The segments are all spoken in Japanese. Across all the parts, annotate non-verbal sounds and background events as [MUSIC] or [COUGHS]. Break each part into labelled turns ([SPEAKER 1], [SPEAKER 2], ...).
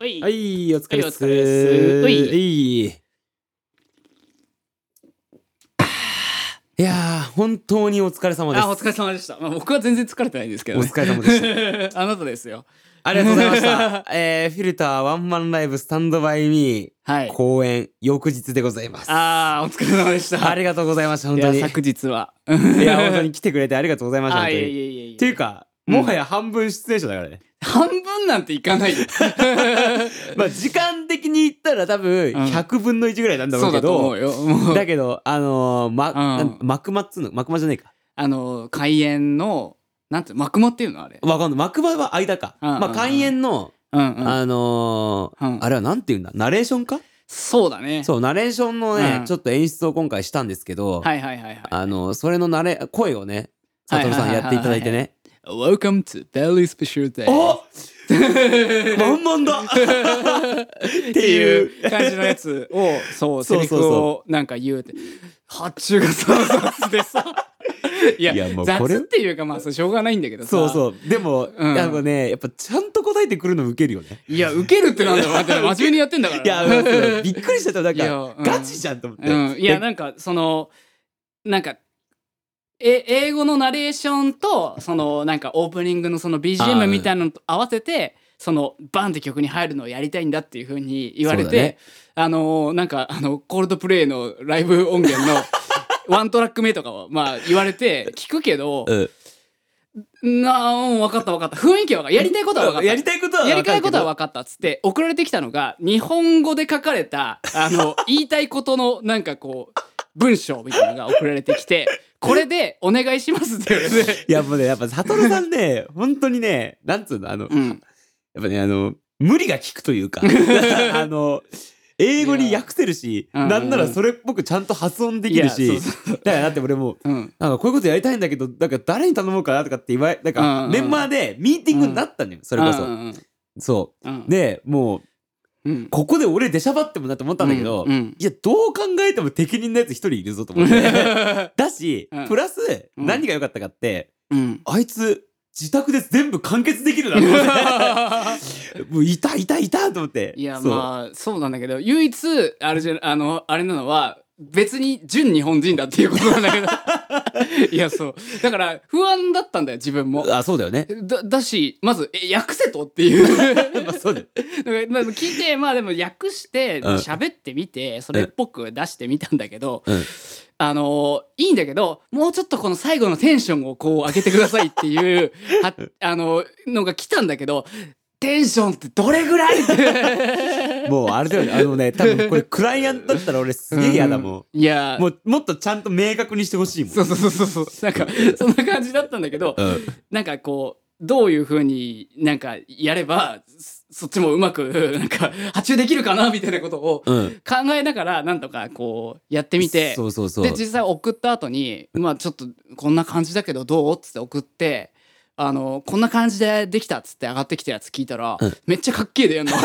[SPEAKER 1] おい、
[SPEAKER 2] はい、お疲れっす。
[SPEAKER 1] はいお疲れっすうい
[SPEAKER 2] い。いやー、本当にお疲れ様です。
[SPEAKER 1] あお疲れ様でした、まあ、僕は全然疲れてないんですけど、
[SPEAKER 2] お
[SPEAKER 1] ね、
[SPEAKER 2] 疲れ様でした。
[SPEAKER 1] た [LAUGHS] あなたですよ
[SPEAKER 2] ありがとうございました。 [LAUGHS] えー、フィルターワンマンライブスタンドバイミ
[SPEAKER 1] はい
[SPEAKER 2] ー公演翌日でございます。
[SPEAKER 1] あーお疲れ様でした
[SPEAKER 2] [LAUGHS] ありがとうございました、本当
[SPEAKER 1] い
[SPEAKER 2] に。い
[SPEAKER 1] や
[SPEAKER 2] や、
[SPEAKER 1] 昨日は
[SPEAKER 2] 本当に [LAUGHS] 来てくれてありがとうございました、
[SPEAKER 1] あ
[SPEAKER 2] 本当
[SPEAKER 1] いえ
[SPEAKER 2] に。
[SPEAKER 1] いえいえいえ
[SPEAKER 2] っていうか、もはや半分出演者だからね。
[SPEAKER 1] 半分なんていか
[SPEAKER 2] [LAUGHS]
[SPEAKER 1] ないよ
[SPEAKER 2] まあ、時間的に言ったら多分
[SPEAKER 1] ん
[SPEAKER 2] 100分の1ぐらいなんだろ
[SPEAKER 1] そうう
[SPEAKER 2] け
[SPEAKER 1] だと思
[SPEAKER 2] ど、
[SPEAKER 1] うよもう
[SPEAKER 2] だけど、あのー、ま、
[SPEAKER 1] ん
[SPEAKER 2] なん幕間っつうの幕間じゃねえか。
[SPEAKER 1] あの開演のなんて幕間っていうのあれ
[SPEAKER 2] わかんない。幕間は間か。
[SPEAKER 1] うんうんうん
[SPEAKER 2] まあ、開演の、
[SPEAKER 1] うんうん
[SPEAKER 2] あのー
[SPEAKER 1] うん
[SPEAKER 2] あれはなんて言うんだナレーションか
[SPEAKER 1] そうだね
[SPEAKER 2] そう、ナレーションのね、
[SPEAKER 1] うん
[SPEAKER 2] ちょっと演出を今回したんですけど、
[SPEAKER 1] はいはいはいはい
[SPEAKER 2] あのーそれのナレ、声をね、
[SPEAKER 1] は
[SPEAKER 2] サ
[SPEAKER 1] い
[SPEAKER 2] トルさんやっていただいてね。
[SPEAKER 1] Welcome to Very Special Day [LAUGHS]
[SPEAKER 2] まんまんだって
[SPEAKER 1] って
[SPEAKER 2] いう。
[SPEAKER 1] いう感じのやつをそうセ
[SPEAKER 2] そうそう
[SPEAKER 1] リフをなんか言うって発注がさ雑で
[SPEAKER 2] [LAUGHS]
[SPEAKER 1] さいや
[SPEAKER 2] いやもうこれ
[SPEAKER 1] 雑っていうかまあそうしょうがないんだけどさ
[SPEAKER 2] そうそう。でも、
[SPEAKER 1] うん
[SPEAKER 2] やっぱね、やっぱちゃんと答えてくるのウケるよね。
[SPEAKER 1] いやウケるってなんだろうなって真面目にやってんだから
[SPEAKER 2] い
[SPEAKER 1] [LAUGHS]
[SPEAKER 2] や、うんびっくりしちゃった。なん
[SPEAKER 1] いや
[SPEAKER 2] か
[SPEAKER 1] う、ん
[SPEAKER 2] ガチじゃんと思って。
[SPEAKER 1] うん、いや
[SPEAKER 2] で
[SPEAKER 1] なんかそのなんかえ英語のナレーションとそのなんかオープニングのその
[SPEAKER 2] あー
[SPEAKER 1] BGM みたいなのと合わせてそのバンって曲に入るのをやりたいんだっていうふうに言われ
[SPEAKER 2] そ
[SPEAKER 1] て、
[SPEAKER 2] うだね
[SPEAKER 1] あのーなんかあのコールドプレイのライブ音源
[SPEAKER 2] [LAUGHS]
[SPEAKER 1] のワントラック目とかはまあ言われて聞くけど、
[SPEAKER 2] うん
[SPEAKER 1] なあ、うん、分かった分かった雰囲気は分かったやりたいことは分かった
[SPEAKER 2] やりたいこと
[SPEAKER 1] [LAUGHS]
[SPEAKER 2] は
[SPEAKER 1] やりたいことは
[SPEAKER 2] わ
[SPEAKER 1] 分かったっつって送られてきたのが日本語で書かれたあ
[SPEAKER 2] [LAUGHS]
[SPEAKER 1] の言いたいことのなんかこう文章みたいなのが送られてきてこれでお願いしますって言われて
[SPEAKER 2] いやもうねやっぱ悟さんね本当にねなんつうのあの、
[SPEAKER 1] う
[SPEAKER 2] やっ
[SPEAKER 1] ん
[SPEAKER 2] ぱねあの無理が効くと
[SPEAKER 1] [LAUGHS]
[SPEAKER 2] いうかあの英語に訳せるし
[SPEAKER 1] いやうん
[SPEAKER 2] なんならそれっぽくちゃんと発音できる
[SPEAKER 1] い
[SPEAKER 2] し
[SPEAKER 1] やそう
[SPEAKER 2] だからだって俺も
[SPEAKER 1] うん
[SPEAKER 2] なんかこういうことやりたいんだけどなんか誰に頼もうかなとかって言われなん
[SPEAKER 1] うんう
[SPEAKER 2] か
[SPEAKER 1] ん
[SPEAKER 2] メンバーでミーティングになったのよそれこ
[SPEAKER 1] う
[SPEAKER 2] そ
[SPEAKER 1] ん
[SPEAKER 2] そ
[SPEAKER 1] うん
[SPEAKER 2] うでもう
[SPEAKER 1] うん
[SPEAKER 2] ここで俺出しゃばってもなと思ったんだけど
[SPEAKER 1] うんうん
[SPEAKER 2] いやどう考えても適任のやつ一人いるぞと思って
[SPEAKER 1] [LAUGHS]
[SPEAKER 2] だし
[SPEAKER 1] うん
[SPEAKER 2] プラス
[SPEAKER 1] うん
[SPEAKER 2] 何が良かったかって [LAUGHS]
[SPEAKER 1] うん
[SPEAKER 2] あいつ自宅で全部完結できるなと思
[SPEAKER 1] [LAUGHS]
[SPEAKER 2] ってもういたいたいたと思って
[SPEAKER 1] いや
[SPEAKER 2] そう
[SPEAKER 1] まあそうなんだけど唯一あれじゃあのあれなのは別に純日本人だっていうことなんだ
[SPEAKER 2] [LAUGHS]
[SPEAKER 1] けどいやそうだから不安だったんだよ自分も
[SPEAKER 2] あそうだよね
[SPEAKER 1] だだしまずえ訳せとっていう [LAUGHS]
[SPEAKER 2] [LAUGHS] まあそうだよ
[SPEAKER 1] なんかまあ聞いてまあでも訳して
[SPEAKER 2] うん
[SPEAKER 1] 喋ってみてそれっぽく出してみたんだけど、
[SPEAKER 2] うん
[SPEAKER 1] あのーいいんだけどもうちょっとこの最後のテンションをこう上げてくださいっていうはあのーのが来たんだけどテンションってどれぐらいって
[SPEAKER 2] [LAUGHS] もうあれだよねあのね多分これクライアントだったら俺すげえ嫌だも
[SPEAKER 1] んいや
[SPEAKER 2] んもうもっとちゃんと明確にしてほしいもん
[SPEAKER 1] そうそうそうそうそうなんかそんな感じだったんだけど、
[SPEAKER 2] うん
[SPEAKER 1] なんかこうどういうふうになんかやればそそっちもうまくなんか発注できるかなみたいなことを
[SPEAKER 2] うん
[SPEAKER 1] 考えながらなんとかこうやってみて
[SPEAKER 2] そうそうそう
[SPEAKER 1] で実際送った後にまあちょっとこんな感じだけどどうっつって送ってあのこんな感じでできたっつって上がってきたやつ聞いたら、めっちゃかっけえでや
[SPEAKER 2] [LAUGHS]
[SPEAKER 1] んの [LAUGHS]
[SPEAKER 2] い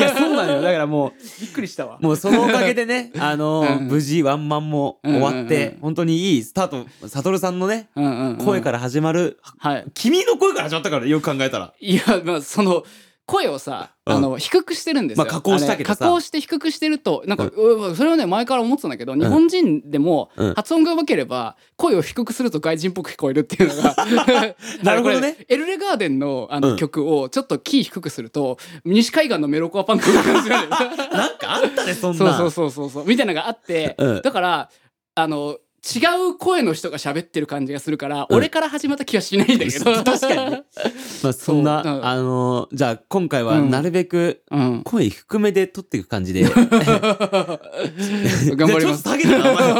[SPEAKER 2] やそうなのよだからも
[SPEAKER 1] びっくりしたわ
[SPEAKER 2] う [LAUGHS] もうそのおかげでねあのー
[SPEAKER 1] うん
[SPEAKER 2] 無事ワンマンも終わっ
[SPEAKER 1] うんうん
[SPEAKER 2] て
[SPEAKER 1] うん
[SPEAKER 2] 本当にいいスタート悟さんのね
[SPEAKER 1] うんうんうん
[SPEAKER 2] 声から始まる
[SPEAKER 1] はい
[SPEAKER 2] 君の声から始まったからよく考えたら
[SPEAKER 1] いやまあその声をさ、
[SPEAKER 2] うん
[SPEAKER 1] あの低くしてるんですよ、
[SPEAKER 2] まあ加工したけどさ
[SPEAKER 1] あれ加工して低くしてるとなんか、うんそれはね前から思ってたんだけど日本人でも
[SPEAKER 2] うん
[SPEAKER 1] 発音がうまければ声を低くすると外人っぽく聞こえるっていうのが
[SPEAKER 2] [LAUGHS] なるほどね
[SPEAKER 1] これエルレガーデンのあの、
[SPEAKER 2] うん
[SPEAKER 1] 曲をちょっとキー低くすると西海岸のメロコアパンクの感じなんだよ
[SPEAKER 2] なんかあったね [LAUGHS] そん
[SPEAKER 1] そう
[SPEAKER 2] な
[SPEAKER 1] そうそうそうそうみたいなのがあって、
[SPEAKER 2] うん
[SPEAKER 1] だからあの違う声の人が喋ってる感じがするから、
[SPEAKER 2] うん
[SPEAKER 1] 俺から始まった気はしないんだけど
[SPEAKER 2] [LAUGHS] 確かにね、まあ、そんな、
[SPEAKER 1] そううん
[SPEAKER 2] あのーじゃあ今回は
[SPEAKER 1] うん
[SPEAKER 2] なるべく
[SPEAKER 1] うん、
[SPEAKER 2] 声低めで撮っていく感
[SPEAKER 1] [LAUGHS]
[SPEAKER 2] じで、
[SPEAKER 1] 頑張ります
[SPEAKER 2] じゃあちょっと下げるなお前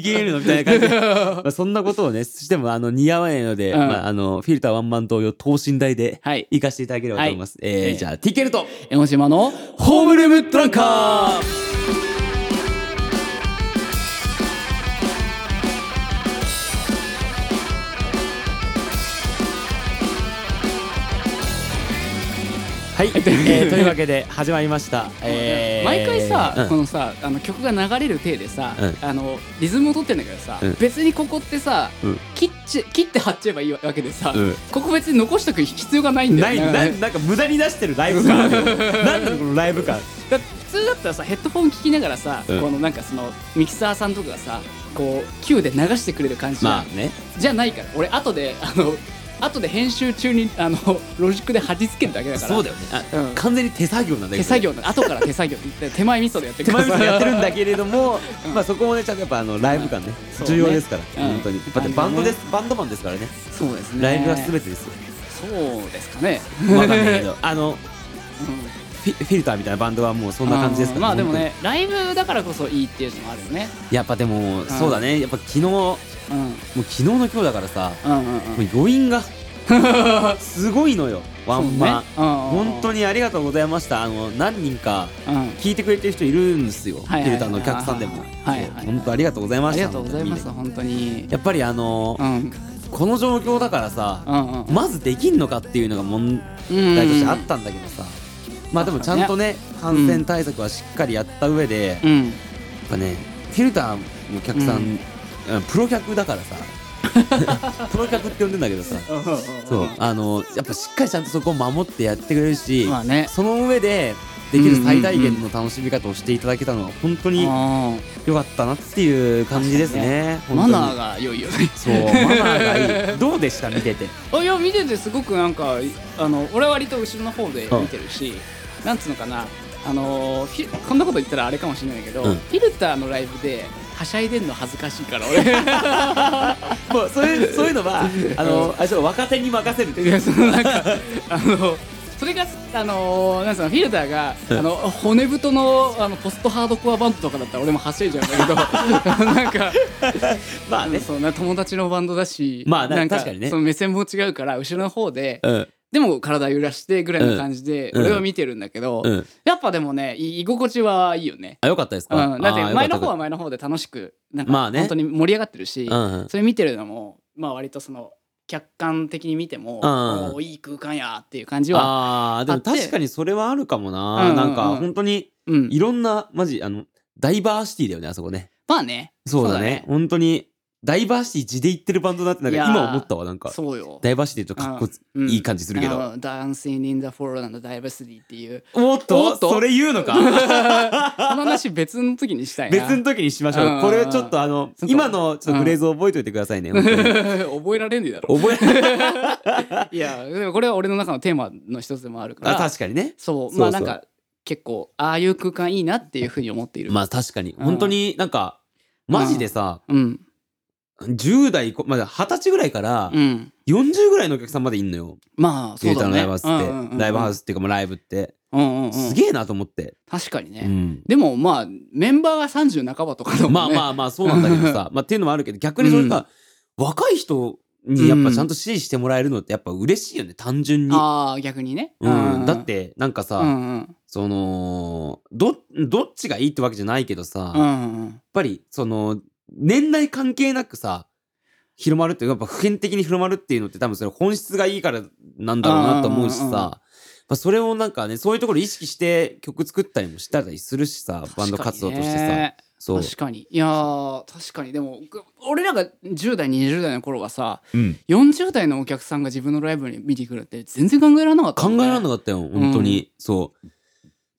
[SPEAKER 2] DKL のみたいな
[SPEAKER 1] [LAUGHS]
[SPEAKER 2] 感じで、まあ、そんなことをねしてもあの似合わないので、
[SPEAKER 1] うん
[SPEAKER 2] まあ、あのフィルターワンマン同様等身大で [LAUGHS]
[SPEAKER 1] はい
[SPEAKER 2] 行かせていただければと思います、えー
[SPEAKER 1] ええ
[SPEAKER 2] じゃあ TKL と
[SPEAKER 1] 江ノ島のホームルームトランカー
[SPEAKER 2] はい、えーというわけで始まりました、えー
[SPEAKER 1] 毎回さ、
[SPEAKER 2] うん
[SPEAKER 1] このさあの曲が流れる体でさ、
[SPEAKER 2] うん
[SPEAKER 1] あのリズムを取ってんだけどさ、
[SPEAKER 2] うん
[SPEAKER 1] 別にここってさ、
[SPEAKER 2] うん
[SPEAKER 1] 切っち切って貼っちゃえばいいわけでさ、
[SPEAKER 2] うん
[SPEAKER 1] ここ別に残しとく必要がないんだ
[SPEAKER 2] ない
[SPEAKER 1] よね
[SPEAKER 2] ななんか無駄に出してるライブ感
[SPEAKER 1] [LAUGHS]
[SPEAKER 2] あるなんなのこのライブ感
[SPEAKER 1] だって普通だったらさヘッドフォン聞きながらさ、
[SPEAKER 2] うん
[SPEAKER 1] このなんかそのミキサーさんとかがさこう Q で流してくれる感じじゃん、
[SPEAKER 2] まあね
[SPEAKER 1] じゃないから俺後であの後で編集中にあのロジックで貼り付けるだけだから
[SPEAKER 2] そうだよねあ、
[SPEAKER 1] うん
[SPEAKER 2] 完全に手作業なんだけど
[SPEAKER 1] 手作業な後から手作業って言って手前味噌でやって
[SPEAKER 2] 手
[SPEAKER 1] ください
[SPEAKER 2] 前味噌でやってるんだけれども、まあそこもねちゃんとやっぱあのライブ感ね、
[SPEAKER 1] そうね
[SPEAKER 2] 重要ですから、
[SPEAKER 1] うん
[SPEAKER 2] 本当にだってバンドです、バンドマンですからね
[SPEAKER 1] そうですね
[SPEAKER 2] ライブは全てですよ
[SPEAKER 1] そうですかね
[SPEAKER 2] わかん
[SPEAKER 1] [LAUGHS]
[SPEAKER 2] ないけどあの
[SPEAKER 1] うん
[SPEAKER 2] フィフィルターみたいなバンドはもうそんな感じですから、
[SPEAKER 1] あーまあでもねライブだからこそいいっていうのもあるよね
[SPEAKER 2] 本当にやっぱでもそうだねやっぱ昨日もう
[SPEAKER 1] うん
[SPEAKER 2] 昨日の今日だからさ
[SPEAKER 1] うんうん
[SPEAKER 2] もう余韻がすごいのよワンマン、本
[SPEAKER 1] 本
[SPEAKER 2] 当
[SPEAKER 1] に
[SPEAKER 2] にありがとうございましたあの何人か
[SPEAKER 1] うん
[SPEAKER 2] 聞いてくれてる人いるんですよ、
[SPEAKER 1] はいはいはい
[SPEAKER 2] フィルターのお客さんでも、
[SPEAKER 1] はいはいはい
[SPEAKER 2] 本当ありがとうございま
[SPEAKER 1] あ
[SPEAKER 2] し
[SPEAKER 1] り
[SPEAKER 2] た
[SPEAKER 1] がとうございます
[SPEAKER 2] 本当に
[SPEAKER 1] 本当に
[SPEAKER 2] やっぱりあの
[SPEAKER 1] う
[SPEAKER 2] ー
[SPEAKER 1] んうん
[SPEAKER 2] この状況だからさ、
[SPEAKER 1] うん
[SPEAKER 2] まずできんのかっていうのが問
[SPEAKER 1] うん
[SPEAKER 2] 題としてあったんだけどさ、まあでもちゃんとね感染対策はしっかりやった上で、やっ
[SPEAKER 1] うん
[SPEAKER 2] ぱねフィルターのお客さん、
[SPEAKER 1] うん
[SPEAKER 2] うんプロ客だから
[SPEAKER 1] [LAUGHS]
[SPEAKER 2] さプロ客って呼んでんだけどさそうあのーやっぱしっかりちゃんとそこを守ってやってくれるし、
[SPEAKER 1] まあね
[SPEAKER 2] その上でできる最大限の楽しみ方をしていただけたのは本当に
[SPEAKER 1] あ
[SPEAKER 2] 良かったなっていう感じですね。
[SPEAKER 1] ーマナー
[SPEAKER 2] が
[SPEAKER 1] が良いよね
[SPEAKER 2] そうマナーがいい。どうでした見てて。
[SPEAKER 1] あいや見ててすごくなんかあの俺は割と後ろの方で見てるし、なんつうのかなあのフィこんなこと言ったらあれかもしれないけど、
[SPEAKER 2] うん
[SPEAKER 1] フィルターのライブではしゃいでんの恥ずかしいから俺
[SPEAKER 2] もうそういうそう [LAUGHS] いうのはあのあちょっと若手に任せるって
[SPEAKER 1] い
[SPEAKER 2] いう。
[SPEAKER 1] やそのなんか [LAUGHS] あのそれがあのなんつうのフィルターがあの骨太のあのポストハードコアバンドとかだったら俺もはしゃいじゃうんだけ
[SPEAKER 2] [LAUGHS]
[SPEAKER 1] どなんか
[SPEAKER 2] まあ
[SPEAKER 1] あ
[SPEAKER 2] ね
[SPEAKER 1] の。そうな友達のバンドだし、
[SPEAKER 2] まあな
[SPEAKER 1] なん
[SPEAKER 2] 確かにね
[SPEAKER 1] その目線も違うから後ろの方で、
[SPEAKER 2] うん
[SPEAKER 1] でも体揺らしてぐらいの感じで
[SPEAKER 2] うん
[SPEAKER 1] 俺は見てるんだけど、
[SPEAKER 2] うん。
[SPEAKER 1] やっぱでもねい居心地はいいよね。
[SPEAKER 2] あ良かったですか。
[SPEAKER 1] うん、だって前の方は
[SPEAKER 2] あ
[SPEAKER 1] 前の方で楽しくなんか
[SPEAKER 2] まあね
[SPEAKER 1] 本当に盛り上がってるし、
[SPEAKER 2] ー良かったうんうん。
[SPEAKER 1] それ見てるのもまあ割とその客観的に見ても、
[SPEAKER 2] うん
[SPEAKER 1] おーいい空間やっていう感じは、
[SPEAKER 2] ああでも確かにそれはあるかも
[SPEAKER 1] うんうん
[SPEAKER 2] な。
[SPEAKER 1] うん
[SPEAKER 2] なんか本当に
[SPEAKER 1] うん
[SPEAKER 2] い、ろんなマジあのダイバーシティだよねあそこね。
[SPEAKER 1] まあね
[SPEAKER 2] そうだね。本当にダイバーシティ地で行ってるバンドだってなん
[SPEAKER 1] いや
[SPEAKER 2] か
[SPEAKER 1] ー
[SPEAKER 2] 今思ったわなんか。
[SPEAKER 1] そうよ
[SPEAKER 2] ダイバーシティとかっこ
[SPEAKER 1] うん
[SPEAKER 2] いい感じするけど。
[SPEAKER 1] 「Dancing in the Fall and Diversity」っていう
[SPEAKER 2] おっ
[SPEAKER 1] おっと
[SPEAKER 2] それ言う
[SPEAKER 1] [LAUGHS]
[SPEAKER 2] のか
[SPEAKER 1] この話別の時にしたいな
[SPEAKER 2] 別の時にしましょ
[SPEAKER 1] う。
[SPEAKER 2] うんこれをちょっとあの
[SPEAKER 1] ちょっと
[SPEAKER 2] 今のちょっとフレーズを覚えておいてくださいね。本当に
[SPEAKER 1] [LAUGHS] 覚えられんねえだろ
[SPEAKER 2] 覚え [LAUGHS]
[SPEAKER 1] いやでもこれは俺の中のテーマの一つでもあるか
[SPEAKER 2] あ
[SPEAKER 1] ら
[SPEAKER 2] 確かにね。
[SPEAKER 1] そう
[SPEAKER 2] そう
[SPEAKER 1] まあな
[SPEAKER 2] そうん
[SPEAKER 1] か結構ああいう空間いいなっていうふうに思っている、
[SPEAKER 2] まあ確かに
[SPEAKER 1] うん
[SPEAKER 2] 本当になんかマジでさ
[SPEAKER 1] うん
[SPEAKER 2] 10代こまだ二十歳ぐらいから
[SPEAKER 1] うん
[SPEAKER 2] 40ぐらいのお客さんまでいんのよ。
[SPEAKER 1] まあそ
[SPEAKER 2] デー
[SPEAKER 1] うだ
[SPEAKER 2] タの
[SPEAKER 1] ね
[SPEAKER 2] ライブハウス
[SPEAKER 1] うんうんうんう
[SPEAKER 2] って
[SPEAKER 1] ん
[SPEAKER 2] ライブハウスっていうかまあライブって
[SPEAKER 1] うんうんうん
[SPEAKER 2] すげえなと思って。
[SPEAKER 1] 確かにね、
[SPEAKER 2] うん
[SPEAKER 1] でもまあメンバーが30半ばとかだもんね
[SPEAKER 2] まあまあまあそうなんだけど
[SPEAKER 1] [LAUGHS]
[SPEAKER 2] さまあっていうのもあるけど逆にそれさ若い人にやっぱちゃんと支持してもらえるのってやっぱ嬉しいよね単純に。
[SPEAKER 1] ああ逆にね、
[SPEAKER 2] うん、だってなんかさ、
[SPEAKER 1] うんうん
[SPEAKER 2] そのどどっちがいいってわけじゃないけどさ、
[SPEAKER 1] う
[SPEAKER 2] やっ
[SPEAKER 1] んうん
[SPEAKER 2] ぱりその年代関係なくさ広まるっていうやっぱ普遍的に広まるっていうのって多分それ本質がいいからなんだろうなと思う
[SPEAKER 1] う
[SPEAKER 2] し
[SPEAKER 1] んうんうんうん
[SPEAKER 2] さまあそれをなんかねそういうところ意識して曲作ったりもしたりするしさバンド活動として
[SPEAKER 1] 確かに
[SPEAKER 2] さ
[SPEAKER 1] ね
[SPEAKER 2] そう、
[SPEAKER 1] 確かにいやー確かにでもぐ俺らが10代20代の頃はさ
[SPEAKER 2] うん
[SPEAKER 1] 40代のお客さんが自分のライブに見に来るって全然考えられなかった
[SPEAKER 2] 考
[SPEAKER 1] もんね、
[SPEAKER 2] えられなかったよ本当に、そう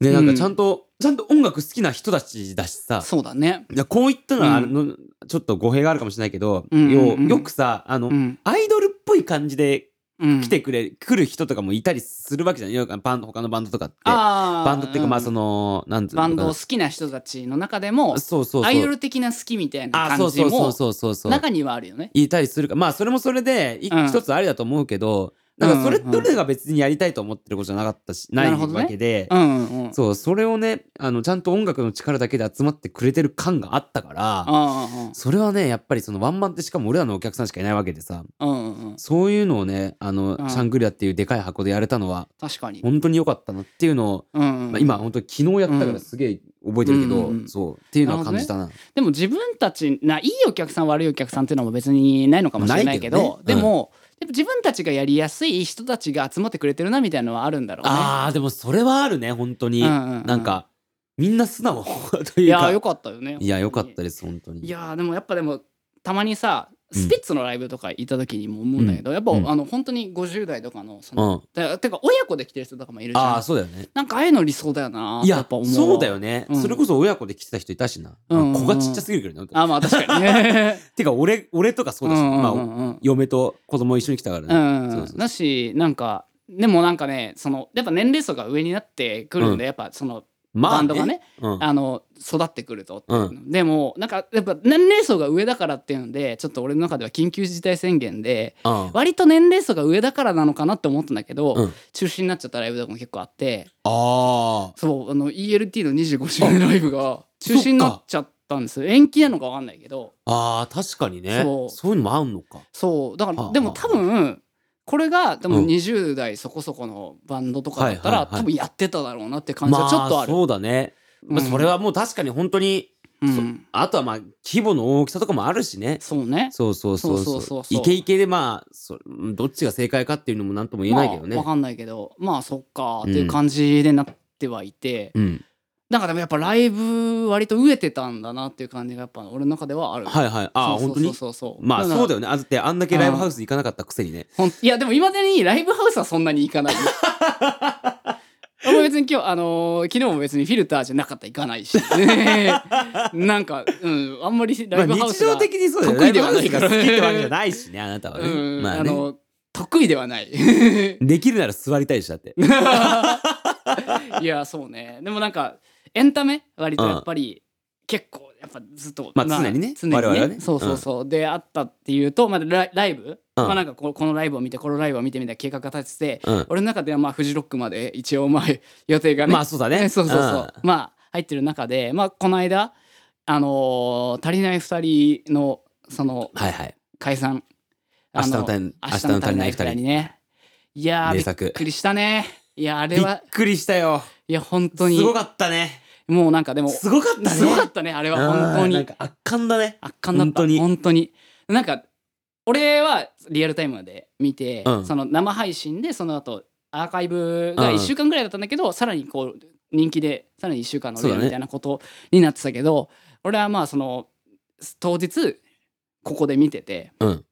[SPEAKER 2] でなんかちゃんと、ちゃんと音楽好きな人たちだしさ
[SPEAKER 1] そうだね
[SPEAKER 2] いやこういったのは、
[SPEAKER 1] うん
[SPEAKER 2] あのちょっと語弊があるかもしれないけど、
[SPEAKER 1] うんうんうん
[SPEAKER 2] よよくさあの、
[SPEAKER 1] うん、
[SPEAKER 2] アイドルっぽい感じで
[SPEAKER 1] うん、
[SPEAKER 2] 来てくれ、来る人とかもいたりするわけじゃんよくバンド他のバンドとかって
[SPEAKER 1] あー
[SPEAKER 2] バンドっていうか、まあそのなんつうの
[SPEAKER 1] バ
[SPEAKER 2] か
[SPEAKER 1] ン
[SPEAKER 2] な
[SPEAKER 1] ドを好きな人たちの中でも
[SPEAKER 2] そうそうそう
[SPEAKER 1] アイドル的な好きみたいな
[SPEAKER 2] あ
[SPEAKER 1] 感
[SPEAKER 2] そう
[SPEAKER 1] じ
[SPEAKER 2] そうそ
[SPEAKER 1] も
[SPEAKER 2] うそうそうそう
[SPEAKER 1] 中にはあるよね
[SPEAKER 2] いたりするかまあそれもそれでい
[SPEAKER 1] うん
[SPEAKER 2] 一つありだと思うけど、なんかそれ
[SPEAKER 1] うんうん
[SPEAKER 2] どれが別にやりたいと思ってることじゃなかったし、
[SPEAKER 1] な
[SPEAKER 2] な
[SPEAKER 1] る
[SPEAKER 2] い
[SPEAKER 1] ほどね
[SPEAKER 2] わけで、
[SPEAKER 1] うんうんうん
[SPEAKER 2] そうそれをねあのちゃんと音楽の力だけで集まってくれてる感があったから、
[SPEAKER 1] あ
[SPEAKER 2] それはねやっぱりそのワンマンってしかも俺らのお客さんしかいないわけでさ
[SPEAKER 1] あうんうんうん
[SPEAKER 2] そういうのをねあの、
[SPEAKER 1] うん
[SPEAKER 2] シャングリアっていうでかい箱でやれたのは
[SPEAKER 1] 確かに、
[SPEAKER 2] 本当に良かったなっていうのを、
[SPEAKER 1] うんうん
[SPEAKER 2] まあ、今本当に昨日やったか
[SPEAKER 1] うん
[SPEAKER 2] らすげえ覚えてるけど、
[SPEAKER 1] うんうんうん
[SPEAKER 2] そうっていうのは感じたな。
[SPEAKER 1] でも自分たちないいお客さん悪いお客さんっていうのも別にないのかもしれないけど
[SPEAKER 2] ないけどねうん
[SPEAKER 1] でもでも自分たちがやりやすい人たちが集まってくれてるなみたいなのはあるんだろうね。
[SPEAKER 2] あーでもそれはあるね本当に、
[SPEAKER 1] うんうんうん
[SPEAKER 2] なんかみんな素直 [LAUGHS] と
[SPEAKER 1] い
[SPEAKER 2] いう
[SPEAKER 1] や
[SPEAKER 2] か
[SPEAKER 1] よかったよね。
[SPEAKER 2] いやよかった
[SPEAKER 1] で
[SPEAKER 2] です本当に
[SPEAKER 1] いやでもやっぱでもたまにさ
[SPEAKER 2] うん
[SPEAKER 1] スピッツのライブとか行った時にも思うんだけど、やっぱ、
[SPEAKER 2] うん
[SPEAKER 1] あの本当に50代とかのそうの、
[SPEAKER 2] ん
[SPEAKER 1] だてか親子で来てる人とかもいるじ
[SPEAKER 2] あ
[SPEAKER 1] ゃ
[SPEAKER 2] あ
[SPEAKER 1] ん。
[SPEAKER 2] そうだよね
[SPEAKER 1] なんかああいうの理想だよな。
[SPEAKER 2] い
[SPEAKER 1] やっ
[SPEAKER 2] や
[SPEAKER 1] ぱ思う。
[SPEAKER 2] そうだよ。ね、
[SPEAKER 1] うん
[SPEAKER 2] それこそ親子で来てた人いたしな、
[SPEAKER 1] うんうんうん
[SPEAKER 2] 子がちっちゃすぎるけどね
[SPEAKER 1] あまあ確かにね。
[SPEAKER 2] てか俺俺とか [LAUGHS] そうだし、
[SPEAKER 1] んん
[SPEAKER 2] まあ
[SPEAKER 1] んうん
[SPEAKER 2] 嫁と子供一緒に来たから
[SPEAKER 1] う
[SPEAKER 2] ね、
[SPEAKER 1] ん
[SPEAKER 2] そうそうそう
[SPEAKER 1] だしなんかでもなんかねそのやっぱ年齢層が上になってくるんで、やっぱその
[SPEAKER 2] ま
[SPEAKER 1] バ
[SPEAKER 2] あ、
[SPEAKER 1] ンドがね,、
[SPEAKER 2] うん、
[SPEAKER 1] あの育ってくるとっていううの、でもなんかやっぱ年齢層が上だからっていうんでちょっと俺の中では緊急事態宣言で
[SPEAKER 2] うん
[SPEAKER 1] 割と年齢層が上だからなのかなって思ったんだけど、
[SPEAKER 2] うん
[SPEAKER 1] 中止になっちゃったライブとかも結構あって
[SPEAKER 2] あー
[SPEAKER 1] そうあの ELT の25周年ライブが中止になっちゃったんですよ延期なのか分かんないけど
[SPEAKER 2] あー確かにね
[SPEAKER 1] そう
[SPEAKER 2] いうのも合うのか
[SPEAKER 1] そうだか
[SPEAKER 2] はあ
[SPEAKER 1] らでも多分これがで
[SPEAKER 2] う
[SPEAKER 1] も
[SPEAKER 2] ん
[SPEAKER 1] 20代そこそこのバンドとかだったら
[SPEAKER 2] はいはいはい
[SPEAKER 1] 多分やってただろうなって感じはちょっとある
[SPEAKER 2] まあ、そうだね、まあ、
[SPEAKER 1] うん
[SPEAKER 2] それはもう確かに本当に
[SPEAKER 1] うん
[SPEAKER 2] あとはまあ規模の大きさとかもあるしね
[SPEAKER 1] そうね
[SPEAKER 2] そうそうそうそう
[SPEAKER 1] そうそうそうそう
[SPEAKER 2] イケイケでまあそどっちが正解かっていうのも何とも言えないけどね、
[SPEAKER 1] まあ、わかんないけどまあそっかっていう感じでなってはいて、
[SPEAKER 2] うん
[SPEAKER 1] なんかでもやっぱライブ割と飢えてたんだなっていう感じがやっぱ俺の中ではある
[SPEAKER 2] はいはいああ
[SPEAKER 1] そう
[SPEAKER 2] 本
[SPEAKER 1] そ
[SPEAKER 2] 当
[SPEAKER 1] う
[SPEAKER 2] に
[SPEAKER 1] そうそうそう
[SPEAKER 2] まあそうだ
[SPEAKER 1] よ
[SPEAKER 2] よねあだってあんだけライブハウス行かなかったくせにね
[SPEAKER 1] ほんいやでもいまだにライブハウスはそんなに行かない
[SPEAKER 2] [LAUGHS]
[SPEAKER 1] 俺も別に今日あのー昨日も別にフィルターじゃなかったら行かない
[SPEAKER 2] [LAUGHS]
[SPEAKER 1] しなんか、うん、あんまりラ
[SPEAKER 2] まあ
[SPEAKER 1] イブハウ
[SPEAKER 2] 日
[SPEAKER 1] スが、
[SPEAKER 2] 常的にそうだよね
[SPEAKER 1] 得
[SPEAKER 2] ラ
[SPEAKER 1] 意
[SPEAKER 2] イ
[SPEAKER 1] で
[SPEAKER 2] ブハ
[SPEAKER 1] は
[SPEAKER 2] ウ
[SPEAKER 1] ないから
[SPEAKER 2] スが好きってわけじゃないしねあなたはね、
[SPEAKER 1] うん
[SPEAKER 2] ま
[SPEAKER 1] あ
[SPEAKER 2] あね
[SPEAKER 1] の得意ではない
[SPEAKER 2] [LAUGHS] できるなら座りたいしだ
[SPEAKER 1] [LAUGHS]
[SPEAKER 2] って
[SPEAKER 1] いやそうねでもなんかエンタメ割とやっぱり、結構やっぱずっと、
[SPEAKER 2] まあ常にね
[SPEAKER 1] 常にね
[SPEAKER 2] 我々はね
[SPEAKER 1] そうそうそう、であったっていうと、まあ、ライライブ、まあなんかこうこのライブを見てこのライブを見てみたいな計画が立てて、
[SPEAKER 2] うん
[SPEAKER 1] 俺の中ではまあフジロックまで一応まあ予定がね、
[SPEAKER 2] まあそうだ
[SPEAKER 1] [LAUGHS]
[SPEAKER 2] ね
[SPEAKER 1] そうそうそう、まあ入ってる中でまあこの間あのー足りない2人のその
[SPEAKER 2] うんはいはい
[SPEAKER 1] 解散
[SPEAKER 2] 明日の
[SPEAKER 1] あ
[SPEAKER 2] 足り
[SPEAKER 1] 明
[SPEAKER 2] 明
[SPEAKER 1] 日
[SPEAKER 2] 日
[SPEAKER 1] の
[SPEAKER 2] の
[SPEAKER 1] 足り
[SPEAKER 2] 足り
[SPEAKER 1] な
[SPEAKER 2] ない
[SPEAKER 1] 2
[SPEAKER 2] い
[SPEAKER 1] 人
[SPEAKER 2] 二
[SPEAKER 1] に
[SPEAKER 2] 人
[SPEAKER 1] ねいやーび
[SPEAKER 2] 名
[SPEAKER 1] っ
[SPEAKER 2] 作
[SPEAKER 1] くりしたねいやあ
[SPEAKER 2] び
[SPEAKER 1] れ
[SPEAKER 2] っ
[SPEAKER 1] は
[SPEAKER 2] くりしたよ
[SPEAKER 1] いや本当に
[SPEAKER 2] すごかったね
[SPEAKER 1] もうなんかでも
[SPEAKER 2] すごかったね
[SPEAKER 1] すごかったねあれは本当
[SPEAKER 2] あーな
[SPEAKER 1] に
[SPEAKER 2] んか圧巻だね
[SPEAKER 1] 圧巻だった
[SPEAKER 2] 本当に
[SPEAKER 1] 本当になんか俺はリアルタイムで見て、
[SPEAKER 2] うん
[SPEAKER 1] その生配信でその後アーカイブ
[SPEAKER 2] う
[SPEAKER 1] が
[SPEAKER 2] ん
[SPEAKER 1] 1週間ぐらいだったんだけど、さらにこう人気でさらに1週間の
[SPEAKER 2] そうだね
[SPEAKER 1] みたいなことになってたけど、俺はまあその当日ここで見てて
[SPEAKER 2] うん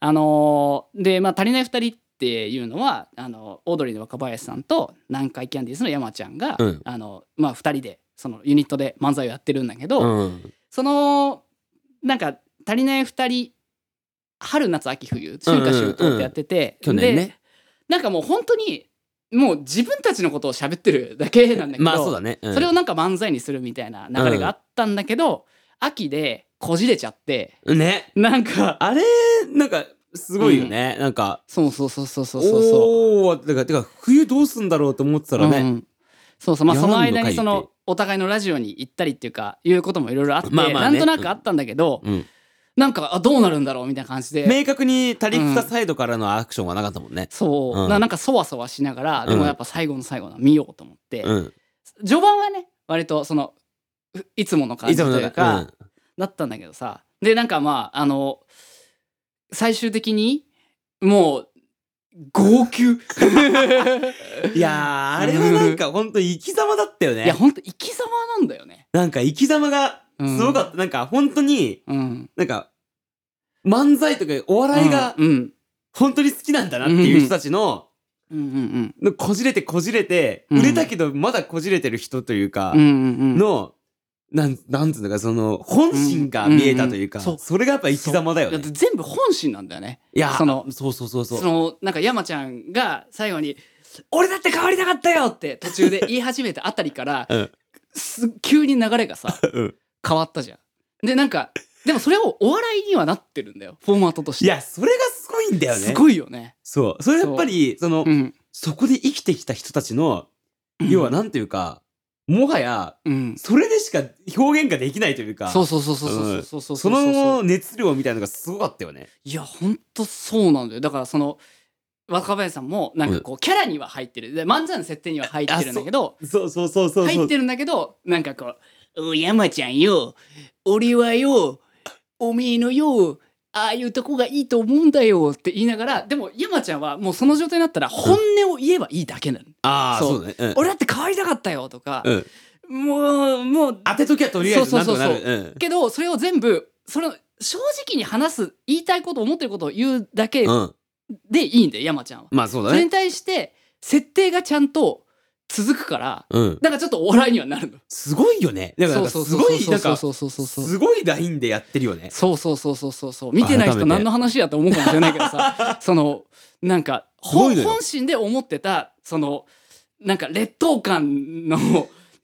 [SPEAKER 1] あのーでまあ足りない2人っていうのはあのオードリーの若林さんと南海キャンディーズの山ちゃんが、
[SPEAKER 2] うん
[SPEAKER 1] あのまあ、2人でそのユニットで漫才をやってるんだけど、
[SPEAKER 2] うん
[SPEAKER 1] そのなんか足りない2人春夏秋冬春夏秋冬ってやってて、
[SPEAKER 2] 去年
[SPEAKER 1] で
[SPEAKER 2] ね
[SPEAKER 1] なんかもう本当にもう自分たちのことを喋ってるだけなんだけど、
[SPEAKER 2] まあそうだね、うん
[SPEAKER 1] それをなんか漫才にするみたいな流れがあったんだけど、秋でこじれちゃって
[SPEAKER 2] ね
[SPEAKER 1] なんか
[SPEAKER 2] あれなんかすごいよね、なんか
[SPEAKER 1] そうそうそうそうそうそうそう。
[SPEAKER 2] おおーてかてか冬どうすんだろうと思ってたら
[SPEAKER 1] うんう
[SPEAKER 2] ね、
[SPEAKER 1] んそうそうまあ
[SPEAKER 2] や
[SPEAKER 1] そ
[SPEAKER 2] らんの
[SPEAKER 1] の
[SPEAKER 2] かい
[SPEAKER 1] 間にそ
[SPEAKER 2] って
[SPEAKER 1] のお互いのラジオに行ったりっていうかいうこともいろいろあって、
[SPEAKER 2] まあまあね
[SPEAKER 1] なんとなくあったんだけど、
[SPEAKER 2] うん
[SPEAKER 1] なんかあどうなるんだろうみたいな感じで、
[SPEAKER 2] 明確にタリフタサイドからのアクションはなかったもんね
[SPEAKER 1] そう、
[SPEAKER 2] うん
[SPEAKER 1] ななんかそわそわしながらでもやっぱ最後の最後の見ようと思って、
[SPEAKER 2] うん
[SPEAKER 1] 序盤はね割とそのふいつもの感じというか、
[SPEAKER 2] うん
[SPEAKER 1] だったんだけどさでなんかまああの最終的にもう号泣
[SPEAKER 2] [LAUGHS] いやーあれはなんか本当生き様だったよね
[SPEAKER 1] いやほんと生き様なんだよね。
[SPEAKER 2] なんか生き様が
[SPEAKER 1] うん
[SPEAKER 2] すごかった、なんか本当に
[SPEAKER 1] うん、
[SPEAKER 2] なんか漫才とかお笑いが
[SPEAKER 1] うんうん
[SPEAKER 2] 本当に好きなんだなっていう人たちの、
[SPEAKER 1] うんうん
[SPEAKER 2] のこじれてこじれて、
[SPEAKER 1] うん
[SPEAKER 2] 売れたけどまだこじれてる人というか、
[SPEAKER 1] うんうんうん
[SPEAKER 2] の、なん、なんつうのか、その、本心が見えたというか、
[SPEAKER 1] うんうんうんそう
[SPEAKER 2] それがやっぱ生き様だよ
[SPEAKER 1] だ
[SPEAKER 2] ね
[SPEAKER 1] っ。て全部本心なんだよね
[SPEAKER 2] いや、
[SPEAKER 1] その
[SPEAKER 2] そうそうそうそ。
[SPEAKER 1] そうのなんか山ちゃんが最後に「俺だって変わりたかったよ!」って途中で言い始めたあたりから、
[SPEAKER 2] [LAUGHS] うん
[SPEAKER 1] す急に流れが
[SPEAKER 2] [LAUGHS]
[SPEAKER 1] さ
[SPEAKER 2] うん
[SPEAKER 1] 変わったじゃん。でなんかでもそれをお笑いにはなってるんだよフォーマットとして。
[SPEAKER 2] いや、それがすごいんだよね。
[SPEAKER 1] すごいよね。
[SPEAKER 2] そう。それやっぱり、その、
[SPEAKER 1] うん、
[SPEAKER 2] そこで生きてきた人たちの、要はなんていうか、もはや、
[SPEAKER 1] うん、
[SPEAKER 2] それでしか表現ができないというか、
[SPEAKER 1] そうそうそうそうそうそうそう
[SPEAKER 2] その熱量みたいなのがすごかったよね。
[SPEAKER 1] いやほんとそうなんだよだからその若林さんもなんかこうキャラには入ってるで漫才の設定には入ってるんだけど
[SPEAKER 2] そうそうそうそうそう。
[SPEAKER 1] 入ってるんだけどなんかこう「おい山ちゃんよ俺はよおめえのよああいうとこがいいと思うんだよって言いながらでも山ちゃんはもうその状態になったら本音を言えばいいだけなの、
[SPEAKER 2] ああ
[SPEAKER 1] そ
[SPEAKER 2] そううだねうん
[SPEAKER 1] 俺だって変わりたかったよとか、
[SPEAKER 2] うん
[SPEAKER 1] もうもう
[SPEAKER 2] 当てときはとりあえずなんとかな
[SPEAKER 1] そう
[SPEAKER 2] るうん
[SPEAKER 1] けどそれを全部その正直に話す言いたいこと思ってることを言うだけ
[SPEAKER 2] うん
[SPEAKER 1] でいいんだよ山ちゃんは。
[SPEAKER 2] まあそう
[SPEAKER 1] そ
[SPEAKER 2] だ
[SPEAKER 1] れ
[SPEAKER 2] ね
[SPEAKER 1] に対して設定がちゃんと続くから
[SPEAKER 2] うん
[SPEAKER 1] なんかちょっとお笑いにはなるの。
[SPEAKER 2] すごいよねだからなんか
[SPEAKER 1] そう
[SPEAKER 2] す
[SPEAKER 1] そう
[SPEAKER 2] ご
[SPEAKER 1] そう
[SPEAKER 2] いなんか
[SPEAKER 1] そうそうそうそうそう
[SPEAKER 2] すごいラインでやってるよね
[SPEAKER 1] そうそうそうそうそうそう見てない人何の話やと思うかもしれないけどさそのなんか
[SPEAKER 2] すご
[SPEAKER 1] 本
[SPEAKER 2] いのよ
[SPEAKER 1] 本心で思ってたそのなんか劣等感の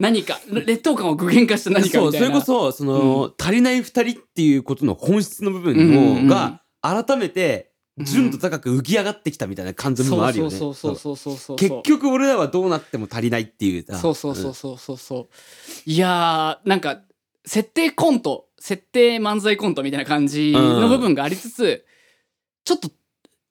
[SPEAKER 1] 何か劣等感を具現化した何か
[SPEAKER 2] そう
[SPEAKER 1] みた
[SPEAKER 2] そ
[SPEAKER 1] いな
[SPEAKER 2] れこそその、足りない二人っていうことの本質の部分を、
[SPEAKER 1] うんうんうん
[SPEAKER 2] が改めて純度高く浮き上がってきたみたいな感じもあるよね。
[SPEAKER 1] そうそうそうそうそうそう
[SPEAKER 2] 結局俺らはどうなっても足りないっていうさ
[SPEAKER 1] そうそうそうんそうそうそういやーなんか設定コント設定漫才コントみたいな感じの部分がありつつ、ちょっと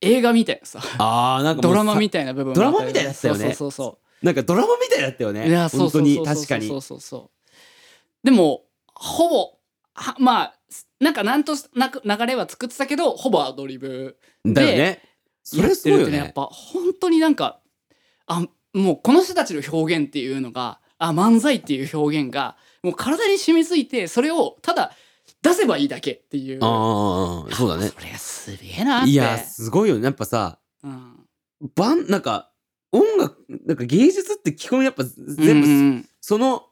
[SPEAKER 1] 映画みたいなさ
[SPEAKER 2] ああなんかもう
[SPEAKER 1] ドラマ
[SPEAKER 2] さ
[SPEAKER 1] みたいな部分もあったり
[SPEAKER 2] ドラマみたいだったよね
[SPEAKER 1] そうそうそうそう
[SPEAKER 2] なんかドラマみたいだったよね
[SPEAKER 1] いやそう
[SPEAKER 2] 本
[SPEAKER 1] そ
[SPEAKER 2] 当
[SPEAKER 1] うそ
[SPEAKER 2] に
[SPEAKER 1] う
[SPEAKER 2] 確か
[SPEAKER 1] そう
[SPEAKER 2] に
[SPEAKER 1] そうそうでもほぼはまあなんかなんとなく流れは作ってたけどほぼアドリブ
[SPEAKER 2] だよねそ
[SPEAKER 1] や
[SPEAKER 2] れ
[SPEAKER 1] っ
[SPEAKER 2] す
[SPEAKER 1] て
[SPEAKER 2] ご
[SPEAKER 1] るっ
[SPEAKER 2] い
[SPEAKER 1] て
[SPEAKER 2] よ
[SPEAKER 1] ねやっ
[SPEAKER 2] ね
[SPEAKER 1] ぱ本当になんかあもうこの人たちの表現っていうのがあ漫才っていう表現がもう体に染みついてそれをただ出せばいいだけっていう
[SPEAKER 2] ああああそうだね
[SPEAKER 1] それがすげえなって
[SPEAKER 2] いやすごいよねやっぱさ
[SPEAKER 1] うん、
[SPEAKER 2] バンなんか音楽なんか芸術って基本やっぱ全部
[SPEAKER 1] うん
[SPEAKER 2] その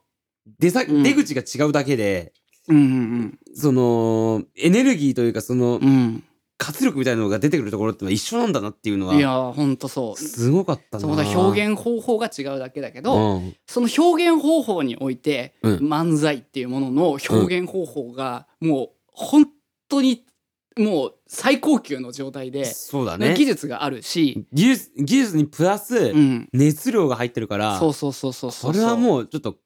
[SPEAKER 2] 出さ、
[SPEAKER 1] うん
[SPEAKER 2] 出口が違うだけで、
[SPEAKER 1] うんうん
[SPEAKER 2] そのエネルギーというかそ
[SPEAKER 1] う
[SPEAKER 2] の
[SPEAKER 1] んうん
[SPEAKER 2] 活力みたいなのが出てくるところってのは一緒なんだなっていうの
[SPEAKER 1] いや
[SPEAKER 2] は
[SPEAKER 1] ほんとそう
[SPEAKER 2] すごかったな。
[SPEAKER 1] そうだ表現方法が違うだけだけど、
[SPEAKER 2] うん
[SPEAKER 1] その表現方法において、
[SPEAKER 2] うん
[SPEAKER 1] 漫才っていうものの表現方法がもう本当にもう最高級の状態で、
[SPEAKER 2] そうだね
[SPEAKER 1] 技術があるし、
[SPEAKER 2] 技術技術にプラス
[SPEAKER 1] うん、
[SPEAKER 2] 熱量が入ってるから、
[SPEAKER 1] そうそうそうそうそう
[SPEAKER 2] これは
[SPEAKER 1] う
[SPEAKER 2] もうちょっと、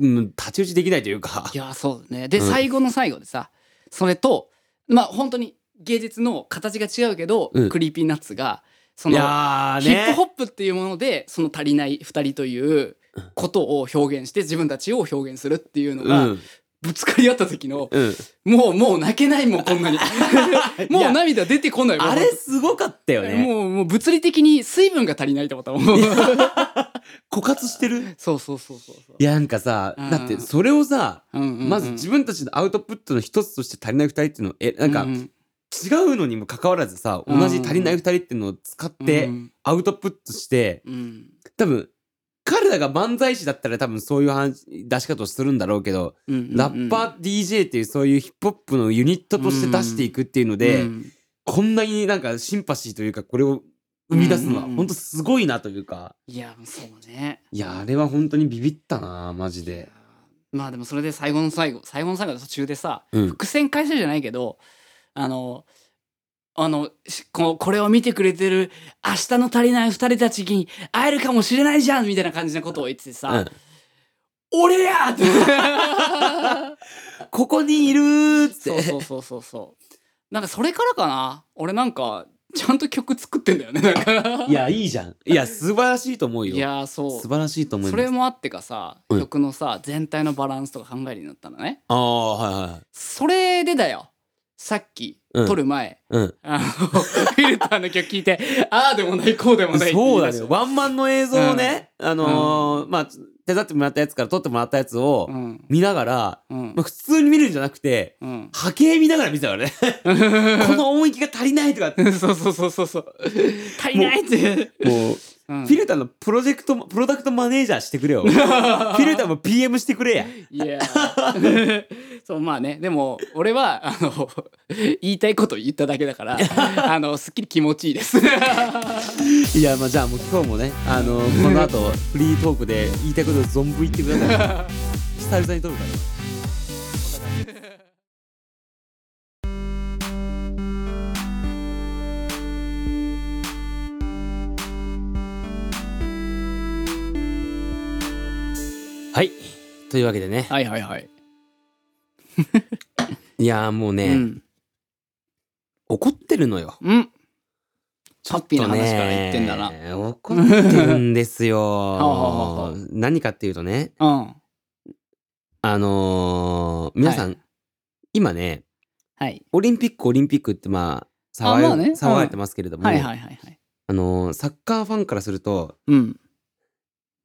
[SPEAKER 2] うん、太刀打ちできないというか
[SPEAKER 1] いやそうだねで、
[SPEAKER 2] うん
[SPEAKER 1] 最後の最後でさそれとまあ本当に芸術の形が違うけど、
[SPEAKER 2] うん
[SPEAKER 1] クリーピーナッツがそ
[SPEAKER 2] い
[SPEAKER 1] の
[SPEAKER 2] やー
[SPEAKER 1] ヒップ
[SPEAKER 2] ね
[SPEAKER 1] ホップっていうものでその足りない2人ということを表現して自分たちを表現するっていうの
[SPEAKER 2] う
[SPEAKER 1] が
[SPEAKER 2] ん
[SPEAKER 1] ぶつかり合った時の
[SPEAKER 2] うん、
[SPEAKER 1] もうもう泣けないもんこんな
[SPEAKER 2] [LAUGHS]
[SPEAKER 1] に [LAUGHS] もう涙出てこないもん
[SPEAKER 2] あれすごかったよね
[SPEAKER 1] もうもう物理的に水分が足りないってこと思う
[SPEAKER 2] 枯渇して
[SPEAKER 1] [LAUGHS]
[SPEAKER 2] る
[SPEAKER 1] そうそうそうそうそう
[SPEAKER 2] いやなんかさ、
[SPEAKER 1] うん
[SPEAKER 2] だってそれをさ
[SPEAKER 1] うんうんうん
[SPEAKER 2] まず自分たちのアウトプットの一つとして足りない二人っていうのをえなんか
[SPEAKER 1] うう
[SPEAKER 2] 違うのにもかかわらずさ
[SPEAKER 1] うん
[SPEAKER 2] 同じ足りない二人っていうのを使って
[SPEAKER 1] うん
[SPEAKER 2] アウトプットして
[SPEAKER 1] うん
[SPEAKER 2] 多分彼らが漫才師だったら多分そういう話出し方をするんだろうけど
[SPEAKER 1] うんうん
[SPEAKER 2] ラッパー DJ っていうそういうヒップホップのユニットとして出していくっていうの
[SPEAKER 1] う
[SPEAKER 2] で
[SPEAKER 1] ん
[SPEAKER 2] こんなになんかシンパシーというかこれを生み出すのは
[SPEAKER 1] うん
[SPEAKER 2] 本当すごいなというか
[SPEAKER 1] いやそうね
[SPEAKER 2] いやあれは本当にビビったなマジで。
[SPEAKER 1] まあでもそれで最後の最後最後の最後の途中でさ
[SPEAKER 2] うん
[SPEAKER 1] 伏線回収じゃないけどあのあのしここれを見てくれてる明日の足りない二人たちに会えるかもしれないじゃんみたいな感じのことを言っててさ「
[SPEAKER 2] うん
[SPEAKER 1] 俺や!」って
[SPEAKER 2] [LAUGHS] ここにいるーっ
[SPEAKER 1] そう
[SPEAKER 2] て
[SPEAKER 1] そうそうそうそうなんかそれからかな俺なんかちゃんと曲作ってんだよねなんか
[SPEAKER 2] いやいいじゃんいや素晴らしいと思う
[SPEAKER 1] い
[SPEAKER 2] よ
[SPEAKER 1] やそう
[SPEAKER 2] 素晴らしいと思い
[SPEAKER 1] そ
[SPEAKER 2] ます
[SPEAKER 1] れもあってかさ
[SPEAKER 2] うん
[SPEAKER 1] 曲のさ全体のバランスとか考えるようになったのね
[SPEAKER 2] ああはいはい
[SPEAKER 1] それでだよさっき
[SPEAKER 2] うん
[SPEAKER 1] 撮る前、
[SPEAKER 2] うん
[SPEAKER 1] あのフィルターの曲聴いてああでもないこうでもないって言
[SPEAKER 2] そう
[SPEAKER 1] い
[SPEAKER 2] だ
[SPEAKER 1] 出し
[SPEAKER 2] ね
[SPEAKER 1] た
[SPEAKER 2] ワンマンの映像をね、あのーまあ手伝ってもらったやつから撮ってもらったやつを
[SPEAKER 1] うん
[SPEAKER 2] 見ながら、
[SPEAKER 1] うん
[SPEAKER 2] まあ、普通に見るんじゃなくて
[SPEAKER 1] うん [LAUGHS]
[SPEAKER 2] 波形見ながら見てたからねこの音域が足りないとかって
[SPEAKER 1] そうそうそうそうそう足りないって、
[SPEAKER 2] もう
[SPEAKER 1] うん
[SPEAKER 2] フィルターのプロジェクトプロダクトマネージャーして
[SPEAKER 1] [LAUGHS]
[SPEAKER 2] くれよフィルターも PM してくれや
[SPEAKER 1] いやー [LAUGHS] そうまあねでも俺はあの [LAUGHS] 言いたいことを言っただけだ [LAUGHS] からあのすっきり気持ちいいです
[SPEAKER 2] いやまあじゃあもう今日もねあのーこの後フリートークで言いたいことを存分言ってください [LAUGHS] 久々に撮るから。はい。というわけでね。
[SPEAKER 1] はいはいはい、
[SPEAKER 2] いやーもうね、
[SPEAKER 1] うん、
[SPEAKER 2] 怒ってるのよ。
[SPEAKER 1] うん、
[SPEAKER 2] ち
[SPEAKER 1] ハ
[SPEAKER 2] ょ
[SPEAKER 1] ッ
[SPEAKER 2] っ
[SPEAKER 1] ピー
[SPEAKER 2] と
[SPEAKER 1] な
[SPEAKER 2] ね
[SPEAKER 1] 話から言ってんだな。
[SPEAKER 2] [LAUGHS] 怒ってるんです [LAUGHS]
[SPEAKER 1] あはあは
[SPEAKER 2] よ。何かっていうとね、
[SPEAKER 1] うん
[SPEAKER 2] あのー皆さん、
[SPEAKER 1] は
[SPEAKER 2] 今ね、
[SPEAKER 1] はい
[SPEAKER 2] オリンピックオリンピックってまあ
[SPEAKER 1] あ
[SPEAKER 2] 騒い
[SPEAKER 1] まあね
[SPEAKER 2] 騒がれてますけれども、
[SPEAKER 1] はいはいはいはい。
[SPEAKER 2] あのーサッカーファンからすると
[SPEAKER 1] うん。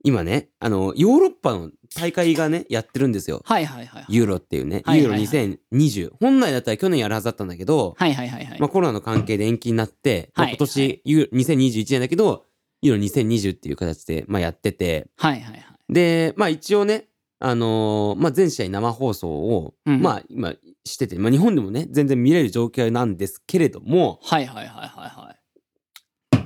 [SPEAKER 2] 今ねあのーヨーロッパの大会がねやってるんですよ。
[SPEAKER 1] はいはいはいはい。
[SPEAKER 2] ユーロっていうね、
[SPEAKER 1] はいはいはい
[SPEAKER 2] ユーロ2020本来だったら去年やるはずだったんだけど、
[SPEAKER 1] はいはいはいはい
[SPEAKER 2] まあ、。コロナの関係で延期になって、まあ
[SPEAKER 1] はい
[SPEAKER 2] 今年ユーロ2021年だけどユーロ2020っていう形で、まあ、やってて
[SPEAKER 1] はいはいはい。
[SPEAKER 2] でまあ一応ねあのーまあ、全試合生放送を、
[SPEAKER 1] うん
[SPEAKER 2] まあ今してて、まあ、日本でもね全然見れる状況なんですけれども
[SPEAKER 1] はいはいはいはいはい。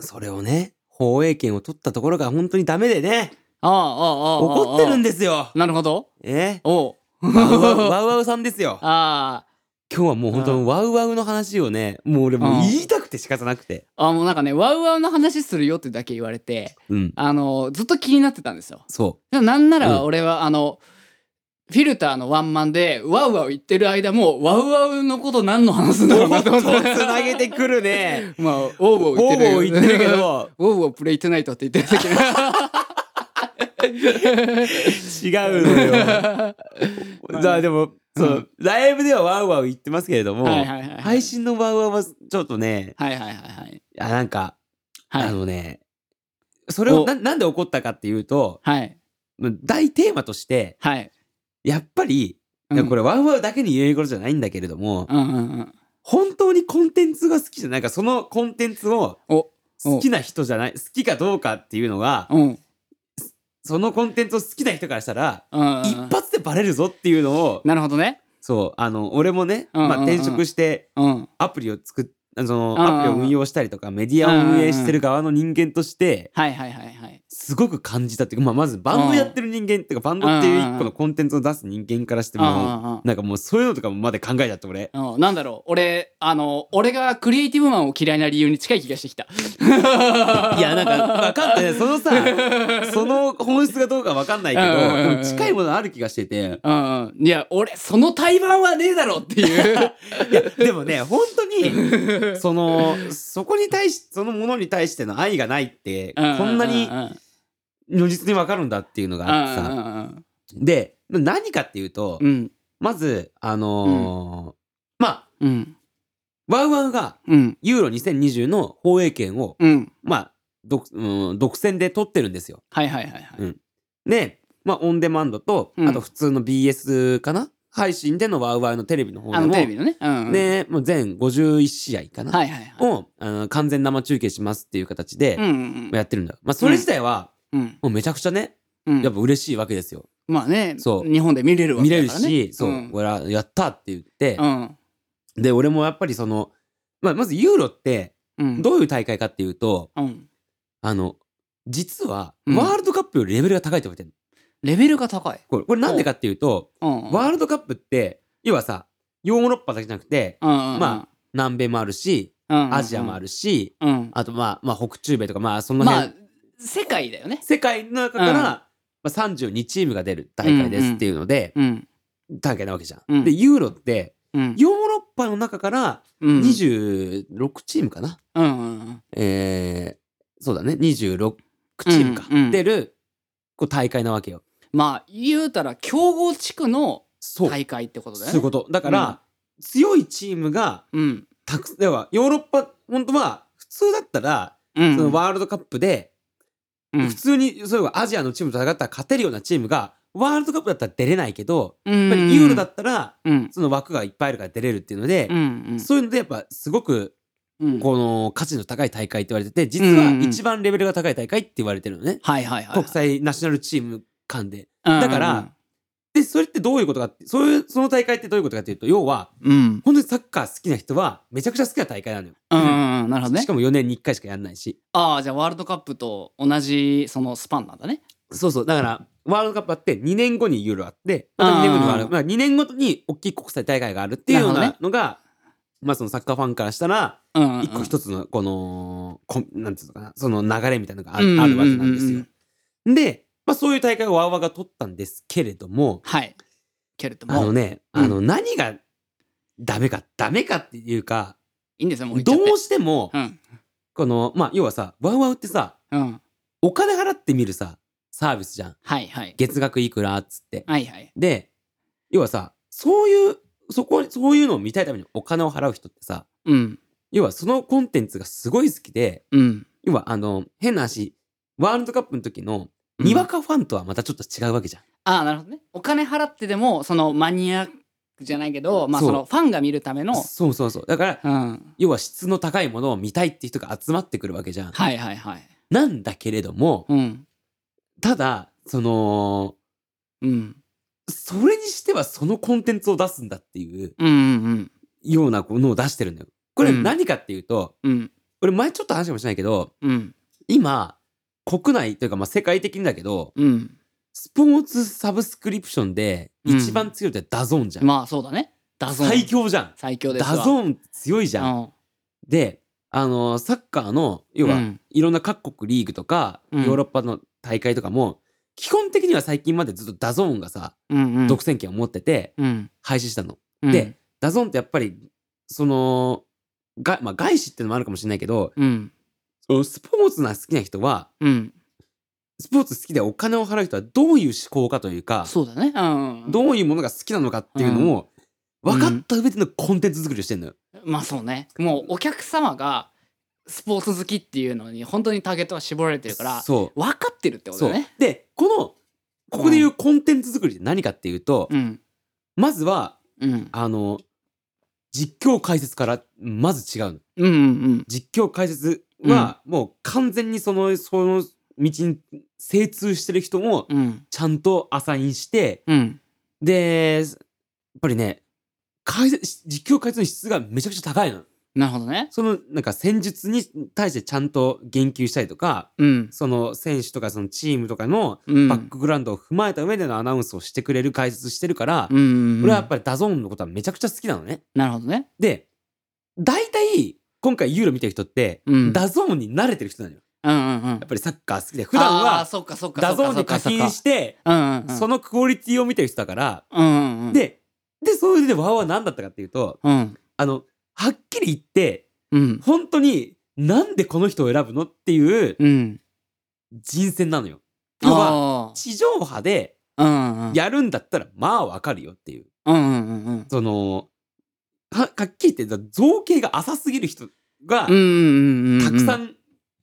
[SPEAKER 2] それをね放映権を取ったところが本当にダメでね
[SPEAKER 1] ああああああ。
[SPEAKER 2] 怒ってるん
[SPEAKER 1] で。
[SPEAKER 2] ですよ
[SPEAKER 1] なるほど。 [LAUGHS]
[SPEAKER 2] え
[SPEAKER 1] おう。
[SPEAKER 2] ワウワウワウワウさんですよ
[SPEAKER 1] あ
[SPEAKER 2] 今日はもう本当にワウワウの話をねもう俺もう言いたくて仕方なくて
[SPEAKER 1] あ。あもうなんかね、ワウワウの話するよってだけ言われて、
[SPEAKER 2] うん
[SPEAKER 1] あの、ずっと気になってたんですよ。
[SPEAKER 2] そ
[SPEAKER 1] でもなんな
[SPEAKER 2] う
[SPEAKER 1] ら
[SPEAKER 2] ん
[SPEAKER 1] 俺は、あの、フィルターのワンマンで、ワウワウ言ってる間も、ワウワウのこと何の話すん
[SPEAKER 2] う
[SPEAKER 1] だろう
[SPEAKER 2] も
[SPEAKER 1] [LAUGHS] な
[SPEAKER 2] っ
[SPEAKER 1] と
[SPEAKER 2] と
[SPEAKER 1] 思
[SPEAKER 2] つ
[SPEAKER 1] って。
[SPEAKER 2] なげてく
[SPEAKER 1] [LAUGHS]
[SPEAKER 2] るね
[SPEAKER 1] まあ、オーボー言
[SPEAKER 2] ボ
[SPEAKER 1] っ
[SPEAKER 2] ー
[SPEAKER 1] てる。
[SPEAKER 2] ボー言ってるけ。ど
[SPEAKER 1] ウォーウォープレイトナイトって言ってる時
[SPEAKER 2] 違うの
[SPEAKER 1] [LAUGHS]
[SPEAKER 2] よだからでもそうライブではワウワウ言ってますけれども
[SPEAKER 1] はいはいはいはい
[SPEAKER 2] 配信のワウワウはちょっとね
[SPEAKER 1] はいはいはいはい。
[SPEAKER 2] あなんか
[SPEAKER 1] は
[SPEAKER 2] あ
[SPEAKER 1] い。
[SPEAKER 2] のねそれを
[SPEAKER 1] お
[SPEAKER 2] ななんで起こったかっていうと
[SPEAKER 1] はい。
[SPEAKER 2] 大テーマとして
[SPEAKER 1] はい。
[SPEAKER 2] やっぱりいやこ
[SPEAKER 1] れ。
[SPEAKER 2] れワウワウだけに言えることじゃないんだけれども
[SPEAKER 1] うんうんうん。
[SPEAKER 2] 本当にコンテンツが好きじゃないなんかそのコンテンツを
[SPEAKER 1] お、
[SPEAKER 2] 好きな人じゃない好きかどうかっていうのが
[SPEAKER 1] うん。
[SPEAKER 2] そのコンテンツを好きな人からしたら
[SPEAKER 1] うん。
[SPEAKER 2] 一発でバレるぞっていうのを
[SPEAKER 1] なるほどね。
[SPEAKER 2] そうあの俺もね
[SPEAKER 1] うんうんうん
[SPEAKER 2] まあ転職して
[SPEAKER 1] うん。
[SPEAKER 2] アプリを作っあ
[SPEAKER 1] うんうんう
[SPEAKER 2] の
[SPEAKER 1] ん
[SPEAKER 2] アプリを運用したりとかメディアを運営してる側の人間として
[SPEAKER 1] はいはいはいはい。
[SPEAKER 2] すごく感じたっていうかまあまずバンドやってる人間っていうかバンドっていう一個のコンテンツを出す人間からしても
[SPEAKER 1] あ
[SPEAKER 2] なんかもうそういうのとかもまで考えちゃって俺
[SPEAKER 1] あああ。なんだろう俺あの俺がクリエイティブマンを嫌いな理由に近い気がしてきた
[SPEAKER 2] いやなんか分かんないそのさその本質がどうか分かんないけ
[SPEAKER 1] うんうんうんうん
[SPEAKER 2] どでも近いものある気がしてて
[SPEAKER 1] [LAUGHS] うんうんいや俺その対バンはねえだろ
[SPEAKER 2] [LAUGHS]
[SPEAKER 1] っていう
[SPEAKER 2] いやでもね本当にそのそこに対しそのものに対しての愛がないってこ
[SPEAKER 1] うん
[SPEAKER 2] なに
[SPEAKER 1] うんうん
[SPEAKER 2] 如実に分かるんだっていうのがあって
[SPEAKER 1] う
[SPEAKER 2] さ
[SPEAKER 1] んうん
[SPEAKER 2] で何かっていうと
[SPEAKER 1] うん
[SPEAKER 2] まずあのーまあ
[SPEAKER 1] うん
[SPEAKER 2] ワウワウが
[SPEAKER 1] うん
[SPEAKER 2] ユーロ2020の放映権を
[SPEAKER 1] うん
[SPEAKER 2] まあ独うん独占で取ってるんですよ。
[SPEAKER 1] はいはいはいはい
[SPEAKER 2] で、まあ、オンデマンドと、
[SPEAKER 1] うん
[SPEAKER 2] あと普通の BS かな配信でのワウワウのテレビの方で
[SPEAKER 1] あの
[SPEAKER 2] も
[SPEAKER 1] テレビのねうんうん
[SPEAKER 2] でもう全51試合かな、
[SPEAKER 1] はいはいはい
[SPEAKER 2] をあの完全生中継しますっていう形
[SPEAKER 1] うん
[SPEAKER 2] で
[SPEAKER 1] うん
[SPEAKER 2] やってるんだ、まあ、それ自体は
[SPEAKER 1] うん
[SPEAKER 2] もうめちゃくちゃね
[SPEAKER 1] うん
[SPEAKER 2] やっぱ嬉しいわけですよ。
[SPEAKER 1] まあね
[SPEAKER 2] そう
[SPEAKER 1] 日本で見れるわ
[SPEAKER 2] 見
[SPEAKER 1] け
[SPEAKER 2] れ
[SPEAKER 1] だか
[SPEAKER 2] る
[SPEAKER 1] らね
[SPEAKER 2] し、そう、
[SPEAKER 1] ん
[SPEAKER 2] 俺はやったって言って、
[SPEAKER 1] うん
[SPEAKER 2] で俺もやっぱりその、まあ、まずユーロって
[SPEAKER 1] うん
[SPEAKER 2] どういう大会かっていうと、
[SPEAKER 1] うん
[SPEAKER 2] あの実は
[SPEAKER 1] うん
[SPEAKER 2] ワールドカップよりレベルが高いって言われてる
[SPEAKER 1] レベルが高い
[SPEAKER 2] これこれなんでかっていうと、
[SPEAKER 1] うん
[SPEAKER 2] ワールドカップって要はさヨーロッパだけじゃなくて
[SPEAKER 1] ま
[SPEAKER 2] ま南米もあるし
[SPEAKER 1] あ
[SPEAKER 2] アジアもあるし、
[SPEAKER 1] うん
[SPEAKER 2] あとまあ、まあ、北中米とかまあその
[SPEAKER 1] ま
[SPEAKER 2] 辺、
[SPEAKER 1] あ世界だよね
[SPEAKER 2] 世界の中から、
[SPEAKER 1] うん
[SPEAKER 2] まあ、32チームが出る大会ですっていうので、
[SPEAKER 1] うん
[SPEAKER 2] 大会なわけじゃん。
[SPEAKER 1] うん
[SPEAKER 2] でユーロって
[SPEAKER 1] うん
[SPEAKER 2] ヨーロッパの中から
[SPEAKER 1] うん
[SPEAKER 2] 26チームかな、
[SPEAKER 1] うんうん
[SPEAKER 2] えー、そうだね26チームか、
[SPEAKER 1] うんうん
[SPEAKER 2] 出るこう大会なわけよ。
[SPEAKER 1] まあ言うたら強豪地区の
[SPEAKER 2] そう、
[SPEAKER 1] 大会ってことだよ
[SPEAKER 2] そういう
[SPEAKER 1] ね
[SPEAKER 2] ことだから、強いチームが
[SPEAKER 1] うん
[SPEAKER 2] たくではヨーロッパ本当は普通だったら、
[SPEAKER 1] うん
[SPEAKER 2] そのワールドカップで、
[SPEAKER 1] うん
[SPEAKER 2] 普通にそういえばアジアのチームと戦ったら勝てるようなチームがワールドカップだったら出れないけど、
[SPEAKER 1] うん
[SPEAKER 2] やっぱりユーロだったら
[SPEAKER 1] うん
[SPEAKER 2] その枠がいっぱいあるから出れるっていうので
[SPEAKER 1] う、ん
[SPEAKER 2] そういうのでやっぱすごく
[SPEAKER 1] うんうん
[SPEAKER 2] この価値の高い大会って言われてて実
[SPEAKER 1] うん
[SPEAKER 2] は
[SPEAKER 1] うん
[SPEAKER 2] 一番レベルが高い大会って言われてるのね、
[SPEAKER 1] はいはいはい
[SPEAKER 2] 国際ナショナルチーム間で。
[SPEAKER 1] だ
[SPEAKER 2] だからでそれってどういうことかってそういうその大会ってどういうことかっていうと要は
[SPEAKER 1] うん
[SPEAKER 2] 本当にサッカー好きな人はめちゃくちゃ好きな大会なのよ。
[SPEAKER 1] うんうんうんなるほどね
[SPEAKER 2] しかも4年に1回しかやんないし
[SPEAKER 1] ああじゃあワールドカップと同じそのスパンなんだね
[SPEAKER 2] そうそうだからワールドカップあって2年後にユーロあってまた2年後にワールドカップ2年ごとに大きい国際大会があるっていうよう
[SPEAKER 1] なる
[SPEAKER 2] な
[SPEAKER 1] ほ
[SPEAKER 2] のが、まあそのサッカーファンからしたら
[SPEAKER 1] うんうんうん
[SPEAKER 2] 一個一つのこのこなんていうのかなその流れみたいなのがあ
[SPEAKER 1] うんうんうん
[SPEAKER 2] あるわけなんです
[SPEAKER 1] う
[SPEAKER 2] よ
[SPEAKER 1] ん。
[SPEAKER 2] で、まあ、そういう大会をワーワーが取ったんですけれども
[SPEAKER 1] はいけれど
[SPEAKER 2] あの
[SPEAKER 1] も
[SPEAKER 2] ね、
[SPEAKER 1] うん
[SPEAKER 2] あの何がダメかダメかっていうか
[SPEAKER 1] いいんですよもう言っちゃ
[SPEAKER 2] ど
[SPEAKER 1] って
[SPEAKER 2] うしても
[SPEAKER 1] うん
[SPEAKER 2] このまあ要はさワウワウってさ
[SPEAKER 1] うん
[SPEAKER 2] お金払ってみるさサービスじゃん
[SPEAKER 1] はいはい
[SPEAKER 2] 月額いくらっつって。
[SPEAKER 1] はいはい
[SPEAKER 2] で要はさそういうそこ、そういうのを見たいためにお金を払う人ってさ、
[SPEAKER 1] うん。
[SPEAKER 2] 要はそのコンテンツがすごい好きで、
[SPEAKER 1] うん。
[SPEAKER 2] 要はあの、変な話、ワールドカップの時の、
[SPEAKER 1] うん
[SPEAKER 2] にわかファンとはまたちょっと違うわけじゃん。
[SPEAKER 1] ああ、なるほどね。お金払ってでも、そのマニアックじゃないけど、まあ
[SPEAKER 2] そう
[SPEAKER 1] そのファンが見るための、
[SPEAKER 2] そうそうそう。だから、
[SPEAKER 1] うん。
[SPEAKER 2] 要は質の高いものを見たいって人が集まってくるわけじゃん。
[SPEAKER 1] はいはいはい。
[SPEAKER 2] なんだけれども、
[SPEAKER 1] うん。
[SPEAKER 2] ただ、その、
[SPEAKER 1] うん。
[SPEAKER 2] それにしてはそのコンテンツを出すんだっていう
[SPEAKER 1] うんうん
[SPEAKER 2] ようなものを出してるんだよ。これ
[SPEAKER 1] うん
[SPEAKER 2] 何かっていうと、
[SPEAKER 1] うん。うん。
[SPEAKER 2] 俺前ちょっと話したかもしれないけど、
[SPEAKER 1] うん。
[SPEAKER 2] 今、国内というかまあ世界的にだけど、
[SPEAKER 1] うん。
[SPEAKER 2] スポーツサブスクリプションで
[SPEAKER 1] うん
[SPEAKER 2] 一番強いってダゾーンじゃん。
[SPEAKER 1] まあそうだね。ダゾーン。
[SPEAKER 2] 最。強じゃん。
[SPEAKER 1] 最強です
[SPEAKER 2] ダ
[SPEAKER 1] わ。
[SPEAKER 2] ゾーン強いじゃん。
[SPEAKER 1] うん。
[SPEAKER 2] で、あのーサッカーの、要
[SPEAKER 1] う
[SPEAKER 2] は
[SPEAKER 1] ん、
[SPEAKER 2] いろんな各国リーグとか、
[SPEAKER 1] うん
[SPEAKER 2] ヨーロッパの大会とかも、基本的には最近までずっとダゾーンがさ、
[SPEAKER 1] うんうん。
[SPEAKER 2] 独占権を持ってて、
[SPEAKER 1] うん。
[SPEAKER 2] 廃止したの。
[SPEAKER 1] うん
[SPEAKER 2] で、ダゾーンってやっぱり、その、がまあ、外資ってのもあるかもしれないけど、
[SPEAKER 1] うん。
[SPEAKER 2] そのスポーツが好きな人は、
[SPEAKER 1] うん。
[SPEAKER 2] スポーツ好きでお金を払う人はどういう思考かというか、
[SPEAKER 1] そうだね。うん。
[SPEAKER 2] どういうものが好きなのかっていうのを、
[SPEAKER 1] うん
[SPEAKER 2] 分かった上でのコンテンツ作りをしてんのよ。
[SPEAKER 1] まあそうね。もうお客様がスポーツ好きっていうのに本当にターゲットは絞られてるから、
[SPEAKER 2] そう。
[SPEAKER 1] 分かってるってこと
[SPEAKER 2] そ
[SPEAKER 1] だ
[SPEAKER 2] う
[SPEAKER 1] ね。。
[SPEAKER 2] で、この、ここでいうコンテンツ作りって何かっていうと、
[SPEAKER 1] うん。
[SPEAKER 2] まずは、
[SPEAKER 1] うん。
[SPEAKER 2] あの、実況解説から、まず違うの。
[SPEAKER 1] うんうん
[SPEAKER 2] 実況解説は、もう完全にその、その道に精通してる人も、
[SPEAKER 1] うん。うん。
[SPEAKER 2] ちゃんとアサインして、
[SPEAKER 1] うん。
[SPEAKER 2] で、やっぱりね、解説、実況解説の質がめちゃくちゃ高いの。
[SPEAKER 1] なるほどね。
[SPEAKER 2] その、なんか戦術に対してちゃんと言及したりとか、
[SPEAKER 1] うん。
[SPEAKER 2] その選手とかそのチームとかの
[SPEAKER 1] うん。
[SPEAKER 2] バックグラウンドを踏まえた上でのアナウンスをしてくれる解説してるから、
[SPEAKER 1] うんうんうん。
[SPEAKER 2] 俺はやっぱりダゾーンのことはめちゃくちゃ好きなのね。
[SPEAKER 1] なるほどね。
[SPEAKER 2] で、大体、今回ユーロ見てる人って、
[SPEAKER 1] うん
[SPEAKER 2] ダゾーンに慣れてる人なのよ。
[SPEAKER 1] うんうんうん
[SPEAKER 2] やっ。ぱりサッカー好きで、普段
[SPEAKER 1] あー
[SPEAKER 2] は
[SPEAKER 1] そうかそうか
[SPEAKER 2] ダゾーン
[SPEAKER 1] そ
[SPEAKER 2] に
[SPEAKER 1] うか
[SPEAKER 2] 課
[SPEAKER 1] そうか
[SPEAKER 2] 金して、
[SPEAKER 1] うんうんうん
[SPEAKER 2] そのクオリティを見てる人だから、
[SPEAKER 1] うんうんうん
[SPEAKER 2] で、で、それでワーワー何だったかっていうと、
[SPEAKER 1] うん
[SPEAKER 2] あの、はっきり言って、
[SPEAKER 1] うん
[SPEAKER 2] 本当になんでこの人を選ぶのっていう
[SPEAKER 1] うん
[SPEAKER 2] 人選なのよ。要は、
[SPEAKER 1] あー
[SPEAKER 2] 地上波で
[SPEAKER 1] うんうん
[SPEAKER 2] やるんだったら、まあわかるよっていう。
[SPEAKER 1] うんうんうんうん
[SPEAKER 2] その、ははっきり言って、造形が浅すぎる人が
[SPEAKER 1] うんうんうんうん
[SPEAKER 2] たくさ
[SPEAKER 1] ん
[SPEAKER 2] ん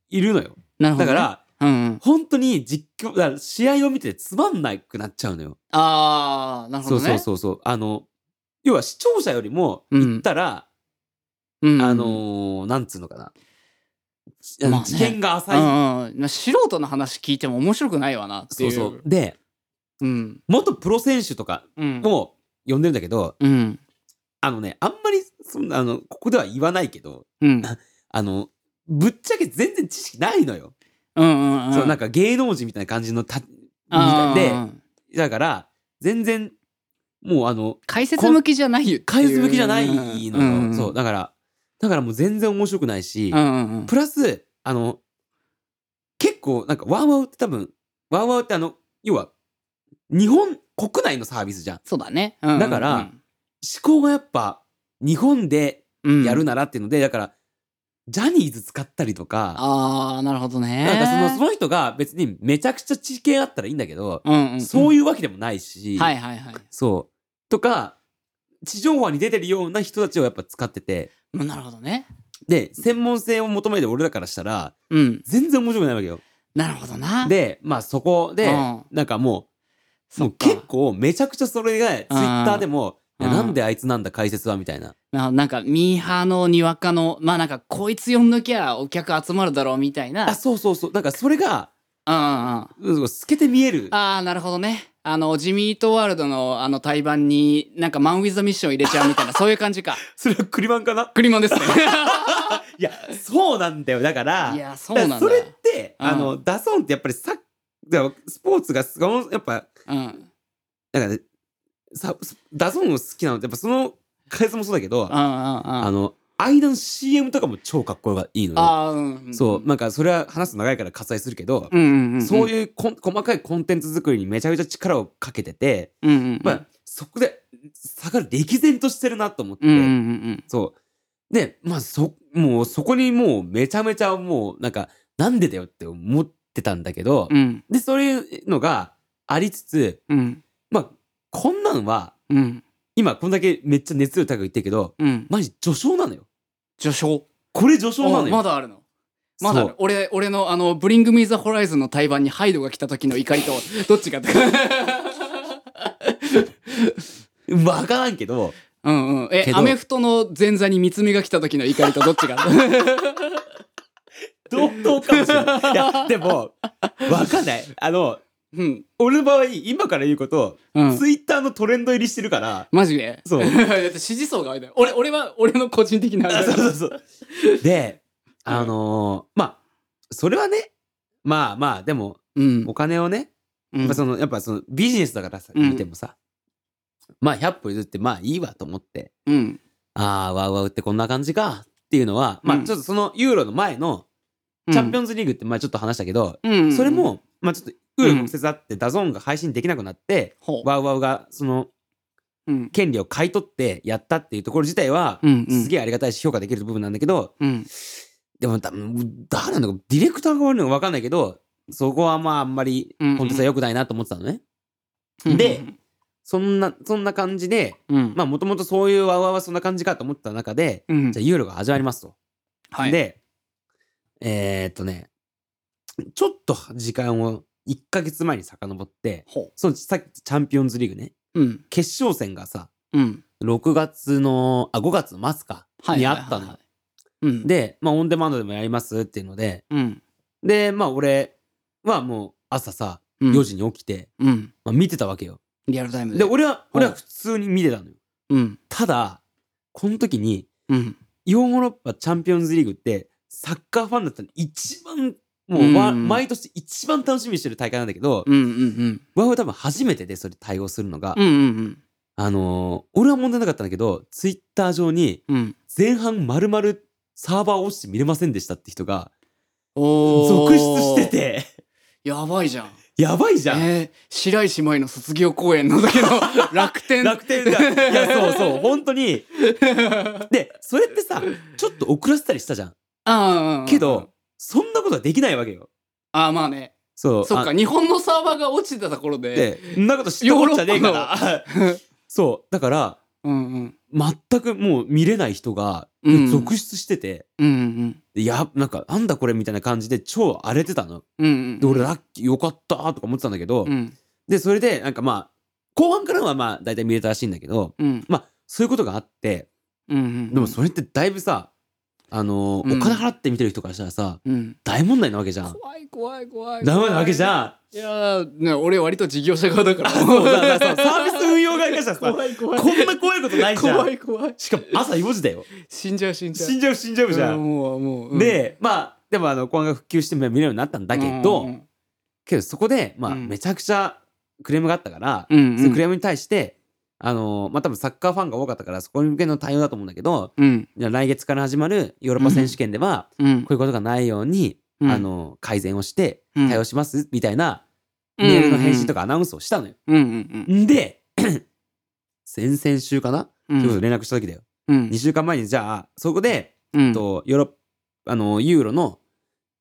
[SPEAKER 2] いるのよ。
[SPEAKER 1] なるほど
[SPEAKER 2] だ
[SPEAKER 1] ね
[SPEAKER 2] から、
[SPEAKER 1] うんうん
[SPEAKER 2] 本当に実況、だから試合を見ててつまんなくなっちゃうのよ。
[SPEAKER 1] ああなるほ
[SPEAKER 2] そ
[SPEAKER 1] ど
[SPEAKER 2] う
[SPEAKER 1] ね
[SPEAKER 2] そうそうそう。あの、要は視聴者よりも、
[SPEAKER 1] うん
[SPEAKER 2] 言ったら、
[SPEAKER 1] うん
[SPEAKER 2] あのーなんつうのかな。知
[SPEAKER 1] まあね
[SPEAKER 2] 知見が浅
[SPEAKER 1] う
[SPEAKER 2] い。
[SPEAKER 1] んうんまあ素人の話聞いても面白くないわなって
[SPEAKER 2] そ
[SPEAKER 1] いうう
[SPEAKER 2] そう。で、
[SPEAKER 1] うん
[SPEAKER 2] 元プロ選手とか
[SPEAKER 1] うん
[SPEAKER 2] も呼んでるんだけど、 [LAUGHS]
[SPEAKER 1] うん
[SPEAKER 2] あのね、あんまり、そんな、あの、ここでは言わないけど、
[SPEAKER 1] うん
[SPEAKER 2] あの、ぶっちゃけ全然知識ないのよ。
[SPEAKER 1] うんうんうん
[SPEAKER 2] そうなん
[SPEAKER 1] か
[SPEAKER 2] か芸能人みたいな感じのた、みたいで、だから、全然、もうあの、
[SPEAKER 1] 解説向きじゃないよ
[SPEAKER 2] 返す向きじゃないのよ。
[SPEAKER 1] うんうん
[SPEAKER 2] そう、だから、だからもう全然面白くないし、
[SPEAKER 1] うんうんうん
[SPEAKER 2] プラス、あの、結構、なんか、ワウワウって多分、ワウワウってあの、要は、日本国内のサービスじゃん。
[SPEAKER 1] そうだねうんうんうん
[SPEAKER 2] だから思考がやっぱ、日本で
[SPEAKER 1] うん
[SPEAKER 2] やるならっていうので、だから、ジャニーズ使ったりとか、
[SPEAKER 1] ああなるほどね
[SPEAKER 2] なんかその、その人が別にめちゃくちゃ知見あったらいいんだけど、
[SPEAKER 1] うんうん
[SPEAKER 2] そう
[SPEAKER 1] い
[SPEAKER 2] いうわけでもないし、
[SPEAKER 1] はいはいはい
[SPEAKER 2] そう。とか、地上波に出てるような人たちをやっぱ使ってて、
[SPEAKER 1] まあなるほどね
[SPEAKER 2] で、専門性を求めてる俺らからしたら、
[SPEAKER 1] うん
[SPEAKER 2] 全然面白くないわけよ。
[SPEAKER 1] なるほどな
[SPEAKER 2] で、まあそこで
[SPEAKER 1] うん、
[SPEAKER 2] なんかもう、
[SPEAKER 1] そ
[SPEAKER 2] も
[SPEAKER 1] っ
[SPEAKER 2] う
[SPEAKER 1] か
[SPEAKER 2] 結構めちゃくちゃそれが、ツイッターでも、い
[SPEAKER 1] うん
[SPEAKER 2] やなんであいつなんだ解説はみたいな。
[SPEAKER 1] ななんかミーハーのにわかのまあなんかこいつ呼んどきゃお客集まるだろうみたいな
[SPEAKER 2] あ、そうそうそう。なんかそれが、
[SPEAKER 1] うんうんうん
[SPEAKER 2] うん透けて見える。
[SPEAKER 1] ああなるほどねあのジミートワールドのあの対バンになんかマン・ウィズ・ミッション入れちゃうみ [LAUGHS] たいなそういう感じか
[SPEAKER 2] それはクリバンかな
[SPEAKER 1] クリマンですね
[SPEAKER 2] いや、そうなんだよ。だか
[SPEAKER 1] [LAUGHS]
[SPEAKER 2] ら、
[SPEAKER 1] いやそうなんだ
[SPEAKER 2] からそれって、
[SPEAKER 1] うん
[SPEAKER 2] あの、ダソンってやっぱりさスポーツがすごい、やっぱ、
[SPEAKER 1] うん
[SPEAKER 2] だから、さダゾーンを好きなのってやっぱその解説もそうだけど、
[SPEAKER 1] うんうんうん
[SPEAKER 2] あの間の CM とかも超かっこよいいのよ、
[SPEAKER 1] あーうん
[SPEAKER 2] そうなんかそれは話すと長いから割愛するけど、
[SPEAKER 1] うんうんうん
[SPEAKER 2] そういうこん細かいコンテンツ作りにめちゃめちゃ力をかけてて、
[SPEAKER 1] うんうんうん
[SPEAKER 2] まあ、そこで差が歴然としてるなと思って、
[SPEAKER 1] うんうんうん
[SPEAKER 2] そうでまあそもうそこにもうめちゃめちゃもうなんかなんでだよって思ってたんだけど、
[SPEAKER 1] うん
[SPEAKER 2] でそういうのがありつつ
[SPEAKER 1] うん
[SPEAKER 2] まあこんなんは
[SPEAKER 1] うん
[SPEAKER 2] 今こんだけめっちゃ熱量高く言ってるけど
[SPEAKER 1] うん。
[SPEAKER 2] マジ序章なのよ
[SPEAKER 1] 序章。
[SPEAKER 2] これ序章なの
[SPEAKER 1] お
[SPEAKER 2] よ
[SPEAKER 1] まだあるの。まだあ
[SPEAKER 2] そ
[SPEAKER 1] る
[SPEAKER 2] う
[SPEAKER 1] 俺、俺のあの、ブリング・ミー・ザ・ホライズンの対バンにハイドが来た時の怒
[SPEAKER 2] [LAUGHS]
[SPEAKER 1] りと、どっちが [LAUGHS]
[SPEAKER 2] わからんけど
[SPEAKER 1] うんうん。え
[SPEAKER 2] け、ど
[SPEAKER 1] アメフトの前座に三つ目が来た時の怒りとどっちが [LAUGHS]
[SPEAKER 2] 同等かもしれないい
[SPEAKER 1] [LAUGHS]
[SPEAKER 2] やでもわかんないあの
[SPEAKER 1] うん。
[SPEAKER 2] 俺の場合今から言うこと、
[SPEAKER 1] うん。
[SPEAKER 2] ツイッターのトレンド入りしてるから
[SPEAKER 1] マジで [LAUGHS]
[SPEAKER 2] そう
[SPEAKER 1] だって支持層が多いだよ。俺、俺は、俺の個人的なあ
[SPEAKER 2] あ
[SPEAKER 1] れ
[SPEAKER 2] そう
[SPEAKER 1] だよ。
[SPEAKER 2] そうそうであのーまあそれはねまあまあでも
[SPEAKER 1] うん
[SPEAKER 2] お。金をね
[SPEAKER 1] う
[SPEAKER 2] やっ
[SPEAKER 1] ん
[SPEAKER 2] ぱそのやっぱそのビジネスだからさ
[SPEAKER 1] うん
[SPEAKER 2] 見てもさ、まあ100歩譲ってまあいいわと思って
[SPEAKER 1] うん。
[SPEAKER 2] ああワウワウってこんな感じかっていうのは、
[SPEAKER 1] う
[SPEAKER 2] ま
[SPEAKER 1] ん
[SPEAKER 2] あちょっとそのユーロの前のチャンピオンズリーグって前ちょっと話したけど、
[SPEAKER 1] うん。
[SPEAKER 2] それもまあちょっとユーロ曲折あってダゾーンが配信できなくなって、
[SPEAKER 1] ほう、
[SPEAKER 2] ワウワウがその
[SPEAKER 1] うん。
[SPEAKER 2] 権利を買い取ってやったっていうところ自体は、
[SPEAKER 1] うんうん
[SPEAKER 2] すげえありがたいし評価できる部分なんだけど
[SPEAKER 1] うん。
[SPEAKER 2] でも多分誰なのかディレクターが悪いのか分かんないけどそこはまああんまり
[SPEAKER 1] うんうん
[SPEAKER 2] 本当さ良くないなと思ってたのね。
[SPEAKER 1] で
[SPEAKER 2] で、そんな、そんな感じで、
[SPEAKER 1] うん。
[SPEAKER 2] まあもともとそういうわわわそんな感じかと思ってた中で、
[SPEAKER 1] うん
[SPEAKER 2] じゃあユーロが始まりますと。
[SPEAKER 1] はい。、
[SPEAKER 2] で、えーっとね、ちょっと時間を1ヶ月前に遡って、
[SPEAKER 1] ほ
[SPEAKER 2] そのさっきチャンピオンズリーグね、
[SPEAKER 1] う。うん。
[SPEAKER 2] 決勝戦がさ、
[SPEAKER 1] うん。
[SPEAKER 2] 6月の、あ、5月の末か、
[SPEAKER 1] はい。
[SPEAKER 2] にあっ
[SPEAKER 1] は。い
[SPEAKER 2] たの
[SPEAKER 1] はいはい。うん。、
[SPEAKER 2] で、まあオンデマンドでもやりますっていうので、
[SPEAKER 1] うん。
[SPEAKER 2] で、まあ俺はもう朝さ、
[SPEAKER 1] うん
[SPEAKER 2] 4時に起きて、
[SPEAKER 1] うん。
[SPEAKER 2] まあ見てたわけよ。
[SPEAKER 1] リアルタイムで。
[SPEAKER 2] で、俺は、
[SPEAKER 1] うん
[SPEAKER 2] 俺は普通に見てたのよ。
[SPEAKER 1] うん。
[SPEAKER 2] ただ、この時に、
[SPEAKER 1] うん。
[SPEAKER 2] ヨーロッパチャンピオンズリーグって、サッカーファンだったら一番、もうわ、
[SPEAKER 1] うん
[SPEAKER 2] 毎年一番楽しみにしてる大会なんだけど、
[SPEAKER 1] うん。うん。
[SPEAKER 2] ワウワウ多分初めてでそれ対応するのが、
[SPEAKER 1] うん。うん。
[SPEAKER 2] あのー俺は問題なかったんだけど、ツイッター上に、
[SPEAKER 1] うん。
[SPEAKER 2] 前半丸々サーバーを押して見れませんでしたって人が、
[SPEAKER 1] お
[SPEAKER 2] 続出して。て、 [LAUGHS]
[SPEAKER 1] やばいじゃん。
[SPEAKER 2] やばいじゃん。
[SPEAKER 1] えー、白石麻衣の卒業公演のだけの [LAUGHS] 楽天。 [LAUGHS]
[SPEAKER 2] 楽天が。いや、そうそう、本当に。で、それってさ、ちょっと遅らせたりしたじゃん。
[SPEAKER 1] ああ。
[SPEAKER 2] けど。、そんなことはできないわけよ。
[SPEAKER 1] ああ、まあね。
[SPEAKER 2] そう。
[SPEAKER 1] そっ
[SPEAKER 2] あ
[SPEAKER 1] か、日本のサーバーが落ちてた頃で。
[SPEAKER 2] って、そんなこと知ったこっちゃねえか
[SPEAKER 1] ヨ
[SPEAKER 2] ら。 [LAUGHS] そう、だから、
[SPEAKER 1] うんうん。
[SPEAKER 2] 全くもう見れない人が
[SPEAKER 1] うん
[SPEAKER 2] 続出してて、
[SPEAKER 1] うんうん。
[SPEAKER 2] でや、なんか、なんだこれみたいな感じで超荒れてたの。
[SPEAKER 1] うんうん。
[SPEAKER 2] で、俺ラッキーよかったとか思ってたんだけど、
[SPEAKER 1] うん。
[SPEAKER 2] で、それで、なんかまあ、後半からはまあ、大体見れたらしいんだけど、
[SPEAKER 1] うん。
[SPEAKER 2] まあ、そういうことがあって、
[SPEAKER 1] うんうん。
[SPEAKER 2] でもそれってだいぶさ、あのー
[SPEAKER 1] うん
[SPEAKER 2] お金払って見てる人からしたらさ、
[SPEAKER 1] うん。
[SPEAKER 2] 大問題なわけじゃん。
[SPEAKER 1] 怖い怖い怖い。
[SPEAKER 2] 大問題なわけじ
[SPEAKER 1] ん。
[SPEAKER 2] ゃん。
[SPEAKER 1] いやー、ね、俺割と事業者側だから。
[SPEAKER 2] そうだからさサービス運用会社さ、こ
[SPEAKER 1] 怖い怖い。
[SPEAKER 2] んな怖いことないじゃ
[SPEAKER 1] [LAUGHS]
[SPEAKER 2] ん。
[SPEAKER 1] 怖い怖い。
[SPEAKER 2] しかも朝4時だよ。
[SPEAKER 1] 死んじゃう死んじゃう。
[SPEAKER 2] 死んじゃう死んじゃうじゃ。
[SPEAKER 1] うんもうもう。うん、
[SPEAKER 2] で、まあ、でもあの、公安が復旧して見れるようになったんだけ
[SPEAKER 1] う
[SPEAKER 2] ど、
[SPEAKER 1] ん
[SPEAKER 2] けどそこで、まあ、
[SPEAKER 1] うん
[SPEAKER 2] めちゃくちゃクレームがあったから
[SPEAKER 1] う、ん
[SPEAKER 2] そのクレ
[SPEAKER 1] ー
[SPEAKER 2] ームに対して、あのー、まあ多分サッカーファンが多かったから、そこに向けの対応だと思うんだけど、
[SPEAKER 1] うん
[SPEAKER 2] じゃあ来月から始まるヨーロッパ選手権では、
[SPEAKER 1] うん
[SPEAKER 2] こういうことがないように、
[SPEAKER 1] うん
[SPEAKER 2] あのー、改善をして、
[SPEAKER 1] うん
[SPEAKER 2] 対応します、みたいな、
[SPEAKER 1] うん
[SPEAKER 2] メールの返信とかアナウンスをしたのよ。
[SPEAKER 1] うんうん
[SPEAKER 2] んで、 [COUGHS] 先々週かな
[SPEAKER 1] うん
[SPEAKER 2] ちょうど連絡した時だよ。
[SPEAKER 1] うん
[SPEAKER 2] 2週間前に、じゃあ、そこで、
[SPEAKER 1] うん
[SPEAKER 2] とヨーロッあのユーロの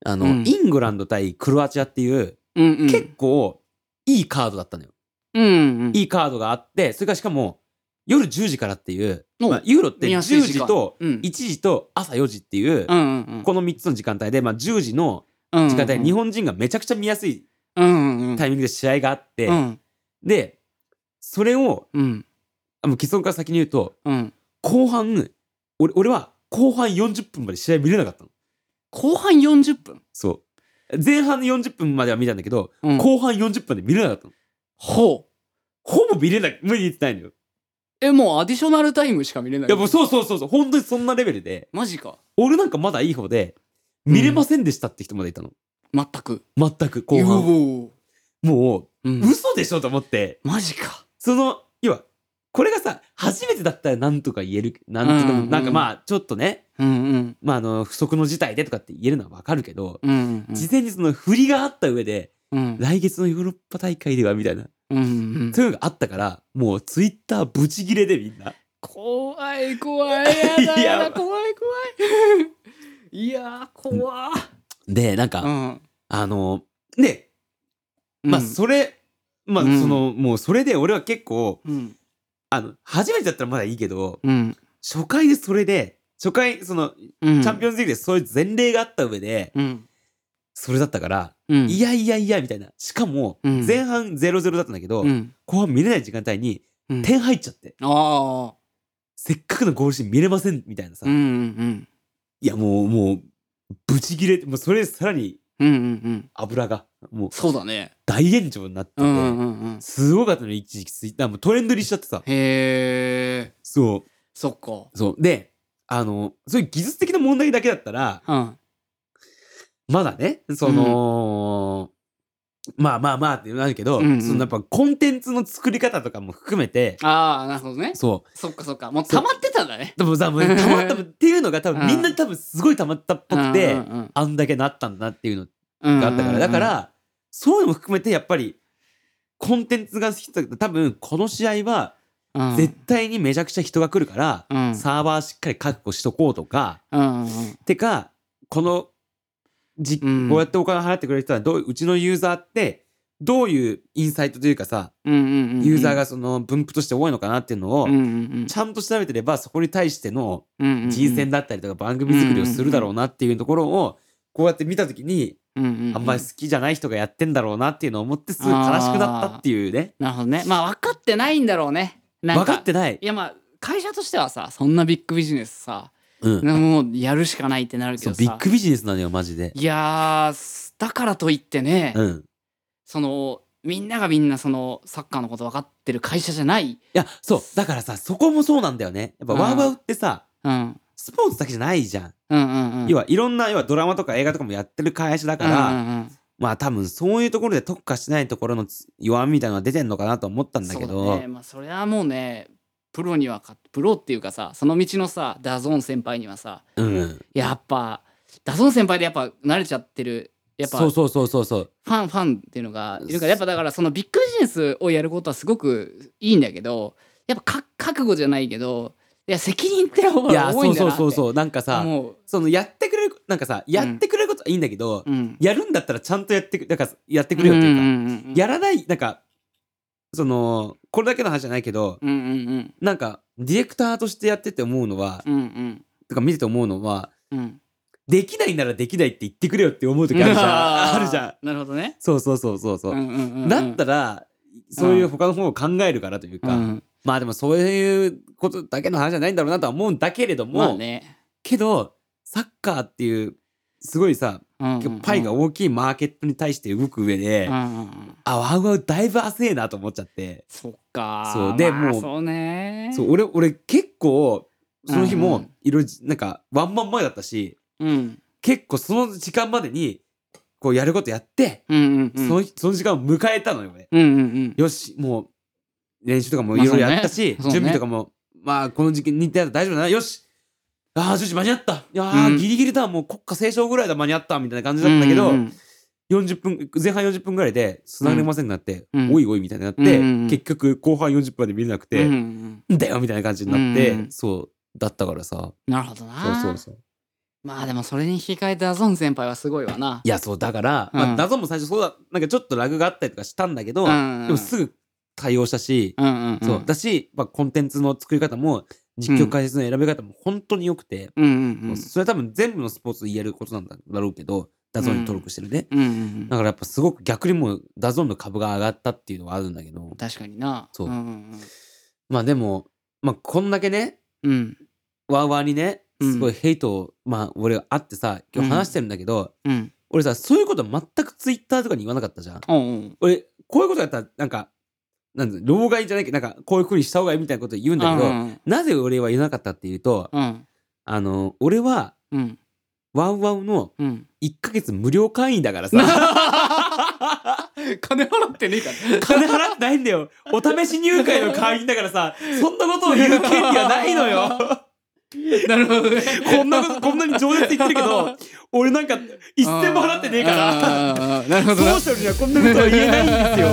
[SPEAKER 2] あの、
[SPEAKER 1] うん
[SPEAKER 2] イングランド対クロアチアっていう、
[SPEAKER 1] うんうん
[SPEAKER 2] 結構いいカードだったのよ、
[SPEAKER 1] うんうん
[SPEAKER 2] いいカードがあってそれからしかも夜10時からっていう、
[SPEAKER 1] お
[SPEAKER 2] まあ、ユーロって
[SPEAKER 1] 見
[SPEAKER 2] 10
[SPEAKER 1] やすい時
[SPEAKER 2] 時
[SPEAKER 1] 間
[SPEAKER 2] と
[SPEAKER 1] うん
[SPEAKER 2] 1時と朝4時っていう、
[SPEAKER 1] うんうんうん
[SPEAKER 2] この3つの時間帯で、まあ、10時の
[SPEAKER 1] うん
[SPEAKER 2] 時間帯、
[SPEAKER 1] うん
[SPEAKER 2] 日本人がめちゃくちゃ見やすい
[SPEAKER 1] うんうん
[SPEAKER 2] タイミングで試合があって、
[SPEAKER 1] うん
[SPEAKER 2] でそれを
[SPEAKER 1] うん
[SPEAKER 2] あもう結論から先に言うと
[SPEAKER 1] うん
[SPEAKER 2] 後半俺俺は後半40分まで試合見れなかったの。
[SPEAKER 1] 後半40分
[SPEAKER 2] そう。前半の40分までは見たんだけど、
[SPEAKER 1] うん
[SPEAKER 2] 後半40分で見れなかったの。
[SPEAKER 1] ほう
[SPEAKER 2] ほぼ見れない、無理言ってないのよ。
[SPEAKER 1] えもうアディショナルタイムしか見れない
[SPEAKER 2] いや、もうそうそうそうそう、本当にそんなレベルで、
[SPEAKER 1] マジか
[SPEAKER 2] 俺なんかまだいい方で、見れませんでしたって人までいたの。
[SPEAKER 1] 全く
[SPEAKER 2] 全く後半。
[SPEAKER 1] 半
[SPEAKER 2] も
[SPEAKER 1] う
[SPEAKER 2] う、
[SPEAKER 1] ん
[SPEAKER 2] 嘘でしょと思って、
[SPEAKER 1] マジか
[SPEAKER 2] その、要は、これがさ、初めてだったらなんとか言える、なんとか、
[SPEAKER 1] うんうんうん
[SPEAKER 2] なんかまあ、ちょっとね、
[SPEAKER 1] うんうん
[SPEAKER 2] まあ、あの、不測の事態でとかって言えるのはわかるけど、
[SPEAKER 1] うんうん
[SPEAKER 2] 事前にその振りがあった上で、
[SPEAKER 1] うん
[SPEAKER 2] 来月のヨーロッパ大会ではみたいな、
[SPEAKER 1] うんうん
[SPEAKER 2] そういうのがあったから、もうツイッターブチギレでみんな。
[SPEAKER 1] 怖い怖いやだやだ
[SPEAKER 2] い
[SPEAKER 1] 怖い
[SPEAKER 2] や
[SPEAKER 1] 怖いいやー怖
[SPEAKER 2] で、なんか、
[SPEAKER 1] うん
[SPEAKER 2] あの、で、まあそれ、まあ
[SPEAKER 1] うん
[SPEAKER 2] その、もうそれで俺は結構、
[SPEAKER 1] うん
[SPEAKER 2] あの、初めてだったらまだいいけど、
[SPEAKER 1] うん。
[SPEAKER 2] 初回でそれで、初回、その、チ
[SPEAKER 1] うん。
[SPEAKER 2] ャンピオンズリーグでそういう前例があった上で、
[SPEAKER 1] うん。
[SPEAKER 2] それだったから、
[SPEAKER 1] うん。
[SPEAKER 2] いやいやいや、みたいな。しかも、
[SPEAKER 1] うん
[SPEAKER 2] 前半0-0だったんだけど、
[SPEAKER 1] うん。
[SPEAKER 2] 後半見れない時間帯に、
[SPEAKER 1] うん
[SPEAKER 2] 点入っちゃって、
[SPEAKER 1] ああ。
[SPEAKER 2] せっかくのゴールシーン見れません、みたいなさ。
[SPEAKER 1] うんうん
[SPEAKER 2] いや、もう、もう、ブチギレ、もうそれでさらに
[SPEAKER 1] うん。うんうんうん。
[SPEAKER 2] 油が、もう
[SPEAKER 1] そうだね。
[SPEAKER 2] 大炎上になってて、
[SPEAKER 1] うんうんうん。
[SPEAKER 2] すごかったのよ一時期ツイッターもうトレンド入りしちゃってさ。
[SPEAKER 1] へえ。
[SPEAKER 2] そ
[SPEAKER 1] そっか。
[SPEAKER 2] う。そう。で、あの、そういう技術的な問題だけだったら、
[SPEAKER 1] うん。
[SPEAKER 2] まだね、その、まあまあまあってなるけど、
[SPEAKER 1] うんうん
[SPEAKER 2] そのやっぱコンテンツの作り方とかも含めて、
[SPEAKER 1] ああ、なるほどね。
[SPEAKER 2] そう。
[SPEAKER 1] そっかそっか。もう溜まってたんだね。
[SPEAKER 2] でもさ、
[SPEAKER 1] [LAUGHS]
[SPEAKER 2] もうたまったっていうのが多
[SPEAKER 1] う
[SPEAKER 2] 分
[SPEAKER 1] ん
[SPEAKER 2] みんな多分すごいたまったっぽくて、
[SPEAKER 1] うんうん
[SPEAKER 2] あんだけなったんだっていうの
[SPEAKER 1] うん、
[SPEAKER 2] があったから、だか
[SPEAKER 1] うん
[SPEAKER 2] ら、そういうのも含めてやっぱり、コンテンツが好きだ多分この試合は
[SPEAKER 1] うんうん、
[SPEAKER 2] 絶対にめちゃくちゃ人が来るから、
[SPEAKER 1] うん
[SPEAKER 2] サーバーしっかり確保しとこうとか、
[SPEAKER 1] うんうん
[SPEAKER 2] てか、このじ、
[SPEAKER 1] うん
[SPEAKER 2] こうやってお金払ってくれる人はどう、うちのユーザーって、どういうインサイトというかさ、
[SPEAKER 1] うんうんうん、
[SPEAKER 2] ユーザーがその分布として多いのかなっていうのを
[SPEAKER 1] うん、うん
[SPEAKER 2] ちゃんと調べてれば、そこに対しての
[SPEAKER 1] うんうんうん、
[SPEAKER 2] 人選だったりとか番組作りをするだろうなっていうところを、こうやって見たときに、
[SPEAKER 1] うんうんうん、
[SPEAKER 2] あんまり好きじゃない人がやってんだろうなっていうのを思って、すごい悲しくなったっていうね。
[SPEAKER 1] なるほどねまあ分かってないんだろうねなん
[SPEAKER 2] 分かってない
[SPEAKER 1] い。やまあ会社としてはさそんなビッグビジネスさ
[SPEAKER 2] うん。
[SPEAKER 1] もうやるしかないってなるけ
[SPEAKER 2] そ
[SPEAKER 1] ど
[SPEAKER 2] う、
[SPEAKER 1] さ
[SPEAKER 2] ビッグビジネスなのよ、マジで。
[SPEAKER 1] いやーすだからといってね、
[SPEAKER 2] うん。
[SPEAKER 1] そのみんながみんなそのサッカーのこと分かってる会社じゃない、
[SPEAKER 2] いや、そう。だからさ、そこもそうなんだよね。やっぱ
[SPEAKER 1] うん
[SPEAKER 2] ワウワウってさ、
[SPEAKER 1] うん、
[SPEAKER 2] スポーツだけじゃないじゃん。
[SPEAKER 1] うんうんうん
[SPEAKER 2] 要はいろんな、要はドラマとか映画とかもやってる会社だから、
[SPEAKER 1] うんうんうん
[SPEAKER 2] まあ多分そういうところで特化してないところのつ弱みみたいなのが出てんのかなと思ったんだけ
[SPEAKER 1] そ
[SPEAKER 2] ど
[SPEAKER 1] う、ねまあ、それはもうねプロにはかプロっていうかさその道のさダゾーン先輩にはさ
[SPEAKER 2] うん。
[SPEAKER 1] やっぱダゾーン先輩でやっぱ慣れちゃってるやっぱ
[SPEAKER 2] そうそうそうそうそう。
[SPEAKER 1] ファンファンっていうのがいるからやっぱだからそのビッグビジネスをやることはすごくいいんだけどやっぱか覚悟じゃないけどいや責任っての方
[SPEAKER 2] いや、
[SPEAKER 1] が多
[SPEAKER 2] そ
[SPEAKER 1] いん
[SPEAKER 2] う
[SPEAKER 1] だ
[SPEAKER 2] そう
[SPEAKER 1] なって
[SPEAKER 2] そうそう。なんかさ、
[SPEAKER 1] もう
[SPEAKER 2] そのやってくれる、なんかさ、やってくれることはいいんだけど、
[SPEAKER 1] うん
[SPEAKER 2] やるんだったらちゃんとやってく、なんかやってくれよっていうか、
[SPEAKER 1] んんん
[SPEAKER 2] やらない、なんか、その、これだけの話じゃないけど、
[SPEAKER 1] うんうんうん
[SPEAKER 2] なんか、ディレクターとしてやってて思うのは、
[SPEAKER 1] うん
[SPEAKER 2] とか見てて思うのは、
[SPEAKER 1] うん
[SPEAKER 2] [LAUGHS]
[SPEAKER 1] うん
[SPEAKER 2] できないならできないって言ってくれよって思う時あるじゃん。 [LAUGHS] あるじゃん。
[SPEAKER 1] なるほどね
[SPEAKER 2] そうそうそうそうそう。
[SPEAKER 1] うんうんうんうん
[SPEAKER 2] だったら、そういう他の方を考えるからというか、
[SPEAKER 1] うん
[SPEAKER 2] まあでもそういうことだけの話じゃないんだろうなとは思うんだけれども、
[SPEAKER 1] まあね
[SPEAKER 2] けど、サッカーっていう、すごいさ、
[SPEAKER 1] うんうんうん
[SPEAKER 2] パイが大きいマーケットに対して動く上で、
[SPEAKER 1] うんうんうん
[SPEAKER 2] あ、ワウワウだいぶ焦えなと思っちゃって、
[SPEAKER 1] そっか
[SPEAKER 2] そうで
[SPEAKER 1] まあ
[SPEAKER 2] もう
[SPEAKER 1] そうね
[SPEAKER 2] そう、俺、俺結構、その日
[SPEAKER 1] うんう
[SPEAKER 2] も
[SPEAKER 1] ん、
[SPEAKER 2] いろいろ、なんか、ワンマン前だったし、
[SPEAKER 1] うん
[SPEAKER 2] 結構その時間までに、こうやることやって、
[SPEAKER 1] うんうんうん
[SPEAKER 2] その日その時間を迎えたのよ、俺。
[SPEAKER 1] うんうん
[SPEAKER 2] よし、もう、練習とかもいろいろやったし、
[SPEAKER 1] まあそうねそうね
[SPEAKER 2] 準備とかも、まあ、この時期に行ったら大丈夫だな、よしああ、10時間に合ったいやー、
[SPEAKER 1] うん
[SPEAKER 2] ギリギリだ、もう国家斉唱ぐらいだ、間に合ったみたいな感
[SPEAKER 1] う
[SPEAKER 2] じ
[SPEAKER 1] ん
[SPEAKER 2] だったんだけど、
[SPEAKER 1] うん
[SPEAKER 2] 40分、前半40分ぐらいで、繋がれませんなって、
[SPEAKER 1] うん
[SPEAKER 2] おいおいみたいになって、
[SPEAKER 1] うんうんうん
[SPEAKER 2] 結局、後半40分で見れなく
[SPEAKER 1] うん
[SPEAKER 2] て、
[SPEAKER 1] うんうん
[SPEAKER 2] んだよみたいな感じになって、
[SPEAKER 1] うんうん
[SPEAKER 2] そう、だったからさ、
[SPEAKER 1] なるほど
[SPEAKER 2] そう
[SPEAKER 1] な
[SPEAKER 2] そうそう。
[SPEAKER 1] まあでもそれに引き換えたゾン先輩はすごいわない
[SPEAKER 2] や、そう、だから、
[SPEAKER 1] う
[SPEAKER 2] ま
[SPEAKER 1] ん
[SPEAKER 2] あ、謎も最初そうだ、なんかちょっとラグがあったりとかしたんだけど、
[SPEAKER 1] うんうん
[SPEAKER 2] でもすぐ対応したし、
[SPEAKER 1] うんうんうん
[SPEAKER 2] そう。だし、まあ、コンテンツの作り方も、実況解説の選び方も本当に良くて、
[SPEAKER 1] うんうんうん
[SPEAKER 2] それは多分全部のスポーツで言えることなんだろうけど、ダゾーンに登録してるね。
[SPEAKER 1] うんうんう
[SPEAKER 2] だからやっぱすごく逆にもうダゾーンの株が上がったっていうのはあるんだけど
[SPEAKER 1] ん、確かにな
[SPEAKER 2] そうん
[SPEAKER 1] うん
[SPEAKER 2] まあでも、まあこんだけね、
[SPEAKER 1] うんうん
[SPEAKER 2] ワーワーにね、
[SPEAKER 1] うん
[SPEAKER 2] すごいヘイトを、まあ俺あってさ、今日話してるんだけど、
[SPEAKER 1] うん
[SPEAKER 2] 俺さ、そういうこと全くツイッターとかに言わなかったじゃん。
[SPEAKER 1] おうおう
[SPEAKER 2] 俺、こういうことやったら、なんか、なんだ老害じゃないけど、なんかこういう風にした方がいいみたいなこと言うんだけど、
[SPEAKER 1] うん
[SPEAKER 2] なぜ俺は言わなかったっていうと、
[SPEAKER 1] うん
[SPEAKER 2] あの、俺は、
[SPEAKER 1] うん
[SPEAKER 2] ワウワウの
[SPEAKER 1] うん
[SPEAKER 2] 1ヶ月無料会員だからさ、
[SPEAKER 1] [LAUGHS] 金払ってねえから
[SPEAKER 2] 金払ってないんだよ。お試し入会の会員だからさ、そんなことを言う権利はないのよ。
[SPEAKER 1] なるほどね
[SPEAKER 2] [LAUGHS] こんなこと、こんなに饒舌言ってるけ [LAUGHS] ど、俺なんか一銭も払ってねえから、
[SPEAKER 1] らなるほ
[SPEAKER 2] そ
[SPEAKER 1] どな
[SPEAKER 2] の人にはこんなことは言えないんですよ。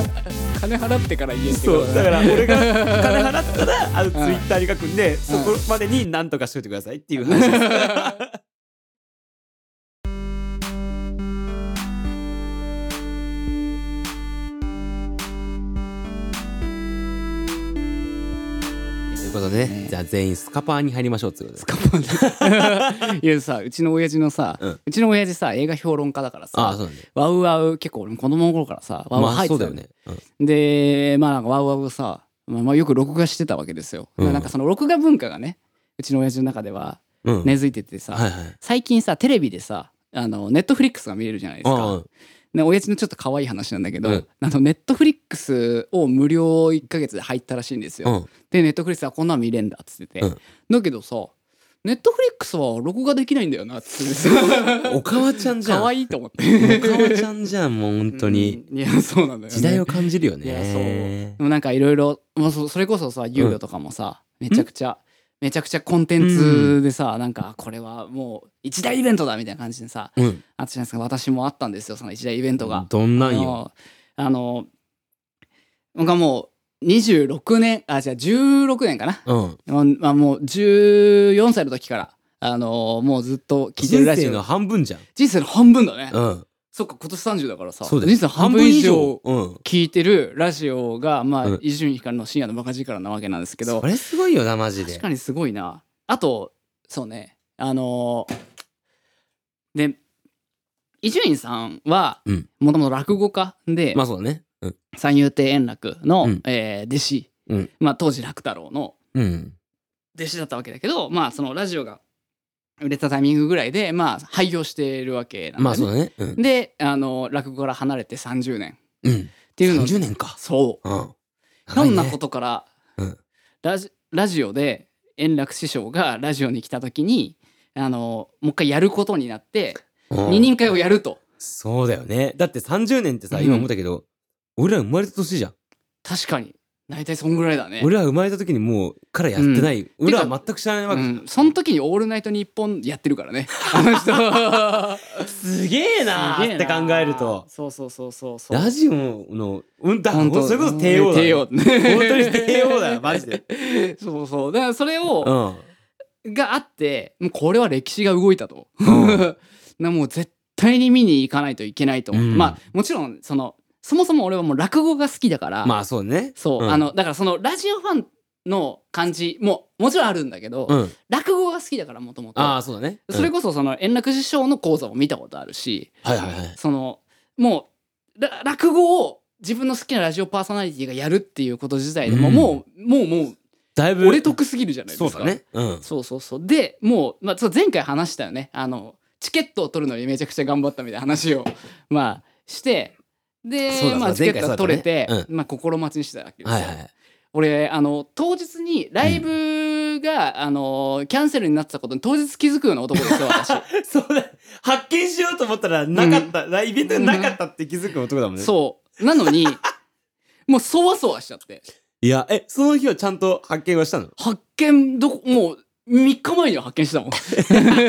[SPEAKER 1] 金払ってから言えってこ
[SPEAKER 2] そ
[SPEAKER 1] と
[SPEAKER 2] う、
[SPEAKER 1] だね
[SPEAKER 2] だから俺が金払ったら、あの、ツイ
[SPEAKER 1] ん
[SPEAKER 2] ッターに書くんで、そこまでに何とかしといてくださいっていう話です。 [LAUGHS] ことで
[SPEAKER 1] ね
[SPEAKER 2] ねじゃあ全員スカパーに入りましょうってことで
[SPEAKER 1] スカパンで [LAUGHS] いやさうちの親父のさ、う
[SPEAKER 2] うん
[SPEAKER 1] ちの親父さ映画評論家だから
[SPEAKER 2] ああ
[SPEAKER 1] さ
[SPEAKER 2] そうなんだ
[SPEAKER 1] ワウワウ結構俺も子供の頃からさワウ
[SPEAKER 2] ま
[SPEAKER 1] ワウ入
[SPEAKER 2] あ
[SPEAKER 1] っ
[SPEAKER 2] そ
[SPEAKER 1] て
[SPEAKER 2] う
[SPEAKER 1] た
[SPEAKER 2] だ
[SPEAKER 1] よね
[SPEAKER 2] よねうん
[SPEAKER 1] でまあなんかワウワウさ、まあ、まあよく録画してたわけですよ、
[SPEAKER 2] うん
[SPEAKER 1] なんかその録画文化がねうちの親父の中では
[SPEAKER 2] うん
[SPEAKER 1] 根付いててさ、
[SPEAKER 2] はいはい
[SPEAKER 1] 最近さテレビでさあのネットフリックスが見れるじゃないです
[SPEAKER 2] あ
[SPEAKER 1] か、ね、親父のちょっと可愛い話なんだけど、
[SPEAKER 2] うん
[SPEAKER 1] あのネットフリックスを無料1ヶ月で入ったらしいんですよ、
[SPEAKER 2] あうん
[SPEAKER 1] でネットフリックスはこんなの見れんだっつってて、
[SPEAKER 2] うん
[SPEAKER 1] だけどさネットフリックスは録画できないんだよなっつってさ
[SPEAKER 2] [LAUGHS] おかわちゃんじゃん
[SPEAKER 1] 可
[SPEAKER 2] い
[SPEAKER 1] 愛いと思って
[SPEAKER 2] おかわちゃんじゃんもう本当に
[SPEAKER 1] うんいやそうなんだよ、ね、
[SPEAKER 2] 時代を感じるよ
[SPEAKER 1] いやそう
[SPEAKER 2] ね
[SPEAKER 1] でもなんかいろいろもうそそれこそさ遊戯とかもさ、めちゃくちゃめちゃくちゃコンテンツでさ、なんかこれはもう一大イベントだみたいな感じでさ
[SPEAKER 2] うん
[SPEAKER 1] あったじゃないですか私もあったんですよその一大イベントが。
[SPEAKER 2] どんなんよ
[SPEAKER 1] あのあの僕はもう26年あじゃあ16年かな、
[SPEAKER 2] うん
[SPEAKER 1] まあまあ、もう14歳の時からあのもうずっと聞いてる
[SPEAKER 2] 人
[SPEAKER 1] らしい
[SPEAKER 2] 生
[SPEAKER 1] 人
[SPEAKER 2] の半分じゃん
[SPEAKER 1] 生の半分だね、
[SPEAKER 2] うん
[SPEAKER 1] そっか今年30だからさ
[SPEAKER 2] そうだよ
[SPEAKER 1] 人生の半分以上
[SPEAKER 2] うん
[SPEAKER 1] 聞いてるラジオがまあ
[SPEAKER 2] うん
[SPEAKER 1] 伊集院光の深夜のバカ力なわけなんですけど
[SPEAKER 2] それすごいよなマジで
[SPEAKER 1] 確かにすごいなあとそうねあのーで伊集院さんは
[SPEAKER 2] うん
[SPEAKER 1] もともと落語家で、
[SPEAKER 2] まあそうだねうん
[SPEAKER 1] 三遊亭円楽の、
[SPEAKER 2] うん
[SPEAKER 1] えー弟子、
[SPEAKER 2] うん
[SPEAKER 1] まあ、当時楽太郎の
[SPEAKER 2] うん
[SPEAKER 1] 弟子だったわけだけどまあそのラジオが売れたタイミングぐらいでまあ廃業しているわけなんで、ね
[SPEAKER 2] まあそうだねうん
[SPEAKER 1] であの落語から離れて30年っ
[SPEAKER 2] うん
[SPEAKER 1] ていうの
[SPEAKER 2] 30年か
[SPEAKER 1] そう
[SPEAKER 2] うん
[SPEAKER 1] ひょんなこ
[SPEAKER 2] 長いね
[SPEAKER 1] とから、
[SPEAKER 2] うん
[SPEAKER 1] ラジラジオで円楽師匠がラジオに来た時にあのもう一回やることになって
[SPEAKER 2] うん
[SPEAKER 1] 二人会をやると
[SPEAKER 2] そうだよね。だって30年ってさ、
[SPEAKER 1] うん
[SPEAKER 2] 今思ったけど、俺ら生まれた年じゃん。
[SPEAKER 1] 確かに大体そんぐらいだね
[SPEAKER 2] 俺ら生まれた時にもう、からやってない。俺らは全く知らないわ
[SPEAKER 1] う
[SPEAKER 2] け。
[SPEAKER 1] ん、その時に「オールナイトニッポン」やってるからねあの人
[SPEAKER 2] すげえ [LAUGHS] な
[SPEAKER 1] すげ
[SPEAKER 2] ーって考えると。
[SPEAKER 1] [LAUGHS] そうそうそうそうそう
[SPEAKER 2] ラジオの、うんだ、
[SPEAKER 1] ほんと
[SPEAKER 2] それこそ帝王だ。
[SPEAKER 1] 帝王本
[SPEAKER 2] 本当に帝王だよ、マジ
[SPEAKER 1] [LAUGHS]
[SPEAKER 2] で。
[SPEAKER 1] そうそうだからそれ
[SPEAKER 2] う
[SPEAKER 1] を、
[SPEAKER 2] ん。
[SPEAKER 1] があってもうこれは歴史が動いたと
[SPEAKER 2] うん
[SPEAKER 1] [LAUGHS] なもう絶対に見に行かないといけないと、
[SPEAKER 2] うん
[SPEAKER 1] まあもちろんそのそもそも俺はもう落語が好きだから、
[SPEAKER 2] まあそうね。
[SPEAKER 1] そう、
[SPEAKER 2] うん
[SPEAKER 1] あのだからそのラジオファンの感じももちろんあるんだけど、
[SPEAKER 2] うん。
[SPEAKER 1] 落語が好きだからもともと
[SPEAKER 2] ああ、そうだね。
[SPEAKER 1] それこそその円楽師匠の講座も見たことあるし
[SPEAKER 2] うんはいはいはい。
[SPEAKER 1] そのもうら落語を自分の好きなラジオパーソナリティがやるっていうこと自体でも、
[SPEAKER 2] うん
[SPEAKER 1] もうもうも
[SPEAKER 2] だいうぶ。
[SPEAKER 1] 俺得すぎるじゃないです
[SPEAKER 2] そ
[SPEAKER 1] か。
[SPEAKER 2] うだね。うん。
[SPEAKER 1] そうそうそうでもう、まあ、そう前回話したよねあのチケットを取るのにめちゃくちゃ頑張ったみたいな話を [LAUGHS] まあして
[SPEAKER 2] そう
[SPEAKER 1] で、
[SPEAKER 2] だ
[SPEAKER 1] まあ、チ
[SPEAKER 2] そうだ
[SPEAKER 1] ケットは取れて
[SPEAKER 2] 前、回そうだった
[SPEAKER 1] まあ、心待ちにしてたわけですよ。
[SPEAKER 2] はいはい。
[SPEAKER 1] 俺あの当日にライブが、あのキャンセルになってたことに当日気づくような男ですよ
[SPEAKER 2] [LAUGHS]
[SPEAKER 1] 私
[SPEAKER 2] そうだ。発見しようと思ったら、なかった、ライイベントがなかったって気づく男だもんね。
[SPEAKER 1] そうなのにもうそわそわしちゃって
[SPEAKER 2] いや、え、その日はちゃんと発見はしたの
[SPEAKER 1] 発見どこもう3日前には発見してたもん
[SPEAKER 2] [LAUGHS]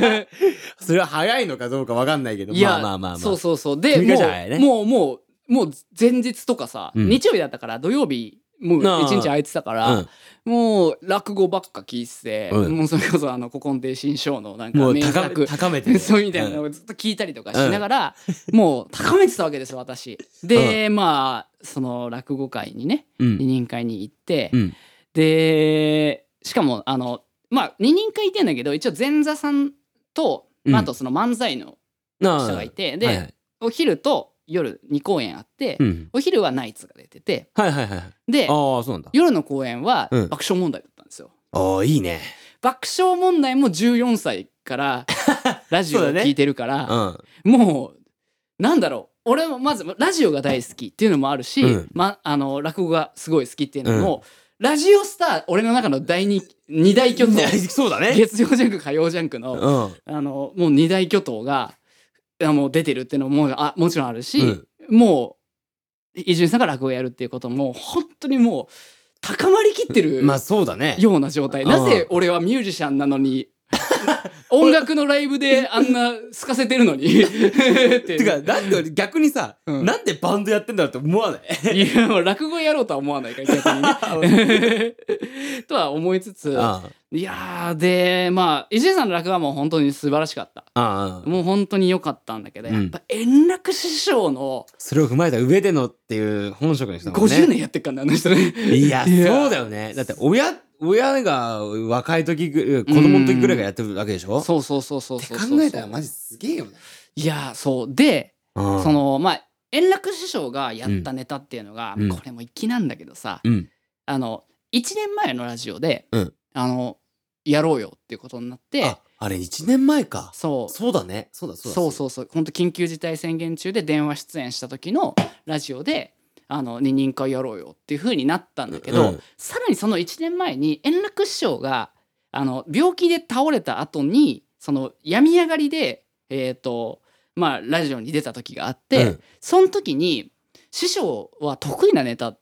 [SPEAKER 2] それは早いのかどうかわかんないけど、
[SPEAKER 1] いや
[SPEAKER 2] まあまあまあまあ。
[SPEAKER 1] そうそうそうで
[SPEAKER 2] 君
[SPEAKER 1] も
[SPEAKER 2] が
[SPEAKER 1] う,、
[SPEAKER 2] じゃないね
[SPEAKER 1] もうもうもう前日とかさ、
[SPEAKER 2] うん
[SPEAKER 1] 日曜日だったから土曜日もう
[SPEAKER 2] なあ
[SPEAKER 1] 一日空いてたから、
[SPEAKER 2] うん
[SPEAKER 1] もう落語ばっか聞いてて、
[SPEAKER 2] うん
[SPEAKER 1] もうそれこそあの古今亭新章のなん
[SPEAKER 2] も
[SPEAKER 1] か
[SPEAKER 2] う
[SPEAKER 1] 名
[SPEAKER 2] 高め
[SPEAKER 1] 作
[SPEAKER 2] 高めて
[SPEAKER 1] [LAUGHS]
[SPEAKER 2] ね。
[SPEAKER 1] そうみたいなの
[SPEAKER 2] うん
[SPEAKER 1] をずっと聞いたりとかしながら、もう高めてたわけですよ私。で、まあその落語会にね
[SPEAKER 2] う
[SPEAKER 1] 二
[SPEAKER 2] ん。
[SPEAKER 1] 人会に行って、
[SPEAKER 2] うん
[SPEAKER 1] でしかもあのまあ二人会行ってんだけど一応前座さんと、まあ、
[SPEAKER 2] うん
[SPEAKER 1] あとその漫才の
[SPEAKER 2] なあ
[SPEAKER 1] 人がいて、
[SPEAKER 2] は
[SPEAKER 1] で
[SPEAKER 2] い、はい
[SPEAKER 1] お昼と夜2公演あって、
[SPEAKER 2] うん
[SPEAKER 1] お昼はナイツが出てて
[SPEAKER 2] はいはいはいはい。
[SPEAKER 1] で
[SPEAKER 2] ああ、そうなんだ。
[SPEAKER 1] 夜の公演は
[SPEAKER 2] うん
[SPEAKER 1] 爆笑問題だったんですよ、
[SPEAKER 2] ああ、いいね。
[SPEAKER 1] 爆笑問題も14歳から
[SPEAKER 2] [LAUGHS]
[SPEAKER 1] ラジオを
[SPEAKER 2] そうだね
[SPEAKER 1] 聞いてるか
[SPEAKER 2] うん。
[SPEAKER 1] ら、
[SPEAKER 2] は
[SPEAKER 1] もうなんだろう俺もまずラジオが大好きっていうのもあるし、
[SPEAKER 2] うん
[SPEAKER 1] ま、あの落語がすごい好きっていうのも、ラジオスター俺の中の第二二大
[SPEAKER 2] [LAUGHS]
[SPEAKER 1] 巨頭
[SPEAKER 2] いそうだね。
[SPEAKER 1] 月曜ジャンク火曜ジャンクの、
[SPEAKER 2] うん。
[SPEAKER 1] あのもう二大巨頭があもう出てるっていうのもあもちろんあるし、
[SPEAKER 2] うん
[SPEAKER 1] もう伊集院さんが落語をやるっていうことも本当にもう高まりきってる
[SPEAKER 2] まあそうだね。
[SPEAKER 1] ような状態、
[SPEAKER 2] うん
[SPEAKER 1] なぜ俺はミュージシャンなのに [LAUGHS] 音楽のライブであんなすかせてるのにって
[SPEAKER 2] てか、なんで俺逆にさ、
[SPEAKER 1] うん
[SPEAKER 2] なんでバンドやってんだろうって思わ [LAUGHS] ない
[SPEAKER 1] いやもう落語やろうとは思わないから逆に
[SPEAKER 2] [LAUGHS]
[SPEAKER 1] ねとは思いつつ
[SPEAKER 2] あ
[SPEAKER 1] いやーでまあ伊集院さんの落語はもう本当に素晴らしかった
[SPEAKER 2] あ、ああ。
[SPEAKER 1] もう本当に良かったんだけど、
[SPEAKER 2] うん
[SPEAKER 1] やっぱ円楽師匠の
[SPEAKER 2] それを踏まえた上でのっていう本職の人だもんね。
[SPEAKER 1] 50年やってっからねあの人ね。
[SPEAKER 2] いや、
[SPEAKER 1] いや
[SPEAKER 2] そうだよね。だって親親が若い時ぐ子供の時ぐらいからやってるわけでしょ
[SPEAKER 1] そうそうそうそう
[SPEAKER 2] って
[SPEAKER 1] そ
[SPEAKER 2] 考
[SPEAKER 1] うそう
[SPEAKER 2] えたらマジすげえよね。
[SPEAKER 1] いやそうでそ
[SPEAKER 2] そ、
[SPEAKER 1] のまあ円楽師匠がやったネタっていうのが、
[SPEAKER 2] うん
[SPEAKER 1] これも粋なんだけどさ、
[SPEAKER 2] うん、
[SPEAKER 1] あの1年前のラジオで、
[SPEAKER 2] うん
[SPEAKER 1] あのやろうよっていうことになって
[SPEAKER 2] ああれ1年前か。
[SPEAKER 1] そう
[SPEAKER 2] そうだね。そうだそうだ。
[SPEAKER 1] そうそうそう本当緊急事態宣言中で電話出演した時のラジオであの二人会やろうよっていう風になったんだけど、
[SPEAKER 2] うん
[SPEAKER 1] さらにその1年前に円楽師匠があの病気で倒れた後にその病み上がりでえっ、とまあラジオに出た時があって、
[SPEAKER 2] うん
[SPEAKER 1] その時に師匠は得意なネタっ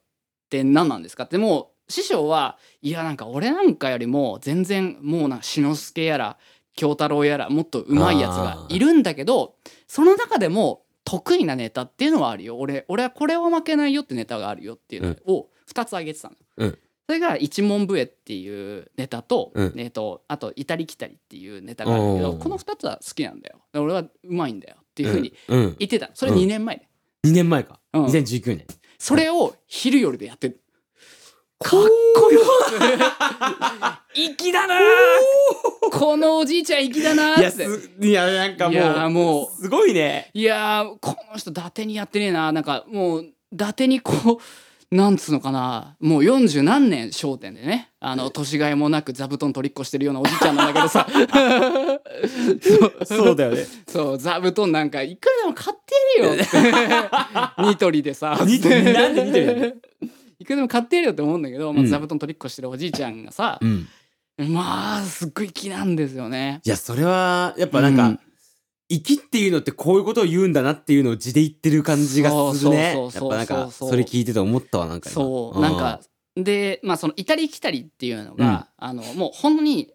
[SPEAKER 1] て何なんですかってもう師匠はいやなんか俺なんかよりも全然もうなんか志の輔やら京太郎やらもっと上手いやつがいるんだけどその中でも得意なネタっていうのはあるよ俺俺はこれは負けないよってネタがあるよっていうのを2つ挙げてたの。
[SPEAKER 2] うん
[SPEAKER 1] それが一問笛っていうネタと、
[SPEAKER 2] うん
[SPEAKER 1] えっとあと「いたりきたり」っていうネタがあるんだけ
[SPEAKER 2] お
[SPEAKER 1] ど
[SPEAKER 2] ー
[SPEAKER 1] この2つは好きなんだよ俺はうまいんだよっていうふうに
[SPEAKER 2] うんうん
[SPEAKER 1] 言ってたそれ
[SPEAKER 2] うん
[SPEAKER 1] 2年前で、
[SPEAKER 2] 2年前か。
[SPEAKER 1] うん
[SPEAKER 2] 2019年。
[SPEAKER 1] それを昼夜でやってるかっこよ [LAUGHS] 粋だなーこのおじいちゃん粋だなーって
[SPEAKER 2] いや、なん
[SPEAKER 1] いやーもう
[SPEAKER 2] すごいね。
[SPEAKER 1] いやーこの人伊達にやってねえななんかもう伊達にこうなんつうのかなもう四十何年『笑点』でねあの年がいもなく座布団取りっこしてるようなおじいちゃんなんだけどさ
[SPEAKER 2] そうだよ [LAUGHS] ね。
[SPEAKER 1] そう座布団なんかいくらでも買ってやるよって
[SPEAKER 2] [LAUGHS]
[SPEAKER 1] ニトリでさ
[SPEAKER 2] ニトリなんでニトリなの
[SPEAKER 1] いくらでも買ってやるよって思うんだけど、ま
[SPEAKER 2] う
[SPEAKER 1] あ、
[SPEAKER 2] ん
[SPEAKER 1] 座布団取りっこしてるおじいちゃんがさ、
[SPEAKER 2] うん。
[SPEAKER 1] まあすっごい気なんですよね。
[SPEAKER 2] いや、それは、やっぱなんか、
[SPEAKER 1] うん
[SPEAKER 2] 生きっていうのってこういうことを言うんだなっていうのを字で言ってる感じがするね。
[SPEAKER 1] そうそうそうそう
[SPEAKER 2] やっぱなんか、
[SPEAKER 1] そう
[SPEAKER 2] それ聞いてて思ったわ、なんか今。
[SPEAKER 1] そう
[SPEAKER 2] あー
[SPEAKER 1] なんか、でまあその「いたり来たり」っていうのが、あのもうほんとに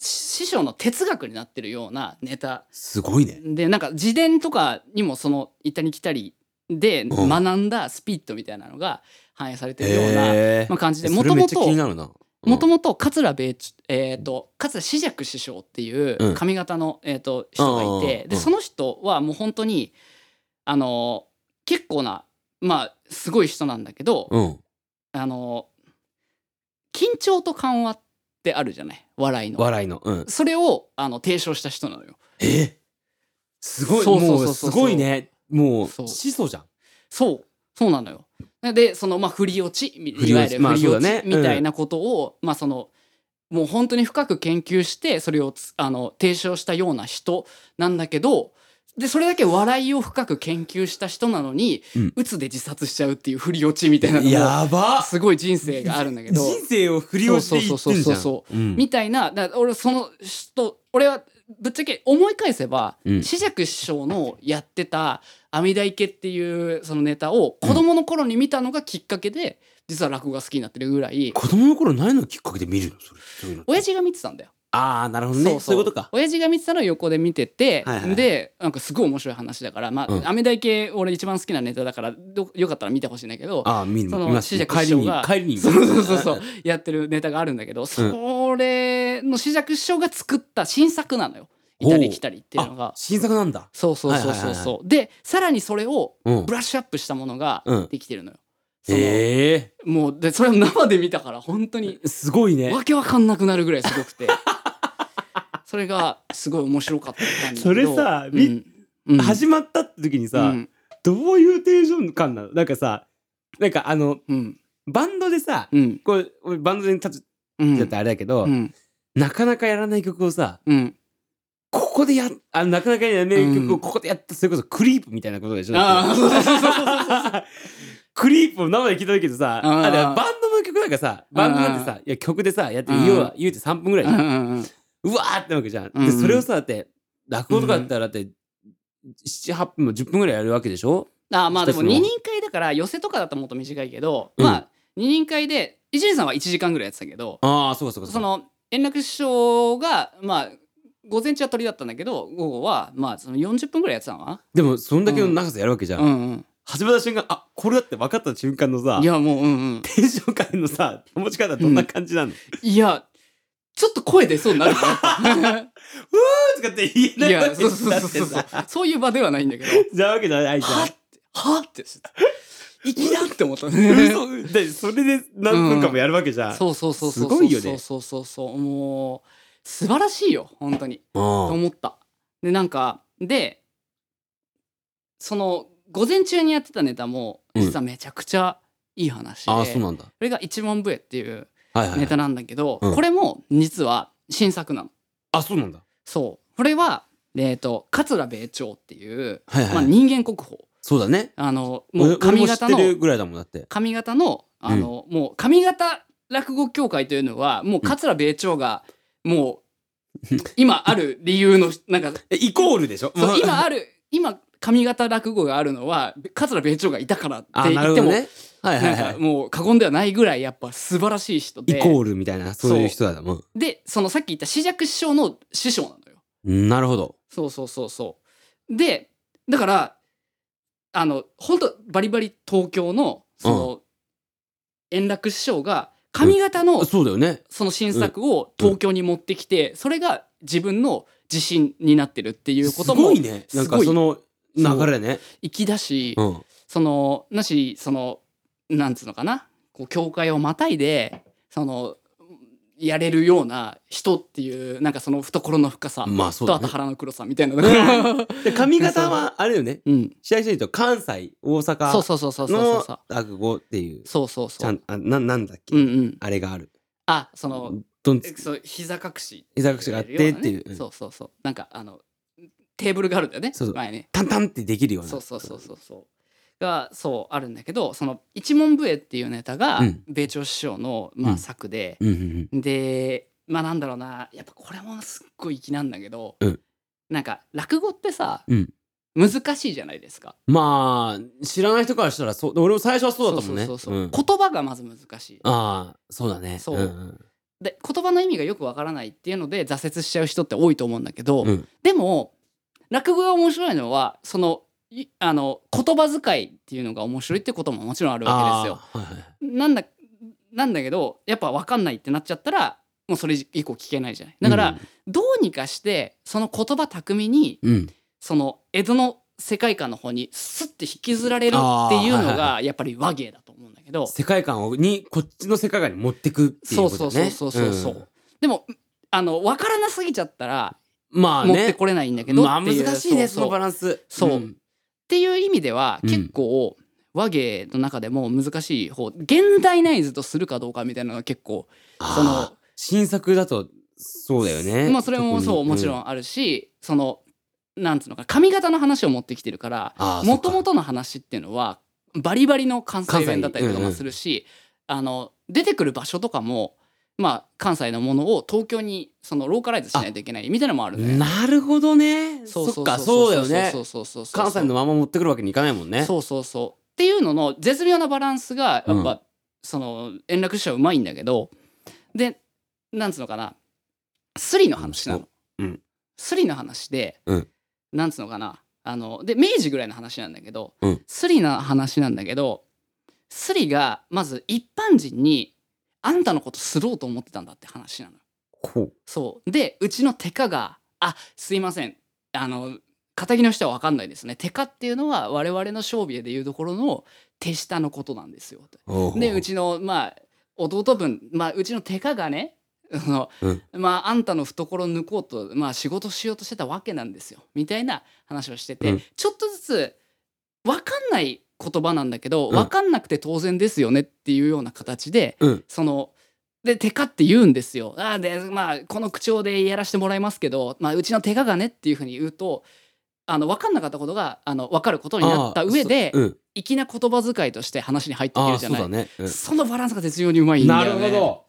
[SPEAKER 1] 師匠の哲学になってるようなネタ
[SPEAKER 2] すごいね。
[SPEAKER 1] でなんか自伝とかにもその「いたり来たり」で
[SPEAKER 2] うん
[SPEAKER 1] 学んだスピットみたいなのが反映されてるような、
[SPEAKER 2] へ
[SPEAKER 1] まあ、感じで
[SPEAKER 2] も
[SPEAKER 1] も
[SPEAKER 2] と
[SPEAKER 1] と
[SPEAKER 2] も
[SPEAKER 1] も
[SPEAKER 2] と気に
[SPEAKER 1] と
[SPEAKER 2] なるな。
[SPEAKER 1] もともと桂米中、えー、と桂四尺師匠っていううん髪型の、えー、と人がい
[SPEAKER 2] うんうんう
[SPEAKER 1] て
[SPEAKER 2] ん
[SPEAKER 1] でその人はもう本当にあの結構なまあすごい人なんだけど、
[SPEAKER 2] うん。
[SPEAKER 1] あの緊張と緩和ってあるじゃない笑いの。
[SPEAKER 2] 笑いの。うん。
[SPEAKER 1] それをあの提唱した人なのよ。
[SPEAKER 2] えすごい、
[SPEAKER 1] そうそう
[SPEAKER 2] も
[SPEAKER 1] そう
[SPEAKER 2] う
[SPEAKER 1] そ
[SPEAKER 2] す
[SPEAKER 1] う
[SPEAKER 2] ごいね。も
[SPEAKER 1] そう
[SPEAKER 2] う、始祖じゃん。
[SPEAKER 1] そうそうなのよ。でそのまあ振り落ちみ
[SPEAKER 2] 振り落ち
[SPEAKER 1] いわゆる
[SPEAKER 2] まあ
[SPEAKER 1] 振り
[SPEAKER 2] そう
[SPEAKER 1] 落
[SPEAKER 2] だね
[SPEAKER 1] ちみたいなことを、まあそのもう本当に深く研究してそれをつあの提唱したような人なんだけどでそれだけ笑いを深く研究した人なのに、
[SPEAKER 2] うん
[SPEAKER 1] 鬱で自殺しちゃうっていう振り落ちみたいなの [LAUGHS] も
[SPEAKER 2] やば
[SPEAKER 1] すごい人生があるんだけど。
[SPEAKER 2] 人生を振り落ちていってんじゃん。
[SPEAKER 1] そうみ
[SPEAKER 2] ん
[SPEAKER 1] たいなだから俺その人俺はぶっちゃけ思い返せば
[SPEAKER 2] うん
[SPEAKER 1] 紫尺師匠のやってた「阿弥陀池」っていうそのネタを子供の頃に見たのがきっかけで実は落語が好きになってるぐらい
[SPEAKER 2] 子供の頃何のきっかけで見るのそれ。そういうの
[SPEAKER 1] 親父が見てたんだよ。
[SPEAKER 2] ああ、なるほどね。そういうことか。
[SPEAKER 1] 親父が見てたのを横で見てて、
[SPEAKER 2] はいはいはい
[SPEAKER 1] でなんかすごい面白い話だからま
[SPEAKER 2] うん
[SPEAKER 1] あ阿弥陀池俺一番好きなネタだからどよかったら見てほしいんだけど
[SPEAKER 2] ああ、見る
[SPEAKER 1] そ
[SPEAKER 2] の。
[SPEAKER 1] の
[SPEAKER 2] 見ます
[SPEAKER 1] 紫
[SPEAKER 2] ね
[SPEAKER 1] 尺師匠
[SPEAKER 2] 帰りに
[SPEAKER 1] が、
[SPEAKER 2] 帰りに。
[SPEAKER 1] そうそうそう
[SPEAKER 2] [LAUGHS]
[SPEAKER 1] そう。やってるネタがあるんだけど、それの紫尺師匠が作った新作なのよ「いたり来たり」っていうの
[SPEAKER 2] あ
[SPEAKER 1] が、。
[SPEAKER 2] 新作なんだ。
[SPEAKER 1] そうそうそうそうそう、でさらにそれを
[SPEAKER 2] うん
[SPEAKER 1] ブ。ラッシュアップしたものが
[SPEAKER 2] うん
[SPEAKER 1] できてるのよ、その
[SPEAKER 2] へえ。
[SPEAKER 1] もうでそれを生で見たから本当に
[SPEAKER 2] すごいね
[SPEAKER 1] わ。けわかんなくなるぐらいすご
[SPEAKER 2] [LAUGHS]
[SPEAKER 1] くてそれがすごい面白かったんだけど
[SPEAKER 2] それさ
[SPEAKER 1] う
[SPEAKER 2] み
[SPEAKER 1] んうん
[SPEAKER 2] 始まったって時に
[SPEAKER 1] う
[SPEAKER 2] さ、
[SPEAKER 1] ん
[SPEAKER 2] どういうテンション感なのなんかさ、なんかあの、
[SPEAKER 1] うん
[SPEAKER 2] バンドでさ、
[SPEAKER 1] うん
[SPEAKER 2] こう、俺バンドで立っ
[SPEAKER 1] うん
[SPEAKER 2] ちゃってあれだけ
[SPEAKER 1] う
[SPEAKER 2] ど、
[SPEAKER 1] ん
[SPEAKER 2] なかなかやらない曲をさ、
[SPEAKER 1] うん
[SPEAKER 2] ここでや、あなかなかやらない曲
[SPEAKER 1] う
[SPEAKER 2] を
[SPEAKER 1] ん
[SPEAKER 2] ここでやった、それこそクリープみたいなことでしょ
[SPEAKER 1] ああそうそうそうそうそう
[SPEAKER 2] クリープを生で聞いた時にさ、
[SPEAKER 1] うん
[SPEAKER 2] あれバンドの曲なんかさ、バンドなんてさ、いや曲でさ、やって、要は言うて3分ぐらいじゃん
[SPEAKER 1] うんうんうん
[SPEAKER 2] うわーってなわけじゃん。
[SPEAKER 1] うんう
[SPEAKER 2] で、
[SPEAKER 1] ん
[SPEAKER 2] それをさ、だって、落語とかだったら、だって、7、8分も10分ぐらいやるわけでしょ
[SPEAKER 1] あーまあでも
[SPEAKER 2] 一つの
[SPEAKER 1] 二人会だから寄せとかだともっと短いけど、
[SPEAKER 2] うん
[SPEAKER 1] まあ二人会で伊集院さんは1時間ぐらいやってたけど
[SPEAKER 2] ああ、そうかそうか
[SPEAKER 1] そ
[SPEAKER 2] そうか。
[SPEAKER 1] の円楽師匠がまあ午前中は鳥だったんだけど午後はまあその40分ぐらいやってたのか
[SPEAKER 2] でも、そんだけの長さやるわけじゃ。
[SPEAKER 1] なんうん
[SPEAKER 2] 始まった瞬間、あ、これだって分かった瞬間の
[SPEAKER 1] う
[SPEAKER 2] さ
[SPEAKER 1] んい、やもううんうん
[SPEAKER 2] テンション感のさ、持ち方どんな感じなの、う
[SPEAKER 1] いやちょっと声出そうにな
[SPEAKER 2] [LAUGHS]
[SPEAKER 1] るよね
[SPEAKER 2] ーとかって言えないいわ
[SPEAKER 1] や
[SPEAKER 2] け
[SPEAKER 1] そうそうそうそう
[SPEAKER 2] だってさ
[SPEAKER 1] そういう場ではないんだけど
[SPEAKER 2] じゃあわけじゃないじゃ
[SPEAKER 1] は
[SPEAKER 2] ん
[SPEAKER 1] っ。てはっって
[SPEAKER 2] 粋だ
[SPEAKER 1] って思ったね。
[SPEAKER 2] [LAUGHS] 嘘でそれで何分間もやるわけじゃん。
[SPEAKER 1] そうそうそうそう。
[SPEAKER 2] すごいよね
[SPEAKER 1] そうそうそうそう。もう、素晴らしいよ、本当に。と
[SPEAKER 2] うん
[SPEAKER 1] 思った。で、なんか、で、その、午前中にやってたネタも、
[SPEAKER 2] うん
[SPEAKER 1] 実はめちゃくちゃいい話で、
[SPEAKER 2] ああ、そうなんだ。
[SPEAKER 1] これが一問笛っていう
[SPEAKER 2] はいはいは
[SPEAKER 1] ネ
[SPEAKER 2] い。
[SPEAKER 1] タなんだけど、
[SPEAKER 2] うん
[SPEAKER 1] これも実は新作なの。
[SPEAKER 2] あ、そうなんだ。
[SPEAKER 1] そう。これは、えっ、と、桂米朝っていう、
[SPEAKER 2] はいはい
[SPEAKER 1] まあ、人間国宝。
[SPEAKER 2] そうだね。
[SPEAKER 1] あの、も
[SPEAKER 2] も
[SPEAKER 1] う
[SPEAKER 2] う髪
[SPEAKER 1] 髪
[SPEAKER 2] 型
[SPEAKER 1] 型
[SPEAKER 2] の。知ってる
[SPEAKER 1] の、
[SPEAKER 2] ぐらいだもんだって。
[SPEAKER 1] 髪型の、あの、もう髪型落語協会というのは、もう桂米朝が、もう、今ある理由の、なん
[SPEAKER 2] [LAUGHS]
[SPEAKER 1] か、
[SPEAKER 2] え、イコールでしょ
[SPEAKER 1] そう今
[SPEAKER 2] あ
[SPEAKER 1] ある今上方落語があるのは桂米朝がいたからって
[SPEAKER 2] あ、
[SPEAKER 1] 言
[SPEAKER 2] なる
[SPEAKER 1] っ
[SPEAKER 2] ほ
[SPEAKER 1] て
[SPEAKER 2] ど
[SPEAKER 1] も
[SPEAKER 2] ね。はいはい
[SPEAKER 1] な
[SPEAKER 2] は
[SPEAKER 1] んか
[SPEAKER 2] い。
[SPEAKER 1] もう過言ではないぐらいやっぱ素晴らしい人
[SPEAKER 2] イ
[SPEAKER 1] で
[SPEAKER 2] コールみたいな、そういう人だも
[SPEAKER 1] でそのさっき言った紫尺師匠の師匠なのよ
[SPEAKER 2] ん。なるほど。
[SPEAKER 1] そうそうそうそうでだからあの本当バリバリ東京のその、円楽師匠が上方の
[SPEAKER 2] そうだよね。
[SPEAKER 1] その新作を東京に持ってきて、それが自分の自信になってるっていうこ
[SPEAKER 2] す
[SPEAKER 1] とも
[SPEAKER 2] ごいね。なんか
[SPEAKER 1] すごい
[SPEAKER 2] その流れね。
[SPEAKER 1] 粋だし、
[SPEAKER 2] うん。
[SPEAKER 1] そのなしそのなんつうのかなこう教会をまたいでそのやれるような人っていうなんかその懐の深さ、
[SPEAKER 2] まあそう
[SPEAKER 1] と
[SPEAKER 2] だ
[SPEAKER 1] あと
[SPEAKER 2] ね。
[SPEAKER 1] 腹の黒さみたいなとこ
[SPEAKER 2] [LAUGHS]
[SPEAKER 1] ろ
[SPEAKER 2] で髪型はあれよね。
[SPEAKER 1] うん
[SPEAKER 2] 試合してると関西、大
[SPEAKER 1] そう
[SPEAKER 2] 阪
[SPEAKER 1] そうそうそうそう
[SPEAKER 2] の
[SPEAKER 1] そう
[SPEAKER 2] 落語っていう、
[SPEAKER 1] そうそう
[SPEAKER 2] ち
[SPEAKER 1] そ
[SPEAKER 2] ゃ、
[SPEAKER 1] うん
[SPEAKER 2] あななんだっ
[SPEAKER 1] うんうん
[SPEAKER 2] けあれがある。
[SPEAKER 1] あその
[SPEAKER 2] どん
[SPEAKER 1] え
[SPEAKER 2] つ、
[SPEAKER 1] そう膝隠し
[SPEAKER 2] 居酒屋があってってい
[SPEAKER 1] やれるようなね
[SPEAKER 2] う。
[SPEAKER 1] そうそうそうなんかあのテーブルがあるんだよね
[SPEAKER 2] そうそう
[SPEAKER 1] 前ね
[SPEAKER 2] タンタンってできるような。
[SPEAKER 1] そうそうそうそうそうがそうあるんだけどその一問笛っていうネタが
[SPEAKER 2] うん
[SPEAKER 1] 米朝師匠の、ま
[SPEAKER 2] う
[SPEAKER 1] あ、
[SPEAKER 2] ん
[SPEAKER 1] 作で、
[SPEAKER 2] うんうん
[SPEAKER 1] でまあなんだろうなやっぱこれもすっごい粋なんだけど、
[SPEAKER 2] うん
[SPEAKER 1] なんか落語ってさ、
[SPEAKER 2] うん
[SPEAKER 1] 難しいじゃないですか
[SPEAKER 2] うん。まあ、知らない人からしたら、そう、俺も最初はそうだったもんね。
[SPEAKER 1] そうそうそううん言葉がまず難しい
[SPEAKER 2] ああ、そうだね。
[SPEAKER 1] そうん
[SPEAKER 2] ん
[SPEAKER 1] で言葉の意味がよくわからないっていうので挫折しちゃう人って多いと思うんだけど、
[SPEAKER 2] うん
[SPEAKER 1] でも落語が面白いのはそのいあの言葉遣いっていうのが面白いってことももちろんあるわけですよ。
[SPEAKER 2] あーはいはい
[SPEAKER 1] なんだなんだけどやっぱ分かんないってなっちゃったらもうそれ以降聞けないじゃないだから、どうにかしてその言葉巧みに
[SPEAKER 2] うん、うん
[SPEAKER 1] その江戸の世界観の方にスッて引きずられるっていうのがやっぱり和芸だと思うんだけど、
[SPEAKER 2] 世界観をにこっちの世界観に持ってくっていう
[SPEAKER 1] そう
[SPEAKER 2] こ
[SPEAKER 1] そう
[SPEAKER 2] とだ
[SPEAKER 1] そう
[SPEAKER 2] ね。
[SPEAKER 1] そうそうそう、
[SPEAKER 2] ん
[SPEAKER 1] でもあの分からなすぎちゃったら
[SPEAKER 2] まあ
[SPEAKER 1] 持って
[SPEAKER 2] ね。
[SPEAKER 1] これないんだけど
[SPEAKER 2] まあ
[SPEAKER 1] って
[SPEAKER 2] 難
[SPEAKER 1] いう
[SPEAKER 2] しいね、
[SPEAKER 1] そ
[SPEAKER 2] そ
[SPEAKER 1] そ
[SPEAKER 2] う
[SPEAKER 1] う
[SPEAKER 2] のバランス。
[SPEAKER 1] そうんっていう意味では
[SPEAKER 2] うん
[SPEAKER 1] 結構和芸の中でも難しい方現代ナイズとするかどうかみたいなのが結構そ
[SPEAKER 2] あ
[SPEAKER 1] の
[SPEAKER 2] ー新作だとそうだよね。
[SPEAKER 1] まあそれもそう
[SPEAKER 2] 特に
[SPEAKER 1] もちろ
[SPEAKER 2] うん
[SPEAKER 1] あるし、そのなんつうのか髪型の話を持ってきてるから
[SPEAKER 2] あー
[SPEAKER 1] もと
[SPEAKER 2] そ
[SPEAKER 1] もとの話っていうのはバリバリの関西弁だったりとか
[SPEAKER 2] 関西うんう
[SPEAKER 1] も
[SPEAKER 2] ん
[SPEAKER 1] するし、あの出てくる場所とかも、まあ、関西のものを東京にそのローカライズしないといけないみたいなのもあるね。
[SPEAKER 2] なるほどね。
[SPEAKER 1] そうそ
[SPEAKER 2] そっ
[SPEAKER 1] うそう
[SPEAKER 2] か、そうだよ
[SPEAKER 1] そ
[SPEAKER 2] ね
[SPEAKER 1] う。そうそうそう
[SPEAKER 2] 関西のまま持ってくるわけにいかないもんね。
[SPEAKER 1] そうそうそう。っていうのの絶妙なバランスがやっぱ、
[SPEAKER 2] うん
[SPEAKER 1] その円楽師匠うまいんだけどでなんつうのかなスリの話なの。
[SPEAKER 2] うん
[SPEAKER 1] スリの話で、
[SPEAKER 2] うん
[SPEAKER 1] なんつうのかなあので明治ぐらいの話なんだけど、
[SPEAKER 2] うん
[SPEAKER 1] スリの話なんだけどスリがまず一般人にあんたのことすろうと思ってたんだって話なの。
[SPEAKER 2] ほう。
[SPEAKER 1] そうでうちのテカが「あすいませんあの仇の人は分かんないですねテカっていうのは我々の商ビエでいうところの手下のことなんですよ」と
[SPEAKER 2] ほほ
[SPEAKER 1] でうちのまあ弟分、まあ、うちのテカがねあの、
[SPEAKER 2] うん
[SPEAKER 1] まあ、あんたの懐を抜こうと、まあ、仕事しようとしてたわけなんですよみたいな話をしてて、
[SPEAKER 2] うん
[SPEAKER 1] ちょっとずつ分かんない言葉なんだけど
[SPEAKER 2] うん
[SPEAKER 1] 分かんなくて当然ですよねっていうような形で、
[SPEAKER 2] うん
[SPEAKER 1] そのでテカって言うんですよ。あーでまあこの口調でやらせてもらいますけど、まあ、うちのテカがねっていうふうに言うとあの分かんなかったことがあの分かることになった上で
[SPEAKER 2] あーそうん
[SPEAKER 1] 粋な言葉遣いとして話に入っていけ
[SPEAKER 2] あ
[SPEAKER 1] る
[SPEAKER 2] ー
[SPEAKER 1] じゃ
[SPEAKER 2] そ
[SPEAKER 1] な
[SPEAKER 2] う
[SPEAKER 1] い
[SPEAKER 2] だ。ね。うん
[SPEAKER 1] そのバランスが絶妙にうまいんだ
[SPEAKER 2] な
[SPEAKER 1] よ
[SPEAKER 2] る
[SPEAKER 1] ね。
[SPEAKER 2] ほど。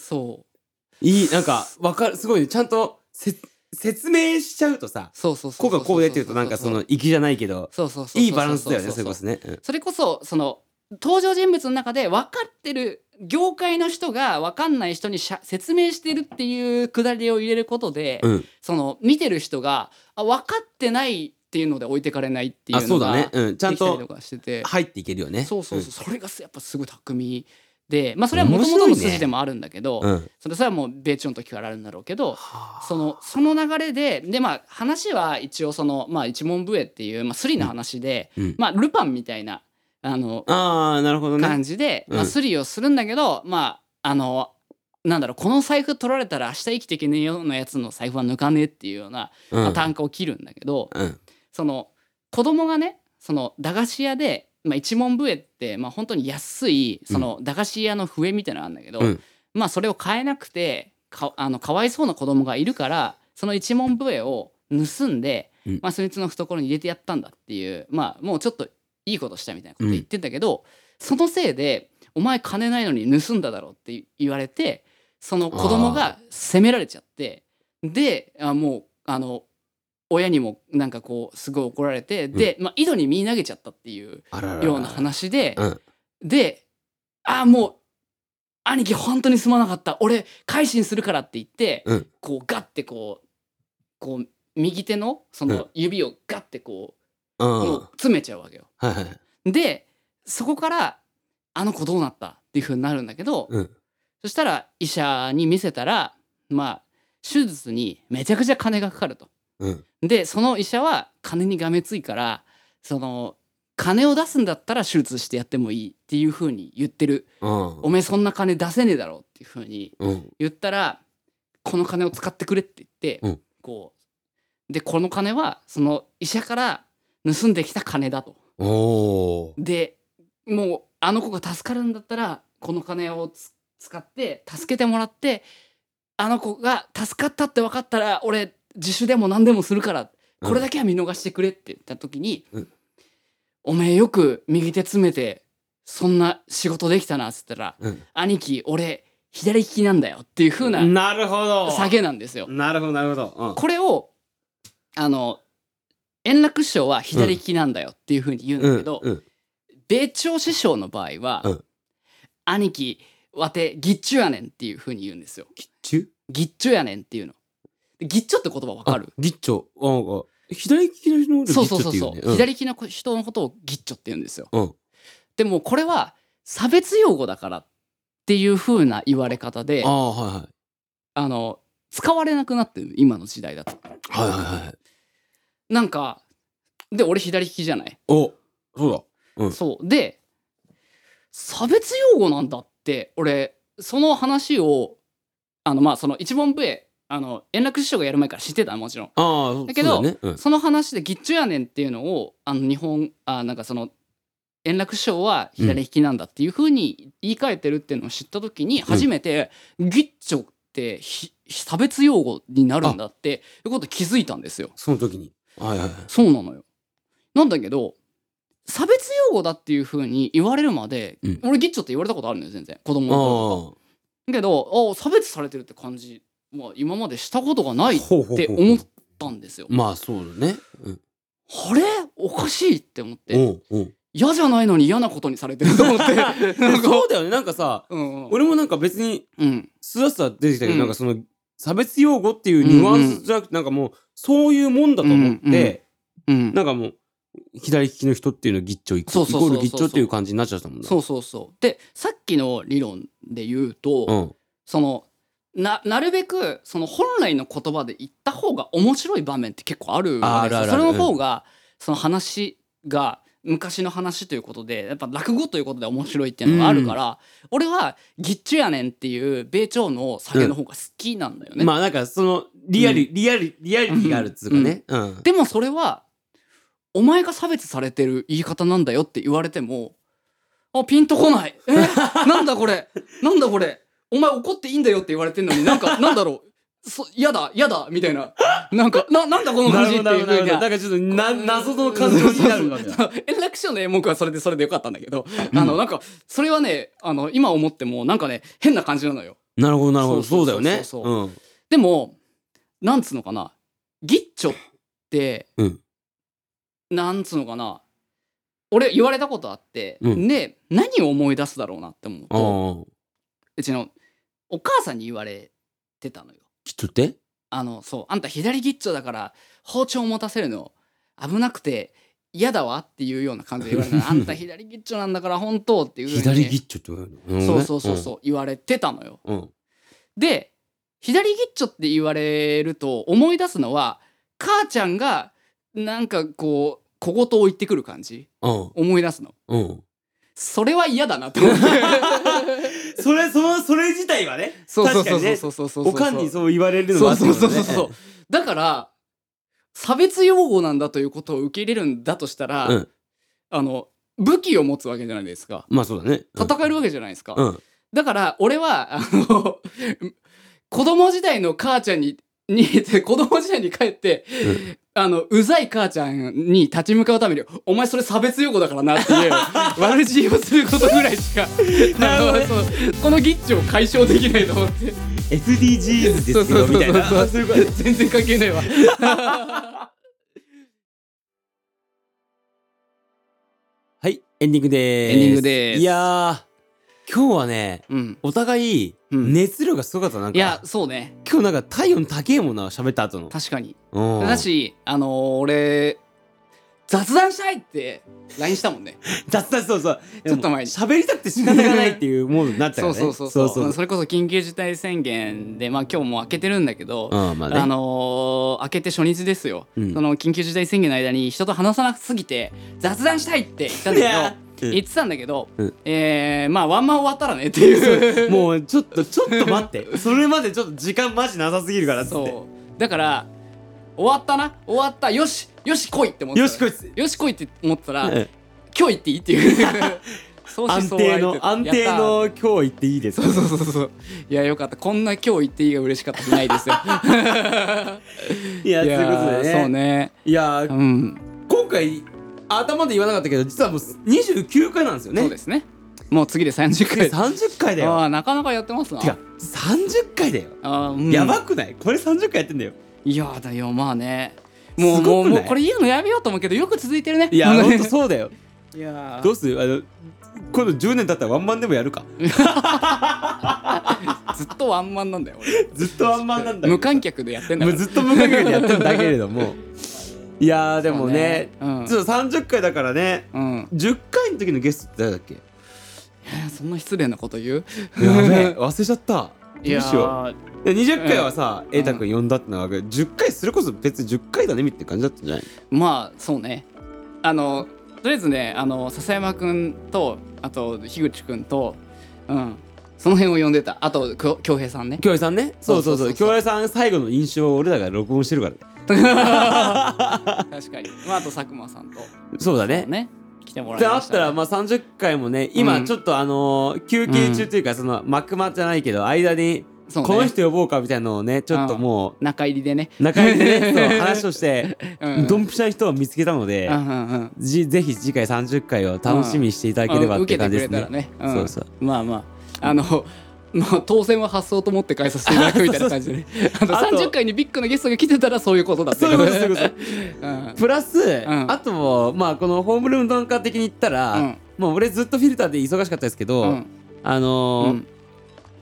[SPEAKER 1] そう。
[SPEAKER 2] いい、なんか、わかる、すごいね。ちゃんとせ説明しちゃうとさ、
[SPEAKER 1] そうそうそ
[SPEAKER 2] こ
[SPEAKER 1] う
[SPEAKER 2] う
[SPEAKER 1] そう。
[SPEAKER 2] がこうでっていうと、なんかその、粋じゃないけど、
[SPEAKER 1] そうそうそう。
[SPEAKER 2] いいバランスだよね、それこそね。うん
[SPEAKER 1] それこそ、その、登場人物の中で分かってる業界の人が分かんない人にしゃ説明してるっていうくだりを入れることで、
[SPEAKER 2] うん。
[SPEAKER 1] その、見てる人が、あ、分かってないっていうので置いてかれないってい
[SPEAKER 2] あ、
[SPEAKER 1] う
[SPEAKER 2] そ
[SPEAKER 1] の
[SPEAKER 2] うだ
[SPEAKER 1] が、
[SPEAKER 2] ね。うん。ちゃん
[SPEAKER 1] できたりと
[SPEAKER 2] と
[SPEAKER 1] かしてて。
[SPEAKER 2] 入っていけるよね。
[SPEAKER 1] そうそうそう。それがやっぱすごい巧みで、まあそれはもともとの
[SPEAKER 2] 面白いね
[SPEAKER 1] 筋でもあるんだけど、
[SPEAKER 2] うん。うん。
[SPEAKER 1] それそれはもう米朝の時からあるんだろうけど、
[SPEAKER 2] はあ
[SPEAKER 1] そのその流れででまあ話は一応その、まあ、一問笛っていう、まあ、スリの話で、
[SPEAKER 2] うん
[SPEAKER 1] まあ、ルパンみたいなあの
[SPEAKER 2] ああなるほどね
[SPEAKER 1] 感じで、
[SPEAKER 2] うん
[SPEAKER 1] まあ、スリをするんだけど、まああのなんだろうこの財布取られたら明日生きていけねえようなやつの財布は抜かねえっていうような、
[SPEAKER 2] うん
[SPEAKER 1] まあ、単価を切るんだけど、
[SPEAKER 2] うん
[SPEAKER 1] その子供がねその駄菓子屋で、まあ、一問笛って、まあ、本当に安いその駄菓子屋の笛みたいなのあるんだけど、
[SPEAKER 2] うん
[SPEAKER 1] まあそれを買えなくてかあのかわいそうな子供がいるからその一問笛を盗んで、
[SPEAKER 2] うん
[SPEAKER 1] まあ、そいつの懐に入れてやったんだっていうまあもうちょっといいことしたみたいなこと言ってんだけど、そのせいで「お前金ないのに盗んだだろ」って言われてその子供が責められちゃってであもうあの親にもなんかこうすごい怒られてで、まあ、井戸に身投げちゃったっていう
[SPEAKER 2] あららら
[SPEAKER 1] ような話で、
[SPEAKER 2] うん
[SPEAKER 1] でああもう兄貴本当にすまなかった俺改心するからって言って、
[SPEAKER 2] うん
[SPEAKER 1] こうガッてこうこう右手のそうの
[SPEAKER 2] ん
[SPEAKER 1] 指をガッてこ
[SPEAKER 2] うん
[SPEAKER 1] う,、もう
[SPEAKER 2] は
[SPEAKER 1] 詰めちゃうわけよ。
[SPEAKER 2] いはい
[SPEAKER 1] でそこからあの子どうなったっていう風になるんだけど、
[SPEAKER 2] うん
[SPEAKER 1] そしたら医者に見せたらまあ手術にめちゃくちゃ金がかかると。
[SPEAKER 2] うん
[SPEAKER 1] でその医者は金にがめついからその金を出すんだったら手術してやってもいいっていう風に言ってる
[SPEAKER 2] うん
[SPEAKER 1] おめえそんな金出せねえだろっていう風に
[SPEAKER 2] うん
[SPEAKER 1] 言ったらこの金を使ってくれって言って、
[SPEAKER 2] うん
[SPEAKER 1] こうでこの金はその医者から盗んできた金だと。
[SPEAKER 2] おお
[SPEAKER 1] でもうあの子が助かるんだったらこの金をつ使って助けてもらってあの子が助かったって分かったら俺自首でも何でもするからこれだけは見逃してくれって言った時に「
[SPEAKER 2] うん
[SPEAKER 1] おめえよく右手詰めてそんな仕事できたな」っつったら
[SPEAKER 2] うん
[SPEAKER 1] 「兄貴俺左利きなんだよ」っていう風な
[SPEAKER 2] なるほど
[SPEAKER 1] 下げなんですよ。
[SPEAKER 2] なるほどなるほど
[SPEAKER 1] これをあの円楽師匠は左利きなんだよっていう風に言うんだけど、
[SPEAKER 2] うんうん
[SPEAKER 1] 米朝師匠の場合は、
[SPEAKER 2] うん
[SPEAKER 1] 兄貴わてギッチュやねんっていう風に言うんですよ
[SPEAKER 2] チュ
[SPEAKER 1] ギッチュやねんっていうのでギッチュって言葉わかる
[SPEAKER 2] ギッチョああ左利きの人のこと
[SPEAKER 1] そう
[SPEAKER 2] ギ
[SPEAKER 1] そ
[SPEAKER 2] ッ
[SPEAKER 1] うそうそう
[SPEAKER 2] チョってい
[SPEAKER 1] う、
[SPEAKER 2] ねうん
[SPEAKER 1] 左利きの人のことをギッチョって言うんですよ
[SPEAKER 2] うん
[SPEAKER 1] でもこれは差別用語だからっていう風な言われ方で
[SPEAKER 2] あ
[SPEAKER 1] あ
[SPEAKER 2] あはいはい
[SPEAKER 1] の使われなくなってる今の時代だと
[SPEAKER 2] はいはいはい
[SPEAKER 1] なんかで俺左利きじゃない
[SPEAKER 2] おそうだうん
[SPEAKER 1] そうで差別用語なんだって俺その話をあのまあその一問笛あの円楽師匠がやる前から知ってたもちろん
[SPEAKER 2] ああそう
[SPEAKER 1] だけど
[SPEAKER 2] そうねうん
[SPEAKER 1] その話で「ギッチュやねん」っていうのをあの日本あなんかその円楽師匠は左利きなんだっていうふうに言い換えてるっていうのを知った時に初めて「ギッチョ」ってひ差別用語になるんだっていうこと気づいたんですよ。
[SPEAKER 2] その時にはいはいはい
[SPEAKER 1] そうなのよ。なんだけど差別用語だっていう風に言われるまで、
[SPEAKER 2] うん
[SPEAKER 1] 俺ギッチョって言われたことあるのよ全然子供の頃
[SPEAKER 2] ああ
[SPEAKER 1] だけどあ差別されてるって感じ、まあ、今までしたことがないっ
[SPEAKER 2] ほうほうほう
[SPEAKER 1] て思ったんですよ。
[SPEAKER 2] まあそうだねうん
[SPEAKER 1] あれおかしいって思って
[SPEAKER 2] うん
[SPEAKER 1] [LAUGHS]
[SPEAKER 2] うん
[SPEAKER 1] 嫌じゃないのに嫌なことにされてると思
[SPEAKER 2] [LAUGHS]
[SPEAKER 1] ってなんか
[SPEAKER 2] そうだよねなんかさ
[SPEAKER 1] うんうん
[SPEAKER 2] 俺もなんか別に
[SPEAKER 1] うん
[SPEAKER 2] スラスラ出てきたけど、
[SPEAKER 1] うん
[SPEAKER 2] なんかその差別用語っていうニュアンスじゃなくて、なんかもうそういうもんだと思って、
[SPEAKER 1] うんうんうん
[SPEAKER 2] なんかもう左利きの人っていうのはギッチョイコ
[SPEAKER 1] そうそうそうそう
[SPEAKER 2] イコールギッチョっていう感じになっちゃったもんね。
[SPEAKER 1] そうそうそうでさっきの理論で言うと、
[SPEAKER 2] うん
[SPEAKER 1] そのななるべくその本来の言葉で言った方が面白い場面って結構あるわ
[SPEAKER 2] あ
[SPEAKER 1] けですよ
[SPEAKER 2] あるある
[SPEAKER 1] それ
[SPEAKER 2] あ
[SPEAKER 1] の
[SPEAKER 2] る
[SPEAKER 1] 方がその話が昔の話ということでやっぱ落語ということで面白いっていうのがあるから、俺は「ギッチュやねん」っていう米朝の酒の方が好きなんだよね。
[SPEAKER 2] まあなんかそのリアリ、リアリリアリティがあるっつうかね。うん
[SPEAKER 1] でもそれはお前が差別されてる言い方なんだよって言われてもあピンとこないえなんだこれなんだこれお前怒っていいんだよって言われてんのになんかなんだろうそやだやだみたいななんかななんだこの
[SPEAKER 2] な
[SPEAKER 1] 感
[SPEAKER 2] る
[SPEAKER 1] じ
[SPEAKER 2] ほ
[SPEAKER 1] っ
[SPEAKER 2] ど
[SPEAKER 1] て
[SPEAKER 2] な
[SPEAKER 1] いう
[SPEAKER 2] るほどな
[SPEAKER 1] 風
[SPEAKER 2] るほど。なん
[SPEAKER 1] な
[SPEAKER 2] かちょっとな謎の感情になる
[SPEAKER 1] [LAUGHS]
[SPEAKER 2] わけだ。
[SPEAKER 1] 円楽師匠の演目はそれでそれでよかったんだけど、あのなんかそれはねあの今思ってもなんかね変な感じなのよ
[SPEAKER 2] なるほどなるほど。
[SPEAKER 1] そ
[SPEAKER 2] そうう
[SPEAKER 1] そ
[SPEAKER 2] だ
[SPEAKER 1] うそうそ
[SPEAKER 2] よ
[SPEAKER 1] う
[SPEAKER 2] ね。
[SPEAKER 1] そう
[SPEAKER 2] うん。
[SPEAKER 1] でもなんつうのかなギッチョって、
[SPEAKER 2] うん
[SPEAKER 1] なんつうのかな俺言われたことあって、
[SPEAKER 2] うん
[SPEAKER 1] で何を思い出すだろうなって思う
[SPEAKER 2] ああ
[SPEAKER 1] とうちのお母さんに言われてたのよ。
[SPEAKER 2] ギッチョって
[SPEAKER 1] あのそうあんた左ギッチョだから包丁持たせるの危なくて嫌だわっていうような感じで言われ
[SPEAKER 2] [LAUGHS]
[SPEAKER 1] たのあんた左ギッチョなんだから本当っていうふうにね、
[SPEAKER 2] 左ギッチョって言われる
[SPEAKER 1] そ
[SPEAKER 2] の
[SPEAKER 1] うそうそうそう、言われてたのよ。
[SPEAKER 2] うん。うん。
[SPEAKER 1] で左ギッチョって言われると思い出すのは母ちゃんがなんかこう小言を言ってくる感じ
[SPEAKER 2] うん。
[SPEAKER 1] 思い出すの
[SPEAKER 2] うん。
[SPEAKER 1] それは嫌だなって
[SPEAKER 2] [LAUGHS]
[SPEAKER 1] 思って
[SPEAKER 2] それそのそれ自体はね
[SPEAKER 1] そうそうそう
[SPEAKER 2] 確かにね
[SPEAKER 1] そうそうそうそう
[SPEAKER 2] おかんにそう言われるの
[SPEAKER 1] そ
[SPEAKER 2] もあ
[SPEAKER 1] う
[SPEAKER 2] った
[SPEAKER 1] そう
[SPEAKER 2] も
[SPEAKER 1] んそ
[SPEAKER 2] ね
[SPEAKER 1] うそうそう。だから、差別用語なんだということを受け入れるんだとしたら、
[SPEAKER 2] うん
[SPEAKER 1] あの、武器を持つわけじゃないですか。
[SPEAKER 2] まあそうだねうん
[SPEAKER 1] 戦えるわけじゃないですか。
[SPEAKER 2] うん
[SPEAKER 1] だから、俺は、あの、 [LAUGHS] 子供時代の母ちゃんに、に、 [LAUGHS] 子供時代に帰って、
[SPEAKER 2] うん
[SPEAKER 1] あの、うざい母ちゃんに立ち向かうために、お前それ差別用語だからなって
[SPEAKER 2] [LAUGHS]
[SPEAKER 1] いう、悪知恵をすることぐらいしか、
[SPEAKER 2] なるほどね
[SPEAKER 1] あのそうこのギッチを解消できないと思って。
[SPEAKER 2] SDGs です
[SPEAKER 1] そうそ
[SPEAKER 2] よ
[SPEAKER 1] うそうそう
[SPEAKER 2] みたいなあそういう [LAUGHS] ことね
[SPEAKER 1] 全然関係ないわ。
[SPEAKER 2] はいエンディングでーす
[SPEAKER 1] エンディングでーす
[SPEAKER 2] いやー今日はね
[SPEAKER 1] うん。
[SPEAKER 2] お互い
[SPEAKER 1] うん
[SPEAKER 2] 熱量がすごかったなんか
[SPEAKER 1] いや、そうね。
[SPEAKER 2] 今日なんか体温高えもんな喋った後の
[SPEAKER 1] 確かに。
[SPEAKER 2] うん
[SPEAKER 1] だし、あのー俺、雑談したいって LINE したもんね。
[SPEAKER 2] 雑談そうそう
[SPEAKER 1] ちょっと前に
[SPEAKER 2] でも喋りたくて仕方がないっていうものになったか
[SPEAKER 1] そ
[SPEAKER 2] ら
[SPEAKER 1] う
[SPEAKER 2] ね
[SPEAKER 1] そうそうそう。それこそ緊急事態宣言で、まあ今日もう明けてるんだけど、
[SPEAKER 2] うんまあね
[SPEAKER 1] あのー明けて初日ですよ、
[SPEAKER 2] うん
[SPEAKER 1] その緊急事態宣言の間に人と話さなすぎて雑談したいって言ったん
[SPEAKER 2] い
[SPEAKER 1] だ
[SPEAKER 2] や
[SPEAKER 1] けど言ってたんだけど、
[SPEAKER 2] うん
[SPEAKER 1] えーまあワンマン終わったらねっていう
[SPEAKER 2] [LAUGHS] もうちょっとちょっと待ってそれまでちょっと時間マジなさすぎるからっ
[SPEAKER 1] [LAUGHS]
[SPEAKER 2] つって
[SPEAKER 1] そうだから終わったな終わったよしよし来いって思ってた
[SPEAKER 2] よしこいつ
[SPEAKER 1] よし来いって思ったら、
[SPEAKER 2] うん
[SPEAKER 1] 今日行っていいっていう
[SPEAKER 2] [LAUGHS]
[SPEAKER 1] 相思
[SPEAKER 2] 安
[SPEAKER 1] 相愛と
[SPEAKER 2] 定
[SPEAKER 1] いう
[SPEAKER 2] の
[SPEAKER 1] か
[SPEAKER 2] 安定
[SPEAKER 1] やっ
[SPEAKER 2] の今日行っていいです
[SPEAKER 1] た
[SPEAKER 2] か
[SPEAKER 1] そうそうそうそういやよかったこんな今日行っていいが嬉しかったじゃないですよ
[SPEAKER 2] いや
[SPEAKER 1] い
[SPEAKER 2] そういうことで
[SPEAKER 1] やーそう
[SPEAKER 2] ね
[SPEAKER 1] ね
[SPEAKER 2] いやー
[SPEAKER 1] うん、
[SPEAKER 2] 今回頭で言わなかったけど実はもう29回なんですよね
[SPEAKER 1] そうですねもう次で30回
[SPEAKER 2] で30回だ
[SPEAKER 1] あ
[SPEAKER 2] よ
[SPEAKER 1] あなかなかやってますな
[SPEAKER 2] てか30回だよ
[SPEAKER 1] あー、うん
[SPEAKER 2] やばくないこれ30回やってんだよ
[SPEAKER 1] いやだよまあねもう
[SPEAKER 2] す
[SPEAKER 1] も
[SPEAKER 2] ごく
[SPEAKER 1] う
[SPEAKER 2] ない
[SPEAKER 1] もうこれ言うのやめようと思うけどよく続いてるね
[SPEAKER 2] いやほんと
[SPEAKER 1] う
[SPEAKER 2] そうだよ
[SPEAKER 1] いやー
[SPEAKER 2] [LAUGHS] どうするあの今度10年経ったらワンマンでもや [LAUGHS] るか
[SPEAKER 1] ずっとワンマンなんだよ俺
[SPEAKER 2] ずっとワンマンなんだけど
[SPEAKER 1] 無観客でやってんだ
[SPEAKER 2] も
[SPEAKER 1] か
[SPEAKER 2] う
[SPEAKER 1] ら
[SPEAKER 2] ずっと無観客でやってるんだけれども [LAUGHS] いやーでもね
[SPEAKER 1] そうねうん
[SPEAKER 2] ちょっと30回だからね
[SPEAKER 1] うん
[SPEAKER 2] 10回の時のゲストって誰だっけや
[SPEAKER 1] えそんな失礼なこと言う [LAUGHS]
[SPEAKER 2] べえ [LAUGHS] 忘れちゃった
[SPEAKER 1] い
[SPEAKER 2] ど
[SPEAKER 1] や
[SPEAKER 2] うしよ
[SPEAKER 1] ー
[SPEAKER 2] うで20回はさ瑛太君呼んだってのは10回それこそ別に10回だねみたいな感じだったんじゃない
[SPEAKER 1] まあそうねあのとりあえずねあの笹山くんとあと樋口くんとうんその辺を呼んでたあときょ恭平さんね
[SPEAKER 2] 京平さんねそうそうそ
[SPEAKER 1] そううそうそう
[SPEAKER 2] 京平さん最後の印象を俺らが録音してるからね
[SPEAKER 1] 確かにまああと佐久間さんと
[SPEAKER 2] そうだね
[SPEAKER 1] ね来てもらい
[SPEAKER 2] であ
[SPEAKER 1] ま
[SPEAKER 2] っ
[SPEAKER 1] したた
[SPEAKER 2] ら
[SPEAKER 1] ね
[SPEAKER 2] まあ30回もね
[SPEAKER 1] う
[SPEAKER 2] 今
[SPEAKER 1] ん
[SPEAKER 2] ちょっとあのー休憩中というかその幕間じゃないけど間に
[SPEAKER 1] そうね
[SPEAKER 2] この人呼ぼうかみたいなのをねちょっともう
[SPEAKER 1] 中入りでね
[SPEAKER 2] 中居でね
[SPEAKER 1] [LAUGHS]
[SPEAKER 2] そう話をして
[SPEAKER 1] うん
[SPEAKER 2] ドンピシャな人を見つけたの
[SPEAKER 1] う
[SPEAKER 2] で
[SPEAKER 1] んうんうん
[SPEAKER 2] じぜひ次回30回を楽しみにしていただければ
[SPEAKER 1] うん
[SPEAKER 2] っ
[SPEAKER 1] 受
[SPEAKER 2] て
[SPEAKER 1] け
[SPEAKER 2] 感
[SPEAKER 1] て
[SPEAKER 2] じ
[SPEAKER 1] く
[SPEAKER 2] で
[SPEAKER 1] れ
[SPEAKER 2] す
[SPEAKER 1] たら
[SPEAKER 2] ね。
[SPEAKER 1] ねん
[SPEAKER 2] そうそう
[SPEAKER 1] まあまああのまあ当選は発想と思って返させていただくみたいな感じであの
[SPEAKER 2] あと
[SPEAKER 1] 30回にビッグなゲストが来てたらそういうことだって
[SPEAKER 2] そういうことそういうこと
[SPEAKER 1] うん
[SPEAKER 2] プラス、
[SPEAKER 1] ん
[SPEAKER 2] あともまあこのホームルーム文化的に言ったら、
[SPEAKER 1] うん
[SPEAKER 2] もう俺ずっとフィルターで忙しかったですけど、
[SPEAKER 1] うん
[SPEAKER 2] あのー
[SPEAKER 1] うん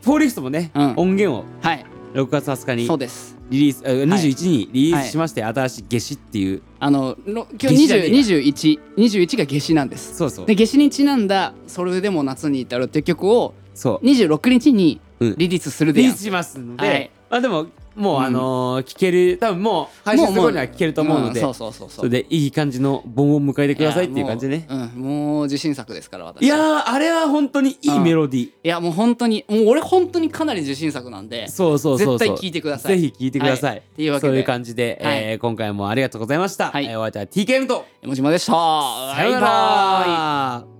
[SPEAKER 2] フォーリフトもね、
[SPEAKER 1] うん
[SPEAKER 2] 音源を
[SPEAKER 1] はい
[SPEAKER 2] 6月20日に
[SPEAKER 1] そうです
[SPEAKER 2] リリースあ21にリリースしまして、新しい夏至っていう
[SPEAKER 1] あのの今
[SPEAKER 2] 夏至
[SPEAKER 1] 日
[SPEAKER 2] じゃねえや
[SPEAKER 1] 20 2121が夏至なんです
[SPEAKER 2] そうそう
[SPEAKER 1] で夏至にちなんだ「それでも夏に至る」っていう曲を
[SPEAKER 2] そう
[SPEAKER 1] 26日に
[SPEAKER 2] うん
[SPEAKER 1] リリースするで
[SPEAKER 2] リリ
[SPEAKER 1] や
[SPEAKER 2] ー
[SPEAKER 1] ん
[SPEAKER 2] スしますので、
[SPEAKER 1] はい
[SPEAKER 2] まあでももう
[SPEAKER 1] うん
[SPEAKER 2] あのー聞ける多分もう配信する頃には聞けると思うので、
[SPEAKER 1] んそうそうそう
[SPEAKER 2] そ
[SPEAKER 1] そう
[SPEAKER 2] れでいい感じの盆を迎えてくださいっていう感じでね
[SPEAKER 1] やもう,、うん、もう自信作ですから私
[SPEAKER 2] いやーあれは本当にいいメロディー、
[SPEAKER 1] いやもう本当にもう俺本当にかなり自信作なんで
[SPEAKER 2] そうそうそうそう
[SPEAKER 1] 絶対聞いてください
[SPEAKER 2] ぜひ聞いてください、
[SPEAKER 1] はいっていうわけで
[SPEAKER 2] そういう感じで、
[SPEAKER 1] はい
[SPEAKER 2] えー今回もありがとうございました、
[SPEAKER 1] はい
[SPEAKER 2] えーお相手は TKM と
[SPEAKER 1] 山島でした
[SPEAKER 2] さよう
[SPEAKER 1] バイバイ
[SPEAKER 2] なら